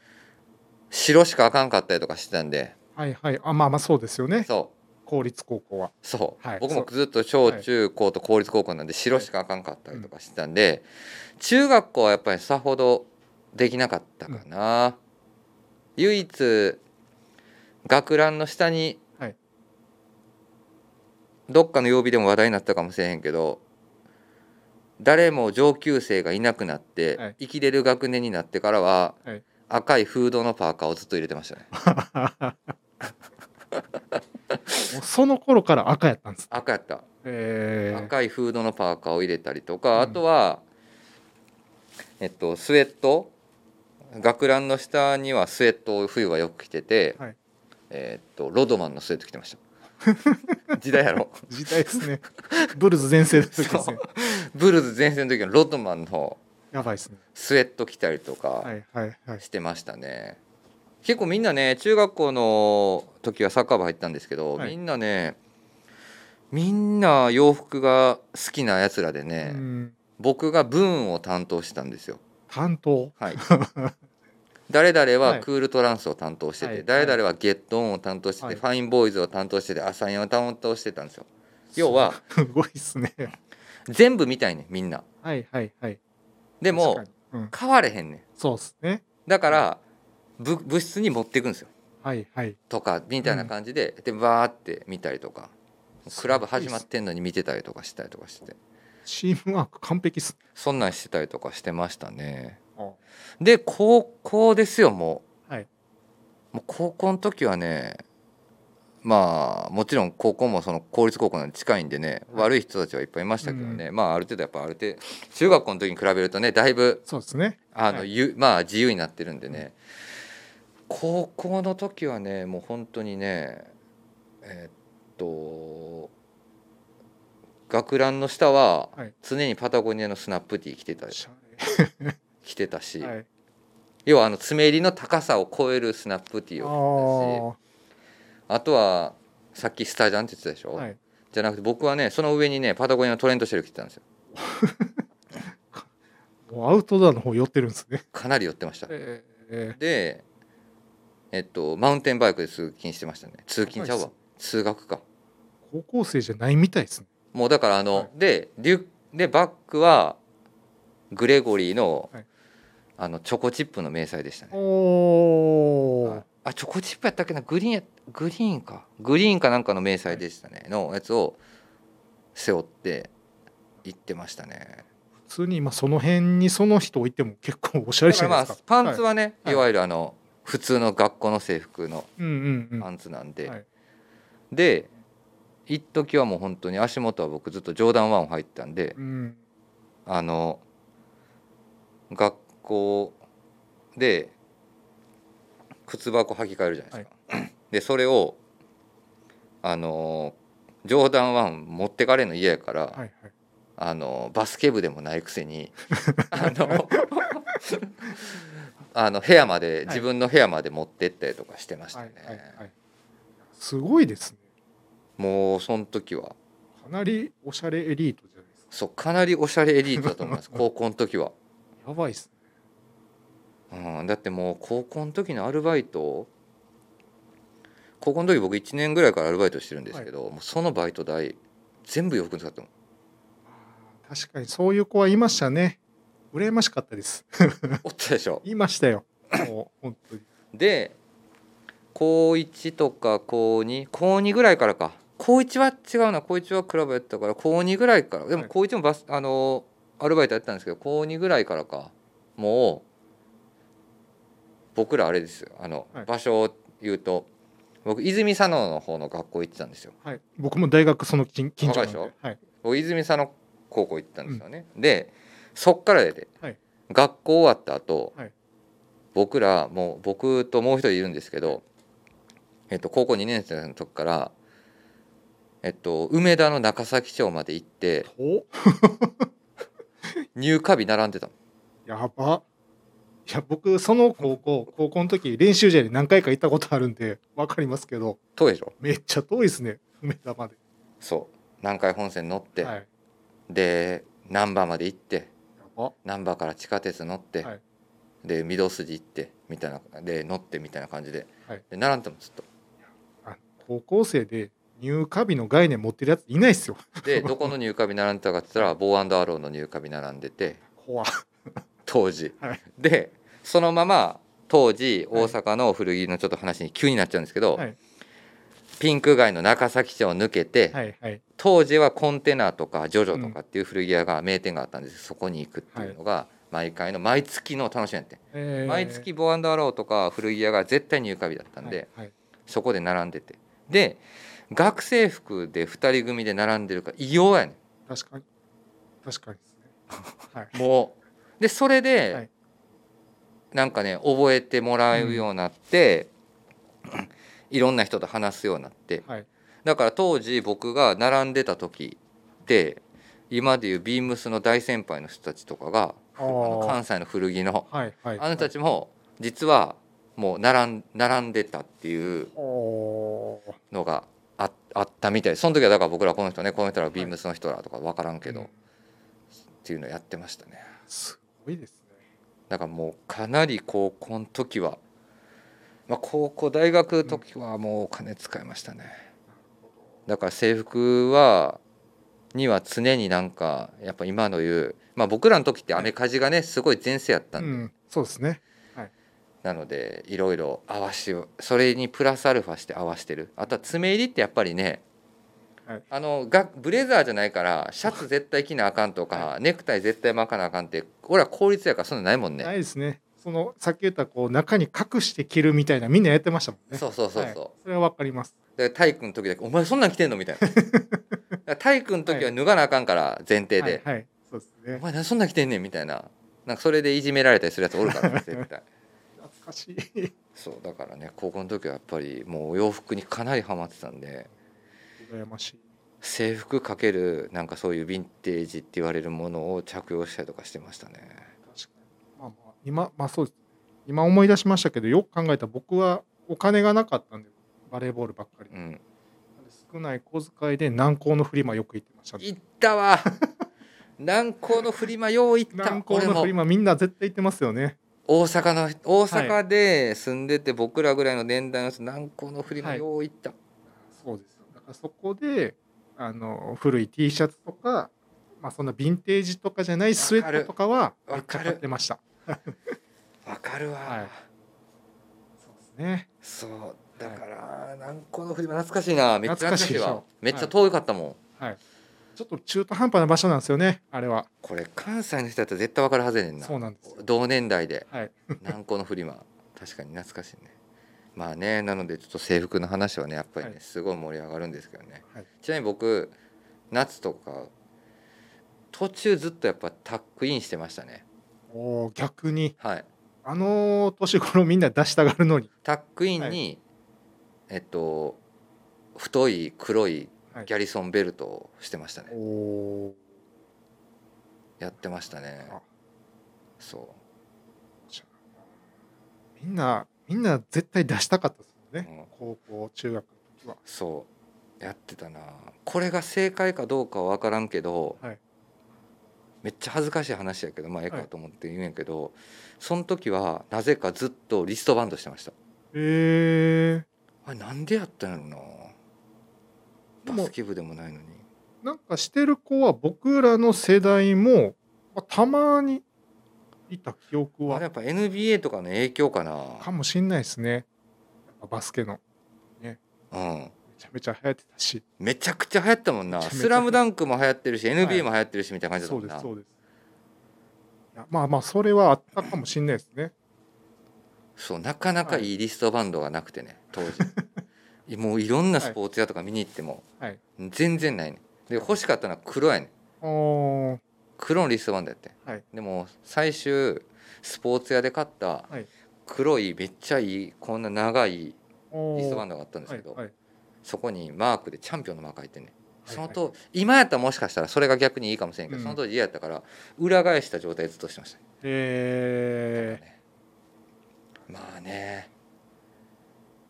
[SPEAKER 1] 白しかあかんかったりとかしてたん で
[SPEAKER 2] はいはい。あ、まあまあそうですよね。
[SPEAKER 1] そう
[SPEAKER 2] 公立高校は。
[SPEAKER 1] そう、
[SPEAKER 2] はい
[SPEAKER 1] 僕
[SPEAKER 2] そ
[SPEAKER 1] も
[SPEAKER 2] う
[SPEAKER 1] ずっと小
[SPEAKER 2] はい
[SPEAKER 1] 中高と公立高校なんで白しかあかんかったりとかしてたんで、中学校はやっぱりさほどできなかったかな、唯一学ランの下に、
[SPEAKER 2] はい
[SPEAKER 1] どっかの曜日でも話題になったかもしれへんけど誰も上級生がいなくなって、
[SPEAKER 2] はい
[SPEAKER 1] 生きれる学年になってからは、
[SPEAKER 2] はい
[SPEAKER 1] 赤いフードのパーカーをずっと入れてましたね
[SPEAKER 2] もうその頃から赤やったんです。
[SPEAKER 1] 赤やった
[SPEAKER 2] えー、
[SPEAKER 1] 赤いフードのパーカーを入れたりとか、
[SPEAKER 2] うん
[SPEAKER 1] あとは、えっと、スウェット学ランの下にはスウェットを冬はよく着てて、
[SPEAKER 2] はい
[SPEAKER 1] えっとロドマンのスウェット着てました 時代やろ
[SPEAKER 2] 時代ですね。ブルズ全盛の時ですね。
[SPEAKER 1] ブルズ前線の時のロドマンの
[SPEAKER 2] やばいですね。
[SPEAKER 1] スウェット着たりと
[SPEAKER 2] は
[SPEAKER 1] か
[SPEAKER 2] いはいはい。
[SPEAKER 1] してましたね、結構みんなね中学校の時はサッカー部入ったんですけど、
[SPEAKER 2] はい
[SPEAKER 1] みんなねみんな洋服が好きなやつらでね、
[SPEAKER 2] うん
[SPEAKER 1] 僕がブーンを担当してたんですよ。
[SPEAKER 2] 担当。
[SPEAKER 1] はい 誰々
[SPEAKER 2] は
[SPEAKER 1] はいクールトランスを担当してて、
[SPEAKER 2] はい
[SPEAKER 1] 誰々はゲットオンを担当してて、
[SPEAKER 2] はい
[SPEAKER 1] ファインボーイズを担当しててアサインを担当してたんですよ。要は
[SPEAKER 2] すごいですね。
[SPEAKER 1] 全部見たいねみんな。
[SPEAKER 2] はいはいはい。
[SPEAKER 1] でも
[SPEAKER 2] 確かに、うん、
[SPEAKER 1] 変われへんねん。
[SPEAKER 2] そうですね。
[SPEAKER 1] だから部部室に持っていくんですよ
[SPEAKER 2] はいはい。
[SPEAKER 1] とかみたいな感じで、でバーって見たりとかクラブ始まってんのに見てたりとかしたりとかして
[SPEAKER 2] チームワーク完璧っす。
[SPEAKER 1] そんなんしてたりとかしてましたね。
[SPEAKER 2] は
[SPEAKER 1] で高校ですよもう。
[SPEAKER 2] い。
[SPEAKER 1] もう高校の時はねまあもちろん高校もその公立高校なんで近いんでね悪い人たちはいっぱいいましたけどね、まあある程度やっぱある程度中学校の時に比べるとねだいぶ
[SPEAKER 2] そうですね。
[SPEAKER 1] あの、
[SPEAKER 2] はい
[SPEAKER 1] ゆまあ自由になってるんでね高校の時はねもう本当にねえっと学ランの下は
[SPEAKER 2] はい
[SPEAKER 1] 常にパタゴニアのスナップティー着てたし、着てたし、
[SPEAKER 2] はい。
[SPEAKER 1] 要はあの爪襟の高さを超えるスナップティー
[SPEAKER 2] あ
[SPEAKER 1] を着てたし
[SPEAKER 2] あ。
[SPEAKER 1] あとはさっきスタジャンって言ってたでしょ、
[SPEAKER 2] はい。
[SPEAKER 1] じゃなくて僕はねその上にねパタゴニアのトレンドシェル着てたんですよ
[SPEAKER 2] もうアウトドアの方寄ってるんですね。
[SPEAKER 1] かなり寄ってました
[SPEAKER 2] ええ
[SPEAKER 1] でえっとマウンテンバイクで通勤してましたね通勤ちゃう
[SPEAKER 2] や
[SPEAKER 1] わ
[SPEAKER 2] ばい
[SPEAKER 1] 通学か
[SPEAKER 2] 高校生じゃないみたいですね。
[SPEAKER 1] もうだからあの、
[SPEAKER 2] はい
[SPEAKER 1] でリュでバックはグレゴリーの,、
[SPEAKER 2] はい
[SPEAKER 1] あのチョコチップの迷彩でしたね
[SPEAKER 2] おー。
[SPEAKER 1] あチョコチップやったっけなグリーンやグリーンかグリーンかなんかの迷彩でしたね、のやつを背負って行ってましたね
[SPEAKER 2] 普通に今その辺にその人置いても結構おしゃれ
[SPEAKER 1] だ
[SPEAKER 2] じ
[SPEAKER 1] か
[SPEAKER 2] ゃ
[SPEAKER 1] ら
[SPEAKER 2] な
[SPEAKER 1] まあ
[SPEAKER 2] いですか。
[SPEAKER 1] パンツ
[SPEAKER 2] は
[SPEAKER 1] はね、、
[SPEAKER 2] はいい
[SPEAKER 1] わゆるあの普通の学校の制服の
[SPEAKER 2] い、うんうんう
[SPEAKER 1] パ
[SPEAKER 2] ん。
[SPEAKER 1] ンツなんで、
[SPEAKER 2] はい
[SPEAKER 1] で一時はもう本当に足元は僕ずっとジョーダン1を入ってたんで
[SPEAKER 2] うん。
[SPEAKER 1] あの学校で靴箱履き替えるじゃないですか、 でそれをあのジョーダン1持ってかれるの嫌やから、
[SPEAKER 2] はいはい。
[SPEAKER 1] あのバスケ部でもないくせに あの あの部屋まで自分の部屋まで持ってったりとかしてました
[SPEAKER 2] は
[SPEAKER 1] ね
[SPEAKER 2] い、はいはい。すごいですね。
[SPEAKER 1] もうその時は
[SPEAKER 2] かなりおしゃれエリートじゃないですか。
[SPEAKER 1] そうかなりおしゃれエリートだと思 います高校の時は、
[SPEAKER 2] やばいっすね。
[SPEAKER 1] うん、だってもう高校の時のアルバイト高校の時僕1年ぐらいからアルバイトしてるんですけど、もうそのバイト代全部洋服に使っても
[SPEAKER 2] 確かにそういう子はいましたね。羨ましかったです。
[SPEAKER 1] おったでしょ
[SPEAKER 2] いました よ。もう本当に。
[SPEAKER 1] で高1とか高2高2ぐらいからか高1は違うな高1はクラブやってたから高2ぐらいからでも
[SPEAKER 2] はい
[SPEAKER 1] 高1もバス、あのアルバイトやってたんですけど高2ぐらいからかもう僕らあれですよあの、
[SPEAKER 2] はい
[SPEAKER 1] 場所を言うと僕泉佐野の方の学校行ってたんですよ
[SPEAKER 2] はい。僕も大学その近近所なんで。
[SPEAKER 1] わかる
[SPEAKER 2] はい。
[SPEAKER 1] 僕泉佐野高校行ってたんですよね、でそっから出て、
[SPEAKER 2] はい
[SPEAKER 1] 学校終わった後、
[SPEAKER 2] はい
[SPEAKER 1] 僕らもう僕ともう一人いるんですけど、えっと、高校2年生の時から、えっと、梅田の中崎町まで行って
[SPEAKER 2] と
[SPEAKER 1] 入荷日並んでたの
[SPEAKER 2] やば。いや僕その高校高校の時練習試合で何回か行ったことあるんでわかりますけど
[SPEAKER 1] 遠いでしょ
[SPEAKER 2] めっちゃ遠いですね梅田まで。
[SPEAKER 1] そう南海本線乗って、
[SPEAKER 2] はい。
[SPEAKER 1] で難波まで行って
[SPEAKER 2] やば。
[SPEAKER 1] 難波から地下鉄乗って、
[SPEAKER 2] はい
[SPEAKER 1] で御堂筋行ってみたいなで乗ってみたいな感じで,、
[SPEAKER 2] はい
[SPEAKER 1] で並んでたもんずっと。
[SPEAKER 2] あ高校生で入荷日の概念持ってるやついないっすよ。
[SPEAKER 1] でどこの入荷日並んでたかって言ったらボーアンドアローの入荷日並んでて
[SPEAKER 2] 怖
[SPEAKER 1] 当時、
[SPEAKER 2] はい
[SPEAKER 1] でそのまま当時
[SPEAKER 2] はい
[SPEAKER 1] 大阪の古着のちょっと話に急になっちゃうんですけど、
[SPEAKER 2] はい
[SPEAKER 1] ピンク街の中崎町を抜けて、
[SPEAKER 2] はいはい
[SPEAKER 1] 当時はコンテナとかジョジョとかっていう古着屋が名店があったんですそこに行くっていうのが毎回の毎月の楽しみやってん、
[SPEAKER 2] えー
[SPEAKER 1] 毎月ボーアンドアローとか古着屋が絶対入荷日だったんで、
[SPEAKER 2] はいはい
[SPEAKER 1] そこで並んでてで学生服で2人組で並んでるから異様やねん
[SPEAKER 2] 確かに確かにです ね。はい
[SPEAKER 1] もうでそれで、
[SPEAKER 2] はい
[SPEAKER 1] なんかね覚えてもらうようになって、いろんな人と話すようになって
[SPEAKER 2] はい
[SPEAKER 1] だから当時僕が並んでた時って今でいうビームスの大先輩の人たちとかが
[SPEAKER 2] あ
[SPEAKER 1] あの
[SPEAKER 2] ー
[SPEAKER 1] 関西の古着の
[SPEAKER 2] はいはい。
[SPEAKER 1] あの人たちも実はもう並ん並んでたっていう
[SPEAKER 2] おー
[SPEAKER 1] のがああったみたいその時はだから僕らこの人ねこの人らはビームスの人らとか分からんけど、
[SPEAKER 2] うん
[SPEAKER 1] っていうのやってましたね。
[SPEAKER 2] すごいです
[SPEAKER 1] だからもうかなり高校の時は、まあ、高校大学の時はもうお金使いましたね、だから制服はには常になんかやっぱ今の言う、まあ、僕らの時ってアメカジがねすごい前世やった
[SPEAKER 2] ね。うん
[SPEAKER 1] で、
[SPEAKER 2] んそうですね。
[SPEAKER 1] なのでいろいろ合わしをそれにプラスアルファして合わしてるあとは爪入りってやっぱりね、
[SPEAKER 2] はい
[SPEAKER 1] あのがブレザーじゃないからシャツ絶対着なあかんとか、ネクタイ絶対巻かなあかんって俺は効率やからそんなんないもんね
[SPEAKER 2] ないですね。そのさっき言ったこう中に隠して着るみたいなみんなやってましたもんね。
[SPEAKER 1] そうそうそうそう、
[SPEAKER 2] はいそれはわかります。
[SPEAKER 1] で体育の時だけ「お前そんなん着てんの?」み たいなだから体育の時は脱がなあかんから前提で「
[SPEAKER 2] はい、はい、そうです
[SPEAKER 1] お
[SPEAKER 2] ね
[SPEAKER 1] 前何そんなん着てんねん」みたいななんかそれでいじめられたりするやつおる からね絶対
[SPEAKER 2] 懐かしい
[SPEAKER 1] そうだからね高校の時はやっぱりもうお洋服にかなりハマってたんで
[SPEAKER 2] 羨ましい
[SPEAKER 1] 制服かけるなんかそういうヴィンテージって言われるものを着用したりとかしてましたね
[SPEAKER 2] 確かにまあまあ今まあそうです今思い出しましたけどよく考えたら僕はお金がなかったんでバレーボールばっかり、
[SPEAKER 1] うん
[SPEAKER 2] なんで少ない小遣いで南高のフリマよく行ってましたね
[SPEAKER 1] 行った わ南高のフリマよう行った
[SPEAKER 2] 南高
[SPEAKER 1] 俺
[SPEAKER 2] の
[SPEAKER 1] も
[SPEAKER 2] フリマみんな絶対行ってますよね
[SPEAKER 1] 大阪の大阪で住んでて僕らぐらいの年代のやつ南高のフリマ
[SPEAKER 2] はい
[SPEAKER 1] よう行った、
[SPEAKER 2] そうですよだからそこであの古い T シャツとかまあそんなヴィンテージとかじゃないスウェットとかはめ
[SPEAKER 1] わ
[SPEAKER 2] っち
[SPEAKER 1] か
[SPEAKER 2] ゃ
[SPEAKER 1] る
[SPEAKER 2] 買ってました
[SPEAKER 1] わかるわ、
[SPEAKER 2] はいそうですね
[SPEAKER 1] そうだから南高のフリマ懐かしいなめっちゃ懐かしい
[SPEAKER 2] 懐
[SPEAKER 1] わ
[SPEAKER 2] かしいでしょ
[SPEAKER 1] めっちゃ遠かったもん、
[SPEAKER 2] はいちょっと中途半端な場所なんですよねあれは
[SPEAKER 1] これ関西の人だったら絶対わかるはずやねんな
[SPEAKER 2] そうなんですよ
[SPEAKER 1] 同年代で
[SPEAKER 2] はい
[SPEAKER 1] 南高のフリマ 確かに懐かしいねまあねなのでちょっと制服の話はねやっぱりね、
[SPEAKER 2] はい
[SPEAKER 1] すごい盛り上がるんですけどね、
[SPEAKER 2] はい
[SPEAKER 1] ちなみに僕夏とか途中ずっとやっぱタックインしてましたね
[SPEAKER 2] おー逆に
[SPEAKER 1] はい
[SPEAKER 2] あの年頃みんな出したがるのに
[SPEAKER 1] タックインに、
[SPEAKER 2] は
[SPEAKER 1] えっと太い黒い
[SPEAKER 2] はい
[SPEAKER 1] ギャリソンベルトをしてましたね、
[SPEAKER 2] おー
[SPEAKER 1] やってましたね
[SPEAKER 2] あ
[SPEAKER 1] そ
[SPEAKER 2] みんなみんな絶対出したかったですよ
[SPEAKER 1] う、う
[SPEAKER 2] ね、
[SPEAKER 1] ん
[SPEAKER 2] 高校中学の時は
[SPEAKER 1] そうやってたなこれが正解かどうかは分からんけど、
[SPEAKER 2] はい
[SPEAKER 1] めっちゃ恥ずかしい話やけどまあええかと思って言うんやけど、その時はなぜかずっとリストバンドしてました
[SPEAKER 2] え
[SPEAKER 1] あれなんでやったんやろ
[SPEAKER 2] で
[SPEAKER 1] な
[SPEAKER 2] も
[SPEAKER 1] バスケ部でもないのに
[SPEAKER 2] ー、なんかしてる子は僕らの世代も、まあ、たまにいた記憶
[SPEAKER 1] あれ
[SPEAKER 2] は
[SPEAKER 1] やっぱ NBA とかの影響かな
[SPEAKER 2] かもしんないですねやっぱバスケの
[SPEAKER 1] うん
[SPEAKER 2] めちゃめちゃ流行ってたし
[SPEAKER 1] めちゃくちゃ流行ったもんな
[SPEAKER 2] めちゃ
[SPEAKER 1] 「
[SPEAKER 2] めちゃ
[SPEAKER 1] スラムダンクも流行ってるし
[SPEAKER 2] はい
[SPEAKER 1] NBA も流行ってるしみたいな感じだ
[SPEAKER 2] そ
[SPEAKER 1] っ
[SPEAKER 2] うで
[SPEAKER 1] た
[SPEAKER 2] す
[SPEAKER 1] も
[SPEAKER 2] そ
[SPEAKER 1] んな
[SPEAKER 2] うですいやまあまあそれはあったかもしんないですね
[SPEAKER 1] そうなかなかいいリストバンドがなくてね当 時もういろんなスポーツ屋とか見に行っても
[SPEAKER 2] はい
[SPEAKER 1] 全然ないねで欲しかったのは黒やねん
[SPEAKER 2] あー
[SPEAKER 1] 黒のリストバンドやって、
[SPEAKER 2] はい
[SPEAKER 1] でも最終スポーツ屋で買った
[SPEAKER 2] はい
[SPEAKER 1] 黒いめっちゃいいこんな長い
[SPEAKER 2] おー
[SPEAKER 1] リストバンドがあったんですけど、
[SPEAKER 2] はいはい
[SPEAKER 1] そこにマークでチャンピオンのマーク入ってんねん
[SPEAKER 2] はい
[SPEAKER 1] そのと今やったらもしかしたらそれが逆にいいかもしれんけど、
[SPEAKER 2] うん
[SPEAKER 1] その当時嫌やったから裏返した状態ずっとしてましたね、
[SPEAKER 2] え
[SPEAKER 1] まあね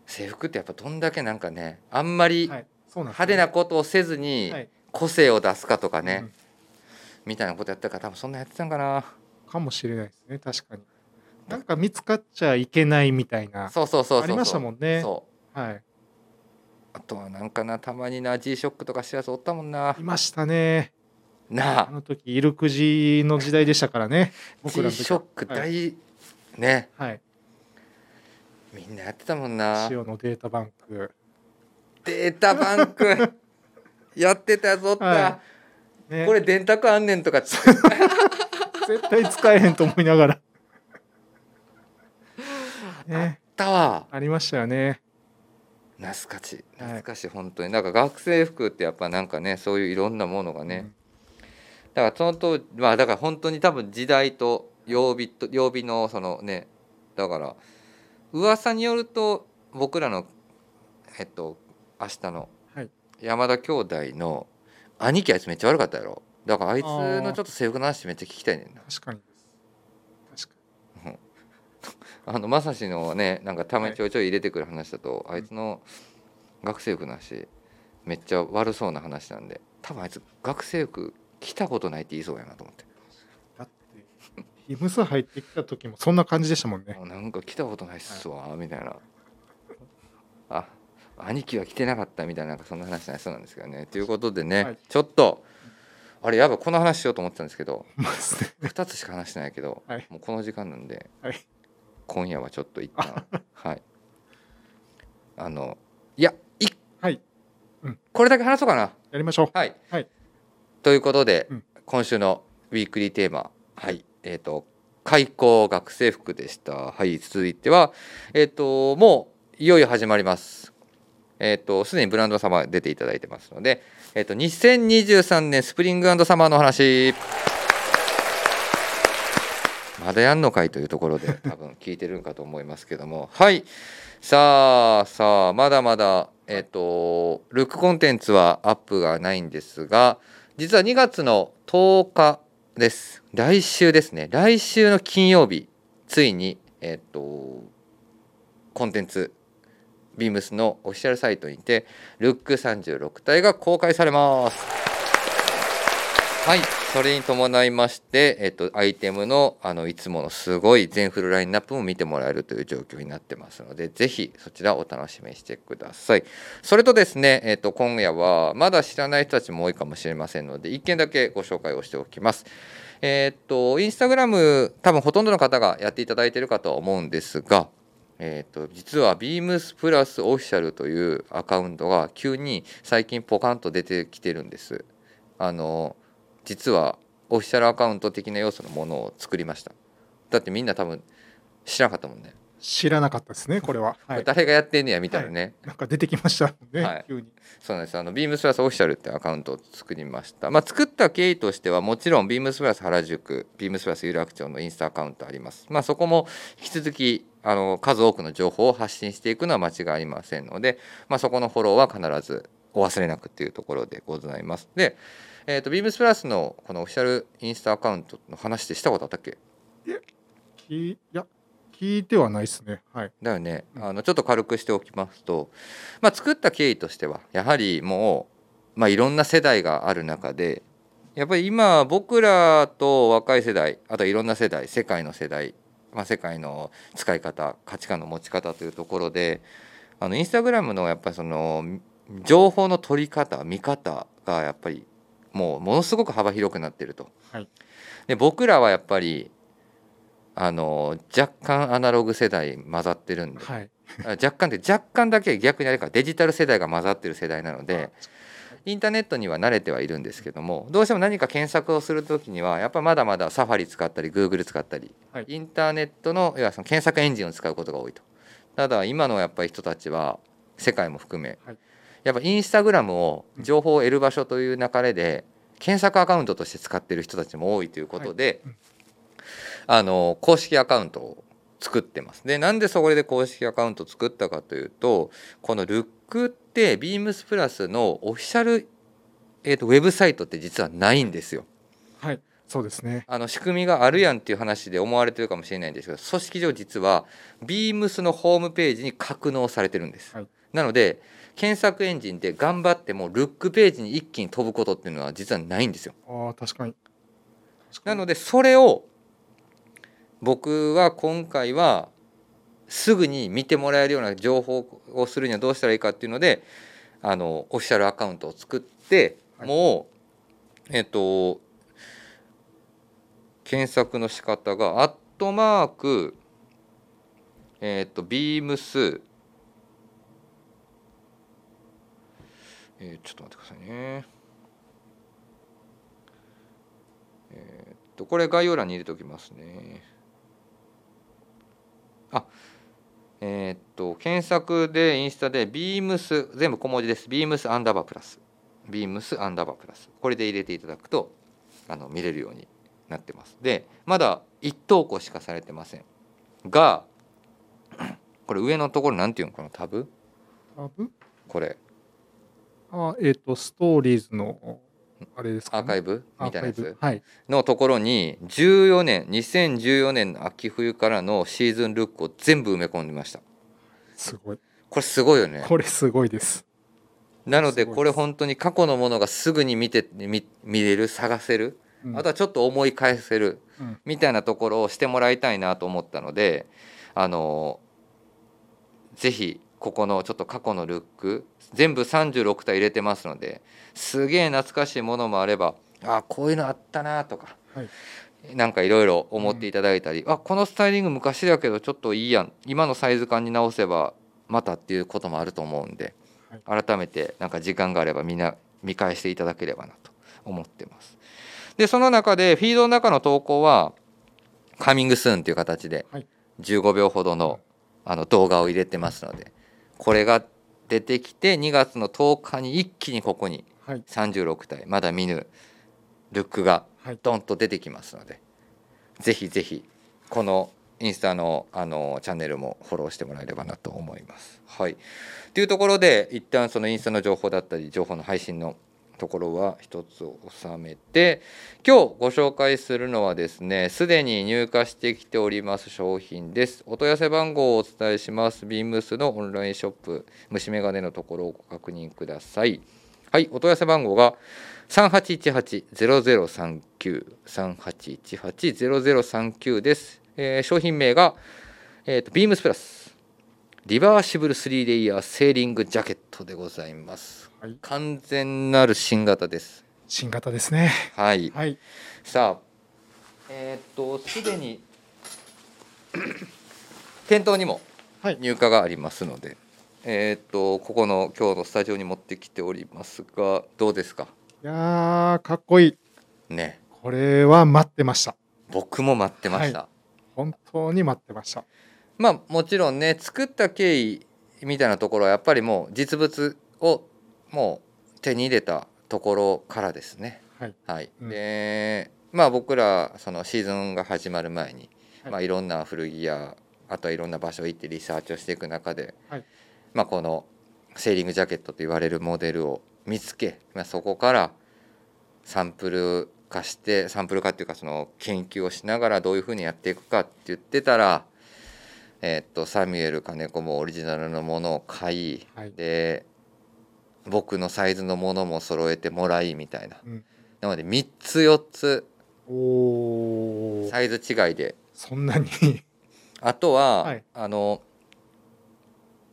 [SPEAKER 1] 制服ってやっぱどんだけなんかねあんまり
[SPEAKER 2] ーはい、そうなんです
[SPEAKER 1] 派手なことをせずに
[SPEAKER 2] はい
[SPEAKER 1] 個性を出すかとかね、
[SPEAKER 2] うん
[SPEAKER 1] みたいなことやったから多分そんなやってたんかな
[SPEAKER 2] かもしれないですね確かになんか見つかっちゃいけないみたいな
[SPEAKER 1] そうそうそうそうそう
[SPEAKER 2] ありましたもんね
[SPEAKER 1] そう
[SPEAKER 2] はい
[SPEAKER 1] あとはなんかなたまにな G ショックとかしてるやつおったもんない
[SPEAKER 2] ましたねあ
[SPEAKER 1] なあ
[SPEAKER 2] の時イルクジの時代でしたからね 僕
[SPEAKER 1] G
[SPEAKER 2] らの
[SPEAKER 1] シ
[SPEAKER 2] 時
[SPEAKER 1] ョッ
[SPEAKER 2] は
[SPEAKER 1] ク大、
[SPEAKER 2] は
[SPEAKER 1] ね
[SPEAKER 2] はい
[SPEAKER 1] みんなやってたもんな
[SPEAKER 2] 塩のデータバンク
[SPEAKER 1] データバン クやってたやつおった、
[SPEAKER 2] はね
[SPEAKER 1] これ電卓あんねんとか
[SPEAKER 2] 絶対使えへんと思い ながらね
[SPEAKER 1] たわ
[SPEAKER 2] ありましたよね
[SPEAKER 1] 懐かしい
[SPEAKER 2] はい
[SPEAKER 1] 懐かしい本当になんか学生服ってやっぱなんかねそういういろんなものがね、だからその当時まあだから本当に多分時代と曜日と曜日のそのねだから噂によると僕らのえっと明日の
[SPEAKER 2] はい
[SPEAKER 1] 山田兄弟の兄貴あいつめっちゃ悪かったやろだからあいつ
[SPEAKER 2] あ
[SPEAKER 1] の
[SPEAKER 2] ー
[SPEAKER 1] ちょっと制服の話めっちゃ聞きたいねんな
[SPEAKER 2] うん確かにです確か
[SPEAKER 1] あのまさしのねなんかたまにちょいちょい入れてくる話だと、
[SPEAKER 2] はい
[SPEAKER 1] あいつの学生服の話めっちゃ悪そうな話なんで多分あいつ学生服着たことないって言いそうやなと思って。
[SPEAKER 2] にだってヒムス入ってきた時もそんな感じでしたもんね
[SPEAKER 1] もうなんか来たことないっすわ、みたいなあ兄貴は来てなかったみたいななんかそんな話ないそうなんですけどねということでね、
[SPEAKER 2] はい
[SPEAKER 1] ちょっとあれやばいこの話しようと思ってたんですけど
[SPEAKER 2] まあすね
[SPEAKER 1] 2つしか話してないけど、
[SPEAKER 2] はい
[SPEAKER 1] もうこの時間なんで、
[SPEAKER 2] はい
[SPEAKER 1] 今夜はちょっと一旦はいあのいやい
[SPEAKER 2] はいうん
[SPEAKER 1] これだけ話そうかな
[SPEAKER 2] やりましょう
[SPEAKER 1] はい、
[SPEAKER 2] はい
[SPEAKER 1] ということで、
[SPEAKER 2] うん
[SPEAKER 1] 今週のウィークリーテーマはいえっ、と開校学生服でしたはい続いてはえっ、ともういよいよ始まりますえっ、と、すでにブランド様出ていただいてますので、えっ、と、2023年スプリングサマーの話。まだやんのかいというところで、多分聞いてるんかと思いますけども、はい。さあ、さあ、まだまだ、えっ、と、ルックコンテンツはアップがないんですが、実は2月の10日です。来週ですね。来週の金曜日、ついに、えっ、と、コンテンツ、ビームスのオフィシャルサイトにて、ルック36体が公開されます。はい、それに伴いまして、えっと、アイテムのあのいつものすごい全フルラインナップも見てもらえるという状況になってますので、ぜひそちらお楽しみにしてください。それとですね、えっと、今夜はまだ知らない人たちも多いかもしれませんので、一件だけご紹介をしておきます。えっと、インスタグラム、多分ほとんどの方がやっていただいているかとは思うんですが、えー、と実は Beams プラスオフィシャルというアカウントが急に最近ポカンと出てきてるんですあの実はオフィシャルアカウント的な要素のものを作りましただってみんな多分知らなかったもんね、
[SPEAKER 2] 知らなかったですね、これは。
[SPEAKER 1] こ
[SPEAKER 2] は
[SPEAKER 1] れ
[SPEAKER 2] い、
[SPEAKER 1] 誰がやってんねやみたいなね、
[SPEAKER 2] なんか出てきましたね、
[SPEAKER 1] はい
[SPEAKER 2] 急に。
[SPEAKER 1] そうなんです。あの、ビームスプラスオフィシャルってアカウントを作りました。まあ、作った経緯としては、もちろん、ビームスプラス原宿、ビームスプラス有楽町のインスタアカウントあります。まあ、そこも引き続き、あの、数多くの情報を発信していくのは間違いありませんので、まあ、そこのフォローは必ずお忘れなくっていうところでございます。で、えっ、と、ビームスプラスのこのオフィシャルインスタアカウントの話ってしたことあったっけ
[SPEAKER 2] きいや、聞いてはないですね。はい。
[SPEAKER 1] だよね、
[SPEAKER 2] うん
[SPEAKER 1] あのちょっと軽くしておきますと、まあ、作った経緯としてはやはりもう、まあ、いろんな世代がある中でやっぱり今僕らと若い世代あとはいろんな世代世界の世代、まあ、世界の使い方価値観の持ち方というところであのインスタグラムのやっぱりその情報の取り方見方がやっぱりもうものすごく幅広くなってると。
[SPEAKER 2] はい
[SPEAKER 1] で僕らはやっぱりあの若干アナログ世代混ざってるんで、
[SPEAKER 2] はい。
[SPEAKER 1] あ若干で若干だけ逆にあれかデジタル世代が混ざってる世代なのでインターネットには慣れてはいるんですけどもどうしても何か検索をする時にはやっぱまだまだサファリ使ったり Google 使ったり、
[SPEAKER 2] はい
[SPEAKER 1] インターネットのいわゆるその検索エンジンを使うことが多いとただ今のやっぱり人たちは世界も含め、
[SPEAKER 2] はい
[SPEAKER 1] やっぱインスタグラムを情報を得る場所という流れで検索アカウントとして使ってる人たちも多いということで、
[SPEAKER 2] はいうん
[SPEAKER 1] あの公式アカウントを作ってますでなんでそこで公式アカウントを作ったかというとこのルックってビームスプラスのオフィシャル、えー、とウェブサイトって実はないんですよ
[SPEAKER 2] はい。そうですね。
[SPEAKER 1] あの仕組みがあるやんっていう話で思われてるかもしれないんですけど組織上実はビームスのホームページに格納されてるんです、
[SPEAKER 2] はい
[SPEAKER 1] なので検索エンジンで頑張ってもルックページに一気に飛ぶことっていうのは実はないんですよ
[SPEAKER 2] ああ、確かに。
[SPEAKER 1] なの
[SPEAKER 2] で、
[SPEAKER 1] でそれを僕は今回はすぐに見てもらえるような情報をするにはどうしたらいいかっていうのであのオフィシャルアカウントを作って、
[SPEAKER 2] はい
[SPEAKER 1] もうえっと検索の仕方がアットマークえっとビームスえーちょっと待ってくださいね。えーっと、これ概要欄に入れておきますね。あ、えーっと、検索でインスタで beams、全部小文字です。beams アンダーバープラス。beams アンダーバープラス。これで入れていただくと、あの、見れるようになってます。で、まだ1投稿しかされてません。が、これ上のところなんていうのかなタブ
[SPEAKER 2] タブ
[SPEAKER 1] これ
[SPEAKER 2] あーえっ、と、ストーリーズの、あれですか、
[SPEAKER 1] アーカイ
[SPEAKER 2] ブ
[SPEAKER 1] ブみたいなやつ
[SPEAKER 2] はい。
[SPEAKER 1] のところに14年2014年の秋冬からのシーズンルックを全部埋め込んでました
[SPEAKER 2] すごい。
[SPEAKER 1] これすごいよね
[SPEAKER 2] これすごいです。
[SPEAKER 1] なのです
[SPEAKER 2] ごいです
[SPEAKER 1] これ本当に過去のものがすぐに見て見見れる探せる
[SPEAKER 2] うん
[SPEAKER 1] あとはちょっと思い返せる
[SPEAKER 2] うん
[SPEAKER 1] みたいなところをしてもらいたいなと思ったのであのぜひここのちょっと過去のルック全部36体入れてますのですげえ懐かしいものもあればあこういうのあったなとか、
[SPEAKER 2] はい
[SPEAKER 1] なんかいろいろ思っていただいたり、あこのスタイリング昔だけどちょっといいやん今のサイズ感に直せばまたっていうこともあると思うんで、改めてなんか時間があればみんな見返していただければなと思ってます。でその中でフィードの中の投稿はカミングスーンという形で
[SPEAKER 2] はい
[SPEAKER 1] 15秒ほどのあの動画を入れてますのでこれが出てきて2月の10日に一気にここに
[SPEAKER 2] はい
[SPEAKER 1] 36体まだ見ぬルックが
[SPEAKER 2] はい
[SPEAKER 1] ドンと出てきますのでぜひぜひこのインスタのあのチャンネルもフォローしてもらえればなと思います。はい、というところで一旦そのインスタの情報だったり情報の配信のところは一つ収めて今日ご紹介するのはですねすでに入荷してきております商品ですお問い合わせ番号をお伝えしますビームスのオンラインショップ虫眼鏡のところをご確認くださいはいお問い合わせ番号が3818-0039 3818-0039です、えー商品名が、えーとビームスプラスリバーシブル3レイヤーセーリングジャケットでございます
[SPEAKER 2] はい
[SPEAKER 1] 完全なる新型です
[SPEAKER 2] 新型ですね
[SPEAKER 1] はい
[SPEAKER 2] はい
[SPEAKER 1] さあえーっとすでに店頭にも
[SPEAKER 2] はい
[SPEAKER 1] 入荷がありますので、えーっとここの今日のスタジオに持ってきておりますがどうですか
[SPEAKER 2] いやーかっこいい
[SPEAKER 1] ね
[SPEAKER 2] これは待ってました
[SPEAKER 1] 僕も待ってました、
[SPEAKER 2] 本当に待ってました
[SPEAKER 1] まあもちろんね作った経緯みたいなところはやっぱりもう実物をもう手に入れたところからですね
[SPEAKER 2] はい
[SPEAKER 1] はい、
[SPEAKER 2] うん
[SPEAKER 1] でまあ僕らそのシーズンが始まる前に、
[SPEAKER 2] は
[SPEAKER 1] い
[SPEAKER 2] い
[SPEAKER 1] まあ、いろんな古着やあとはいろんな場所行ってリサーチをしていく中で、
[SPEAKER 2] はい
[SPEAKER 1] まあ、このセーリングジャケットと言われるモデルを見つけ、まあ、そこからサンプル化してサンプル化っていうかその研究をしながらどういうふうにやっていくかって言ってたら、えっとサミュエル金子もオリジナルのものを買い、
[SPEAKER 2] はい
[SPEAKER 1] で僕のサイズのものも揃えてもらいみたいな
[SPEAKER 2] うん
[SPEAKER 1] なので3つ4つ
[SPEAKER 2] おー
[SPEAKER 1] サイズ違いで
[SPEAKER 2] そんなに
[SPEAKER 1] あとは、
[SPEAKER 2] はい
[SPEAKER 1] あの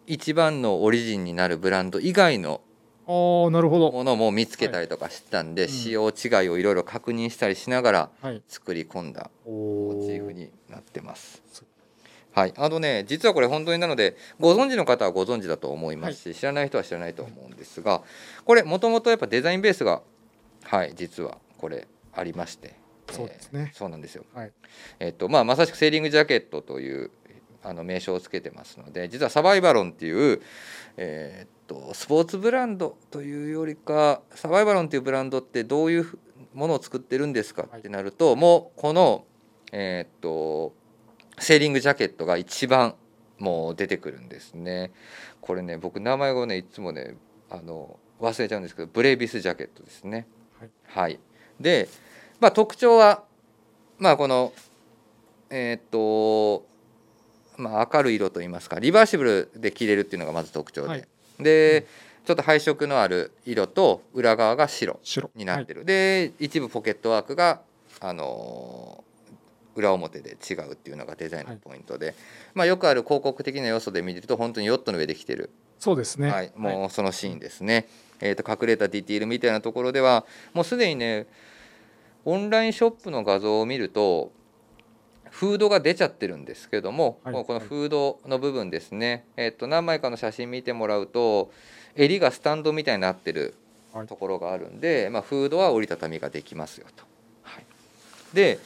[SPEAKER 1] 一番のオリジンになるブランド以外の
[SPEAKER 2] ああなるほど
[SPEAKER 1] ものも見つけたりとかしてたんで、
[SPEAKER 2] うん
[SPEAKER 1] 使用違いをいろいろ確認したりしながら
[SPEAKER 2] はい
[SPEAKER 1] 作り込んだ
[SPEAKER 2] お
[SPEAKER 1] モチーフ
[SPEAKER 2] ー
[SPEAKER 1] になってます
[SPEAKER 2] す。
[SPEAKER 1] はい、あのね実はこれ本当になのでご存知の方はご存知だと思いますし、知らない人は知らないと思うんですがこれもともとやっぱデザインベースがはい実はこれありまして
[SPEAKER 2] そうですね
[SPEAKER 1] えーそうなんですよ、
[SPEAKER 2] はい
[SPEAKER 1] えっとまあ、まさしくセーリングジャケットというあの名称をつけてますので実はサバイバロンっていう、えーっとスポーツブランドというよりかサバイバロンっていうブランドってどういうふものを作ってるんですかってなると、もうこの、えーっとセーリングジャケットが一番もう出てくるんですね。これね僕名前をねいつもねあの忘れちゃうんですけどブレイビスジャケットですね。
[SPEAKER 2] はい、
[SPEAKER 1] で、まあ、特徴は、まあ、このえーっと、まあ、明るい色といいますかリバーシブルで着れるっていうのがまず特徴で、
[SPEAKER 2] はい
[SPEAKER 1] で、ちょっと配色のある色と裏側が白
[SPEAKER 2] 白
[SPEAKER 1] になってる、で一部ポケットワークが、あのー裏表で違うっていうのがデザインのポイントで、まあ、よくある広告的な要素で見ると本当にヨットの上で着てる、
[SPEAKER 2] はいそうですね
[SPEAKER 1] はい、もうそのシーンですね、えー、と隠れたディティールみたいなところではもうすでにねオンラインショップの画像を見るとフードが出ちゃってるんですけども、
[SPEAKER 2] はい
[SPEAKER 1] もうこのフードの部分ですね、えー、と何枚かの写真見てもらうと襟がスタンドみたいになってる
[SPEAKER 2] はい
[SPEAKER 1] ところがあるんで、まあ、フードは折りたたみができますよと。はい、で、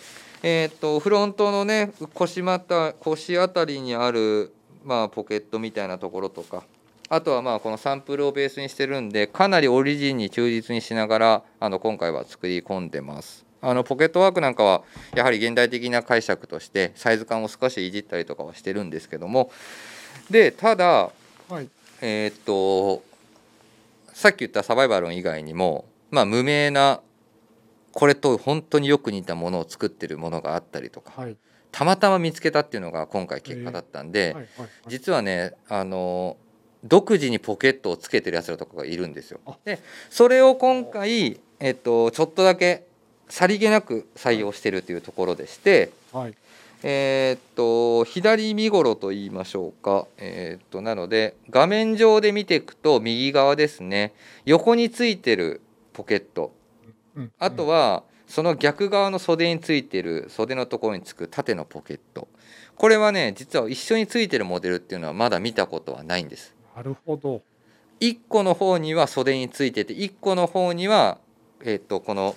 [SPEAKER 1] えーっとフロントのね腰また腰あたりにある、まあ、ポケットみたいなところとかあとはまあこのサンプルをベースにしてるんでかなりオリジンに忠実にしながらあの今回は作り込んでます。あのポケットワークなんかはやはり現代的な解釈としてサイズ感を少しいじったりとかはしてるんですけどもでただ
[SPEAKER 2] はい
[SPEAKER 1] えーっとさっき言ったサバイバル以外にも、まあ、無名なこれと本当によく似たものを作ってるものがあったりとか
[SPEAKER 2] はい
[SPEAKER 1] たまたま見つけたっていうのが今回結果だったんで、
[SPEAKER 2] はいはいはい
[SPEAKER 1] 実はねあの独自にポケットをつけてるやつらとかがいるんですよ
[SPEAKER 2] あ。
[SPEAKER 1] でそれを今回、えっと、ちょっとだけさりげなく採用してるというところでして、
[SPEAKER 2] はい
[SPEAKER 1] えーっと左見頃と言いましょうか、えーっとなので画面上で見ていくと右側ですね横についてるポケット
[SPEAKER 2] うん
[SPEAKER 1] あとはその逆側の袖についてる袖のところにつく縦のポケットこれはね実は一緒についてるモデルっていうのはまだ見たことはないんです
[SPEAKER 2] なるほど
[SPEAKER 1] 1個の方には袖についてて1個の方には、えーっとこの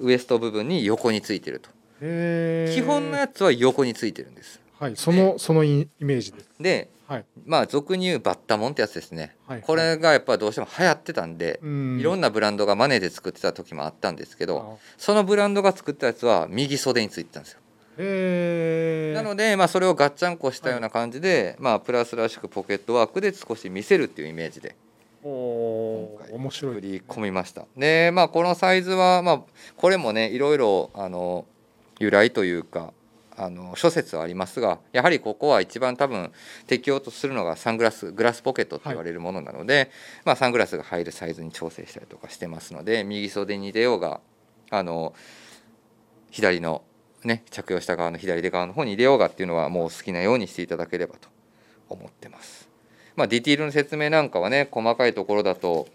[SPEAKER 1] ウエスト部分に横についてると
[SPEAKER 2] へー
[SPEAKER 1] 基本のやつは横についてるんです
[SPEAKER 2] はいそのそのイイメージです
[SPEAKER 1] で、
[SPEAKER 2] はい
[SPEAKER 1] まあ俗に言うバッタモンってやつですね
[SPEAKER 2] はい
[SPEAKER 1] これがやっぱどうしても流行ってたんで、
[SPEAKER 2] い
[SPEAKER 1] いろん
[SPEAKER 2] な
[SPEAKER 1] なブランドがマネで作ってた時もあったんですけどそのブランドが作ったやつは右袖についてたんですよ
[SPEAKER 2] へえ
[SPEAKER 1] なので、まあ、それをガッチャンコしたような感じで、まあ、プラスらしくポケットワークで少し見せるっていうイメージで
[SPEAKER 2] おー面白い
[SPEAKER 1] 振
[SPEAKER 2] ですね
[SPEAKER 1] り込みましたでまあこのサイズは、まあ、これもねいろいろあの由来というかあの諸説はありますがやはりここは一番多分適用とするのがサングラスグラスポケットって言われるものなので、まあ、サングラスが入るサイズに調整したりとかしてますので右袖に出ようがあの左の、ね、着用した側の左手側の方に入れようがっていうのはもう好きなようにしていただければと思ってます。まあ、ディティールの説明なんかはね細かいところだと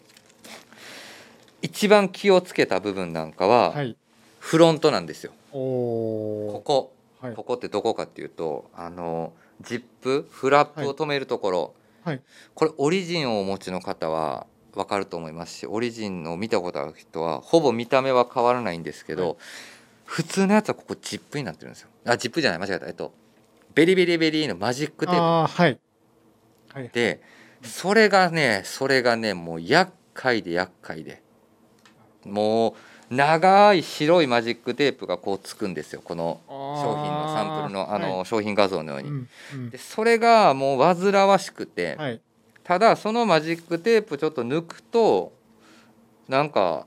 [SPEAKER 1] 一番気をつけた部分なんかは
[SPEAKER 2] はい
[SPEAKER 1] フロントなんですよ。
[SPEAKER 2] お
[SPEAKER 1] こ
[SPEAKER 2] お
[SPEAKER 1] こ
[SPEAKER 2] こはい
[SPEAKER 1] ここってどこかっていうとあのジップフラップを止めるところ、
[SPEAKER 2] はいはい
[SPEAKER 1] これオリジンをお持ちの方は分かると思いますしオリジンの見たことある人はほぼ見た目は変わらないんですけど、
[SPEAKER 2] はい
[SPEAKER 1] 普通のやつはここジップになってるんですよあジップじゃない間違えたえっとベリベリベリのマジックテー
[SPEAKER 2] あーはいはい
[SPEAKER 1] プでそれがねそれがねもう厄介で厄介でもう長い白いマジックテープがこうつくんですよこの商品のサンプルのあの、商品画像のように、でそれがもう煩わしくて、
[SPEAKER 2] はい
[SPEAKER 1] ただそのマジックテープちょっと抜くとなんか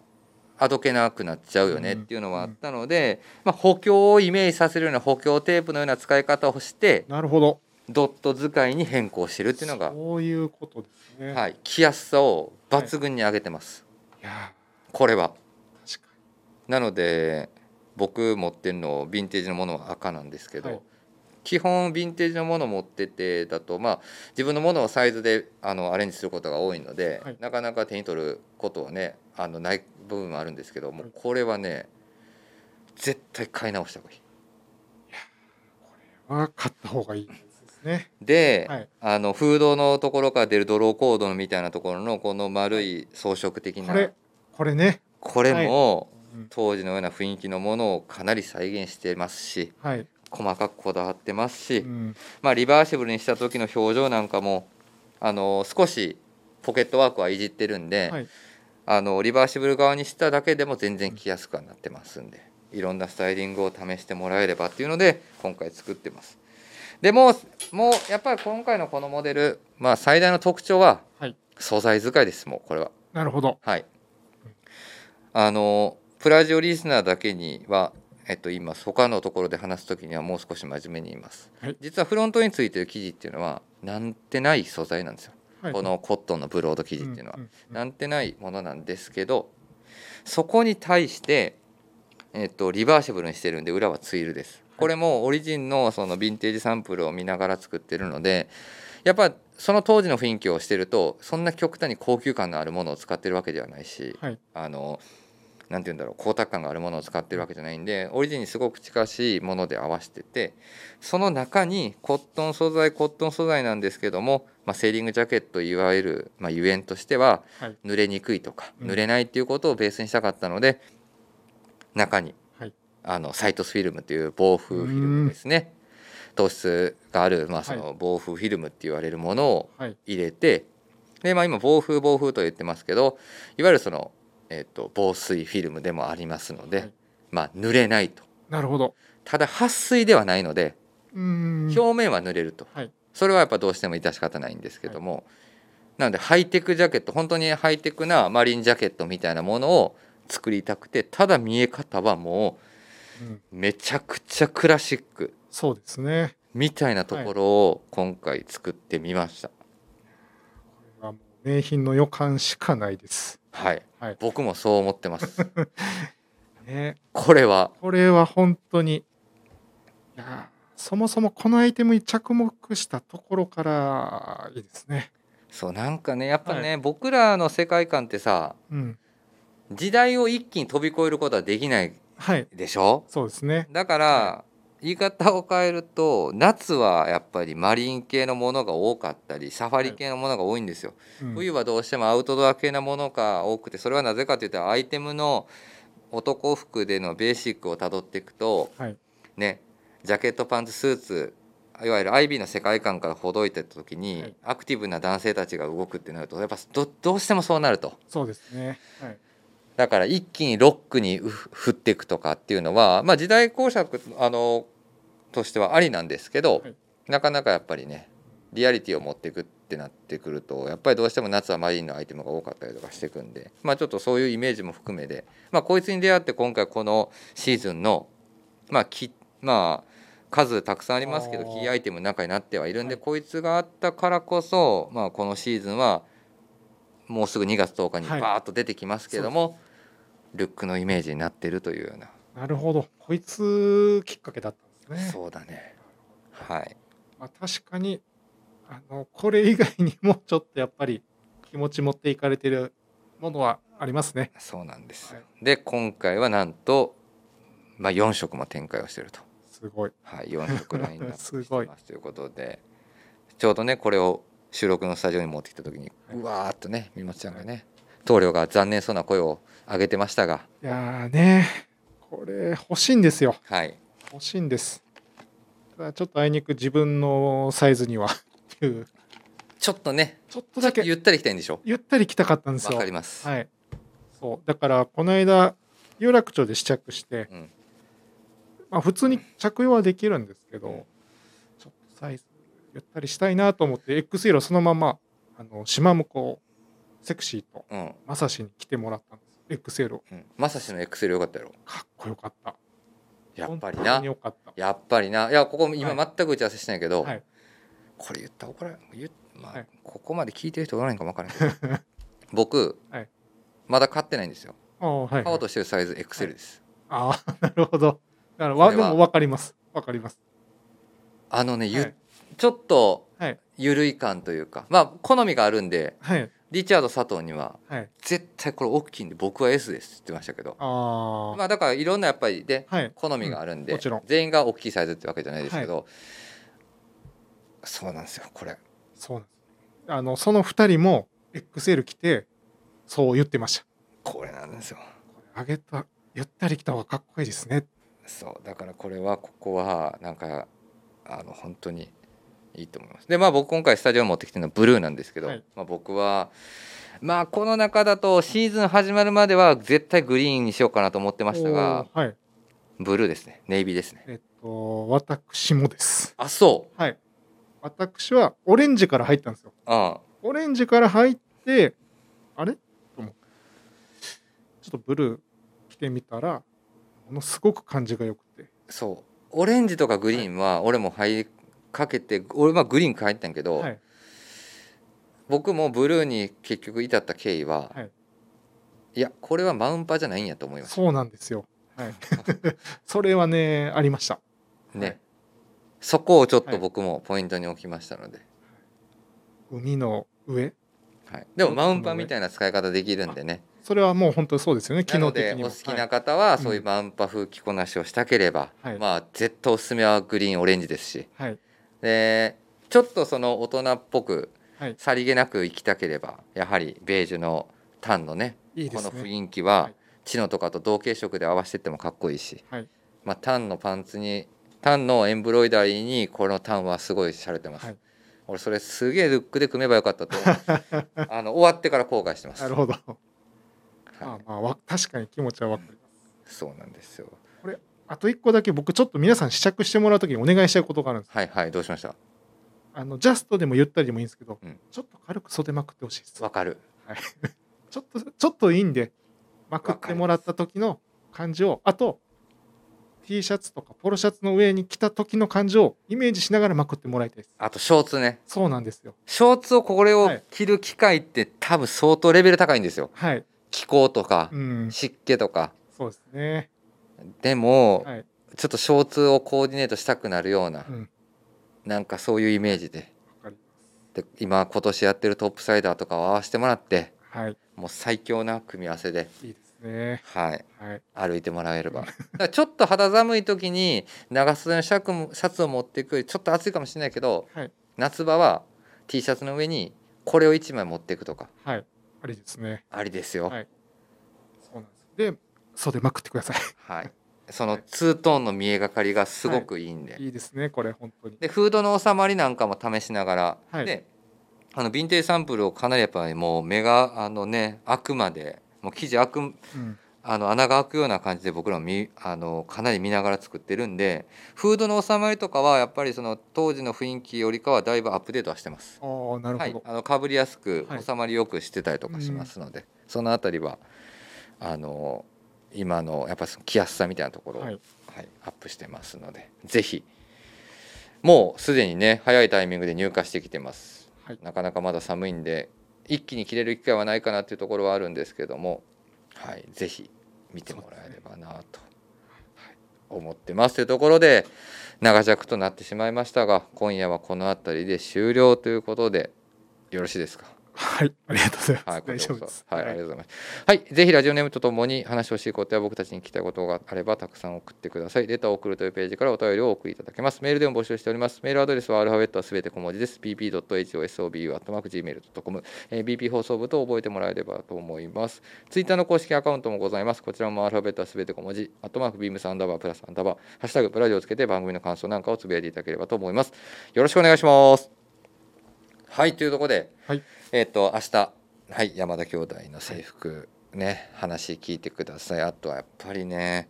[SPEAKER 1] あどけなくなっちゃうよねっていうのはあったので、まあ、補強をイメージさせるような補強テープのような使い方をして
[SPEAKER 2] なるほど
[SPEAKER 1] ドット使いに変更してるっていうのが、
[SPEAKER 2] そういうことですね
[SPEAKER 1] はい、着やすさを抜群に上げてます、
[SPEAKER 2] いや
[SPEAKER 1] これは。
[SPEAKER 2] ー確か
[SPEAKER 1] なので僕持ってるのヴィンテージのものは赤なんですけど、
[SPEAKER 2] はい
[SPEAKER 1] 基本ヴィンテージのもの持っててだとまあ自分のものをサイズであのアレンジすることが多いので、
[SPEAKER 2] はい
[SPEAKER 1] なかなか手に取ることはねあのない部分もあるんですけども
[SPEAKER 2] はいう
[SPEAKER 1] これはね絶対買い直した方がいい。
[SPEAKER 2] には買った方がいいですね
[SPEAKER 1] で、
[SPEAKER 2] はい
[SPEAKER 1] あのフードのところから出るドローコードみたいなところのこの丸い装飾的な
[SPEAKER 2] これこれね
[SPEAKER 1] これも
[SPEAKER 2] うん
[SPEAKER 1] 当時のような雰囲気のものをかなり再現してますし
[SPEAKER 2] はい
[SPEAKER 1] 細かくこだわってますし、
[SPEAKER 2] うん
[SPEAKER 1] まあ、リバーシブルにした時の表情なんかもあの少しポケットワークはいじってるんで、
[SPEAKER 2] はい
[SPEAKER 1] あのリバーシブル側にしただけでも全然着やすくはなってますんでいろんなスタイリングを試してもらえればっていうので今回作ってます。でもうもうやっぱり今回のこのモデル、まあ、最大の特徴は
[SPEAKER 2] はい
[SPEAKER 1] 素材使いですもうこれは。
[SPEAKER 2] なるほど
[SPEAKER 1] はい、あのプラジオリスナーだけには、えっと、言います他のところで話す時にはもう少し真面目に言います、
[SPEAKER 2] はい
[SPEAKER 1] 実はフロントについてる生地っていうのはなんてない素材なんですよ、
[SPEAKER 2] はい
[SPEAKER 1] このコットンのブロード生地っていうのは、
[SPEAKER 2] んんん
[SPEAKER 1] なんてないものなんですけどそこに対して、えっと、リバーシブルにしてるんで裏はツイルです。これもオリジンのそのヴィンテージサンプルを見ながら作ってるのでやっぱその当時の雰囲気をしてるとそんな極端に高級感のあるものを使ってるわけではないし、
[SPEAKER 2] はい
[SPEAKER 1] あのなんて言うんだろう光沢感があるものを使ってるわけじゃないんでオリジンにすごく近しいもので合わせててその中にコットン素材コットン素材なんですけども、まあ、セーリングジャケットいわゆる、まあ、ゆえんとしては、
[SPEAKER 2] はい
[SPEAKER 1] 濡れにくいとか
[SPEAKER 2] うん
[SPEAKER 1] 濡れないっていうことをベースにしたかったので、中に、
[SPEAKER 2] はい
[SPEAKER 1] あのサイトスフィルムという防風フィルムですね糖質がある、まあ、その防風フィルムって言われるものを
[SPEAKER 2] はい
[SPEAKER 1] 入れてで、まあ、今防風防風と言ってますけどいわゆるその、えっと防水フィルムでもありますので、
[SPEAKER 2] はい
[SPEAKER 1] まあ、濡れないと
[SPEAKER 2] なるほど
[SPEAKER 1] ただ撥水ではないので
[SPEAKER 2] うーん
[SPEAKER 1] 表面は濡れると、
[SPEAKER 2] はい
[SPEAKER 1] それはやっぱどうしても致し方ないんですけども、なのでハイテクジャケット本当にハイテクなマリンジャケットみたいなものを作りたくてただ見え方はも
[SPEAKER 2] うん
[SPEAKER 1] うめちゃくちゃクラシック
[SPEAKER 2] そうですね
[SPEAKER 1] みたいなところを今回作ってみました。
[SPEAKER 2] これはもう名品の予感しかないです
[SPEAKER 1] はい、
[SPEAKER 2] はい
[SPEAKER 1] 僕もそう思ってます。
[SPEAKER 2] ね
[SPEAKER 1] これは
[SPEAKER 2] これは本当にいやーそもそもこのアイテムに着目したところからいいですね。
[SPEAKER 1] そうなんかねやっぱね、僕らの世界観ってさ
[SPEAKER 2] うん、
[SPEAKER 1] 時代を一気に飛び越えることはできない
[SPEAKER 2] はい
[SPEAKER 1] でしょ
[SPEAKER 2] そうですね。
[SPEAKER 1] だから、
[SPEAKER 2] は
[SPEAKER 1] 言い方を変えると夏はやっぱりマリン系のものが多かったりサファリ系のものが多いんですよ、
[SPEAKER 2] うん
[SPEAKER 1] 冬はどうしてもアウトドア系のものが多くてそれはなぜかというとアイテムの男服でのベーシックをたどっていくと
[SPEAKER 2] はい
[SPEAKER 1] ねジャケットパンツスーツいわゆる IB の世界観からほどいてった時に、
[SPEAKER 2] はい
[SPEAKER 1] アクティブな男性たちが動くってなるとやっぱどどうしてもそうなると
[SPEAKER 2] そうですね。はい。
[SPEAKER 1] だから一気にロックにう振っていくとかっていうのは、まあ、時代工作あのとしてはありなんですけど、
[SPEAKER 2] はい
[SPEAKER 1] なかなかやっぱりねリアリティを持っていくってなってくるとやっぱりどうしても夏はマリンのアイテムが多かったりとかしていくんで、まあ、ちょっとそういうイメージも含めで、まあ、こいつに出会って今回このシーズンの、まあきまあ、数たくさんありますけど
[SPEAKER 2] あ
[SPEAKER 1] キ
[SPEAKER 2] ー
[SPEAKER 1] ーアイテムの中になってはいるんで、
[SPEAKER 2] はい
[SPEAKER 1] こいつがあったからこそ、まあ、このシーズンはもうすぐ2月10日に
[SPEAKER 2] はい
[SPEAKER 1] バーッと出てきますけども、ルックのイメージになってるというような、
[SPEAKER 2] なるほど。こいつきっかけだったんですね。
[SPEAKER 1] そうだねはい
[SPEAKER 2] まあ、確かに、あの、これ以外にもちょっとやっぱり気持ち持っていかれてるものはありますね。
[SPEAKER 1] そうなんです、
[SPEAKER 2] はい
[SPEAKER 1] で今回はなんと、まあ、4色も展開をしてると、
[SPEAKER 2] すごい。
[SPEAKER 1] はい、4色ラインナップ
[SPEAKER 2] すご
[SPEAKER 1] して
[SPEAKER 2] い
[SPEAKER 1] ますということでちょうどねこれを収録のスタジオに持ってきた時に
[SPEAKER 2] はいう
[SPEAKER 1] わーっとねみもちゃんがね棟梁が残念そうな声を上げてましたが
[SPEAKER 2] いやーね、これ欲しいんですよ。
[SPEAKER 1] はい
[SPEAKER 2] 欲しいんです。ただちょっとあいにく自分のサイズにはっていう、
[SPEAKER 1] ちょっとね
[SPEAKER 2] ちょっとだけ
[SPEAKER 1] ゆったり来たいんでしょ
[SPEAKER 2] ゆったり来たかったんです
[SPEAKER 1] わ
[SPEAKER 2] よ
[SPEAKER 1] か。ります、
[SPEAKER 2] はい。そう。だから、この間、有楽町で試着して、
[SPEAKER 1] うん
[SPEAKER 2] まあ、普通に着用はできるんですけど、ちょっとサイズ、ゆったりしたいなと思って、X 色そのまま、あの、島向こう、セクシーと、
[SPEAKER 1] うん
[SPEAKER 2] まさしに来てもらったんです。X 色、
[SPEAKER 1] うん、まさしの XL よかったやろ
[SPEAKER 2] かっこよかった。
[SPEAKER 1] やっぱり
[SPEAKER 2] 本当
[SPEAKER 1] な
[SPEAKER 2] によかった。
[SPEAKER 1] やっぱりないやここ今
[SPEAKER 2] は
[SPEAKER 1] 全く打ち合わせしてないけど、
[SPEAKER 2] はい
[SPEAKER 1] これ言ったら怒られ言っまあ
[SPEAKER 2] はい
[SPEAKER 1] ここまで聞いてる人おらないんかもわからないけど 僕、
[SPEAKER 2] はい
[SPEAKER 1] まだ買ってないんですよ
[SPEAKER 2] ああ、はい
[SPEAKER 1] 買。おうとしてるサイズ XL です、
[SPEAKER 2] ああ、 なるほど。だからわ、
[SPEAKER 1] これ
[SPEAKER 2] で
[SPEAKER 1] は
[SPEAKER 2] も分かります。分かります。
[SPEAKER 1] あのね、ゆ
[SPEAKER 2] はい
[SPEAKER 1] ちょっと
[SPEAKER 2] はい。
[SPEAKER 1] 緩い感というかまあ好みがあるんで
[SPEAKER 2] はい。
[SPEAKER 1] リチャード佐藤には
[SPEAKER 2] はい。
[SPEAKER 1] 絶対これ大きいんで僕は S ですって言ってましたけど
[SPEAKER 2] ああ、
[SPEAKER 1] まあだからいろんなやっぱりで
[SPEAKER 2] はい。
[SPEAKER 1] 好みがあるんで、
[SPEAKER 2] うんもちろん
[SPEAKER 1] 全員が大きいサイズってわけじゃないですけど、そうなんですよこれ
[SPEAKER 2] そうなんです。あの、その2人も XL 来て、そう言ってました。
[SPEAKER 1] これなんですよ
[SPEAKER 2] あげた、ゆったり来た方がかっこいいですね。
[SPEAKER 1] そうだからこれはここはなんかあの本当にいいと思いますでまあ僕今回スタジオに持ってきてるのはブルーなんですけど、
[SPEAKER 2] はい
[SPEAKER 1] まあ、僕はまあこの中だとシーズン始まるまでは絶対グリーンにしようかなと思ってましたが
[SPEAKER 2] おーはい。
[SPEAKER 1] ブルーですねネイビーですね
[SPEAKER 2] えっと、私もです。
[SPEAKER 1] あそ
[SPEAKER 2] はい。私はオレンジから入ったんですよ。
[SPEAKER 1] ううん
[SPEAKER 2] オレンジから入って、あれと思ってちょっとブルー着てみたら、ものすごく感じが良くて。
[SPEAKER 1] そうオレンジとかグリーンは俺も入りかけて俺はグリーン入ったんやけど、
[SPEAKER 2] はい。
[SPEAKER 1] 僕もブルーに結局至った経緯は、
[SPEAKER 2] はいい、
[SPEAKER 1] やこれはマウンパじゃないんやと思いました
[SPEAKER 2] そうなんですよ。 はい。それはね、ありました。
[SPEAKER 1] ね、
[SPEAKER 2] はい
[SPEAKER 1] そこをちょっと
[SPEAKER 2] はい
[SPEAKER 1] 僕もポイントに置きましたので、
[SPEAKER 2] 海の上。
[SPEAKER 1] はい、でもマウンパンみたいな使い方できるんでね
[SPEAKER 2] それはもう本当にそうですよね。機
[SPEAKER 1] なの
[SPEAKER 2] 能的
[SPEAKER 1] で
[SPEAKER 2] に
[SPEAKER 1] お
[SPEAKER 2] も。
[SPEAKER 1] 好きな
[SPEAKER 2] はい
[SPEAKER 1] 方は
[SPEAKER 2] うん
[SPEAKER 1] そういうマウンパ風着こなしをしたければ、
[SPEAKER 2] はい
[SPEAKER 1] まあ絶対おすすめはグリーンオレンジですし
[SPEAKER 2] はい。
[SPEAKER 1] でちょっとその大人っぽく
[SPEAKER 2] はい。
[SPEAKER 1] さりげなく行きたければやはりベージュのタンのね
[SPEAKER 2] いいで
[SPEAKER 1] こ
[SPEAKER 2] す
[SPEAKER 1] の
[SPEAKER 2] ね。
[SPEAKER 1] 雰囲気
[SPEAKER 2] は
[SPEAKER 1] はいチノとかと同系色で合わせてってもかっこいいし、
[SPEAKER 2] はい
[SPEAKER 1] まあ、タンのパンツにタンのエンブロイダリーにこのタンはすごい洒落てます、
[SPEAKER 2] はい
[SPEAKER 1] 俺それすげえルックで組めばよかったと思 うあの終わってから後悔してます
[SPEAKER 2] なるほど。
[SPEAKER 1] は
[SPEAKER 2] あ
[SPEAKER 1] い、
[SPEAKER 2] まあわ確かに気持ちはわかる。
[SPEAKER 1] そうなんですよ
[SPEAKER 2] あと一個だけ僕ちょっと皆さん試着してもらうときにお願いしたいことがあるんです。
[SPEAKER 1] はいはいどうしました
[SPEAKER 2] あのジャストでもゆったりでもいいんですけど、
[SPEAKER 1] うん
[SPEAKER 2] ちょっと軽く袖まくってほしいです。
[SPEAKER 1] わかる
[SPEAKER 2] ちょっとちょっといいんでまくってもらった時の感じをあと T シャツとかポロシャツの上に着た時の感じをイメージしながらまくってもらいたいです。
[SPEAKER 1] あとショーツね
[SPEAKER 2] そうなんですよ。
[SPEAKER 1] ショーツをこれを
[SPEAKER 2] はい
[SPEAKER 1] 着る機会って多分相当レベル高いんですよ
[SPEAKER 2] はい。
[SPEAKER 1] 気候とか
[SPEAKER 2] うん。
[SPEAKER 1] 湿気とか
[SPEAKER 2] そうですね。
[SPEAKER 1] でも、
[SPEAKER 2] はい。
[SPEAKER 1] ちょっとショーツをコーディネートしたくなるような
[SPEAKER 2] うん。わ
[SPEAKER 1] なんかそういうイメージで
[SPEAKER 2] かり
[SPEAKER 1] で今今年やってるトップサイダーとかを合わせてもらって
[SPEAKER 2] はい。
[SPEAKER 1] もう最強な組み合わせで、
[SPEAKER 2] いいですね。
[SPEAKER 1] はい、
[SPEAKER 2] はい。
[SPEAKER 1] 歩いてもらえれば だからちょっと肌寒い時に長袖のシャツもシャツを持っていくよりちょっと暑いかもしれないけど
[SPEAKER 2] はい。
[SPEAKER 1] 夏場は T シャツの上にこれを1枚持っていくとか
[SPEAKER 2] はい。ありですね。
[SPEAKER 1] ありですよ。は
[SPEAKER 2] はいいそうなんです。で、袖まくってください。
[SPEAKER 1] そのツートーンの見えがかりがすごくいいんで、
[SPEAKER 2] いいですねこれ本当に
[SPEAKER 1] でフードの収まりなんかも試しながら、
[SPEAKER 2] はい
[SPEAKER 1] であのヴィンテージサンプルをかなりやっぱりもう目があのねあくまでもう生地あく
[SPEAKER 2] うん
[SPEAKER 1] あの穴が開くような感じで僕らも見あのかなり見ながら作ってるんでフードの収まりとかはやっぱりその当時の雰囲気よりかはだいぶアップデートはしてます。
[SPEAKER 2] ああなる
[SPEAKER 1] は
[SPEAKER 2] ほ
[SPEAKER 1] い
[SPEAKER 2] ど、、
[SPEAKER 1] あのかぶりやすく
[SPEAKER 2] はい
[SPEAKER 1] 収まりよくしてたりとかしますので、そのあたりはあの今のやっぱその着やすさみたいなところを、
[SPEAKER 2] は
[SPEAKER 1] はいいアップしてますのでぜひもうすでにね早いタイミングで入荷してきてます、
[SPEAKER 2] はい
[SPEAKER 1] なかなかまだ寒いんで一気に着れる機会はないかなっていうところはあるんですけども、はい、ぜひ見てもらえればなと、はい思ってますというところで長尺となってしまいましたが今夜はこの辺りで終了ということでよろしいですか
[SPEAKER 2] はいありがとうございます、
[SPEAKER 1] はい、こ
[SPEAKER 2] 大
[SPEAKER 1] ち
[SPEAKER 2] 丈
[SPEAKER 1] ら
[SPEAKER 2] 夫
[SPEAKER 1] こ
[SPEAKER 2] です
[SPEAKER 1] そはい、ありがとうございます。はい、ぜひラジオネームとともに話してほしいことや僕たちに聞きたいことがあればたくさん送ってください。レターを送るというページからお便りをお送りいただけます。メールでも募集しております。メールアドレスはアルファベットはすべて小文字です。bp.hosobu.gmail.com、えー、bp 放送部と覚えてもらえればと思います。ツイッターの公式アカウントもございます。こちらもアルファベットはすべて小文字、アットマークビームサンダーバープラスアンダーバー、ハッシュタグプラジオをつけて番組の感想なんかをつぶやいていただければと思います。よろしくお願いします。はい、というところで、
[SPEAKER 2] はい
[SPEAKER 1] えっ、と、明日、はい、山田兄弟の制服、ね、話聞いてください。あとはやっぱりね、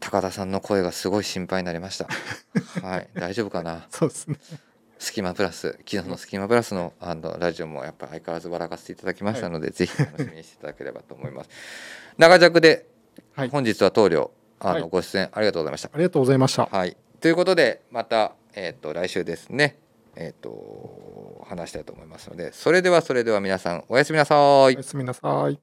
[SPEAKER 1] 高田さんの声がすごい心配になりま した。はい、大丈夫かな。
[SPEAKER 2] そうですね
[SPEAKER 1] スキマプラス昨日のスキマプラスのあのラジオもやっぱり相変わらず笑かせていただきましたので、ぜひ楽しみにしていただければと思います長尺で
[SPEAKER 2] はい
[SPEAKER 1] 本日は棟梁、あ
[SPEAKER 2] は
[SPEAKER 1] の
[SPEAKER 2] い
[SPEAKER 1] ご出演ありがとうございました、
[SPEAKER 2] ありがとうございました、
[SPEAKER 1] はい、ということでまた、えー、と来週ですねえっ、と話したいと思いますのでそれではそれでは皆さんおやすみなさい
[SPEAKER 2] おやすみなさい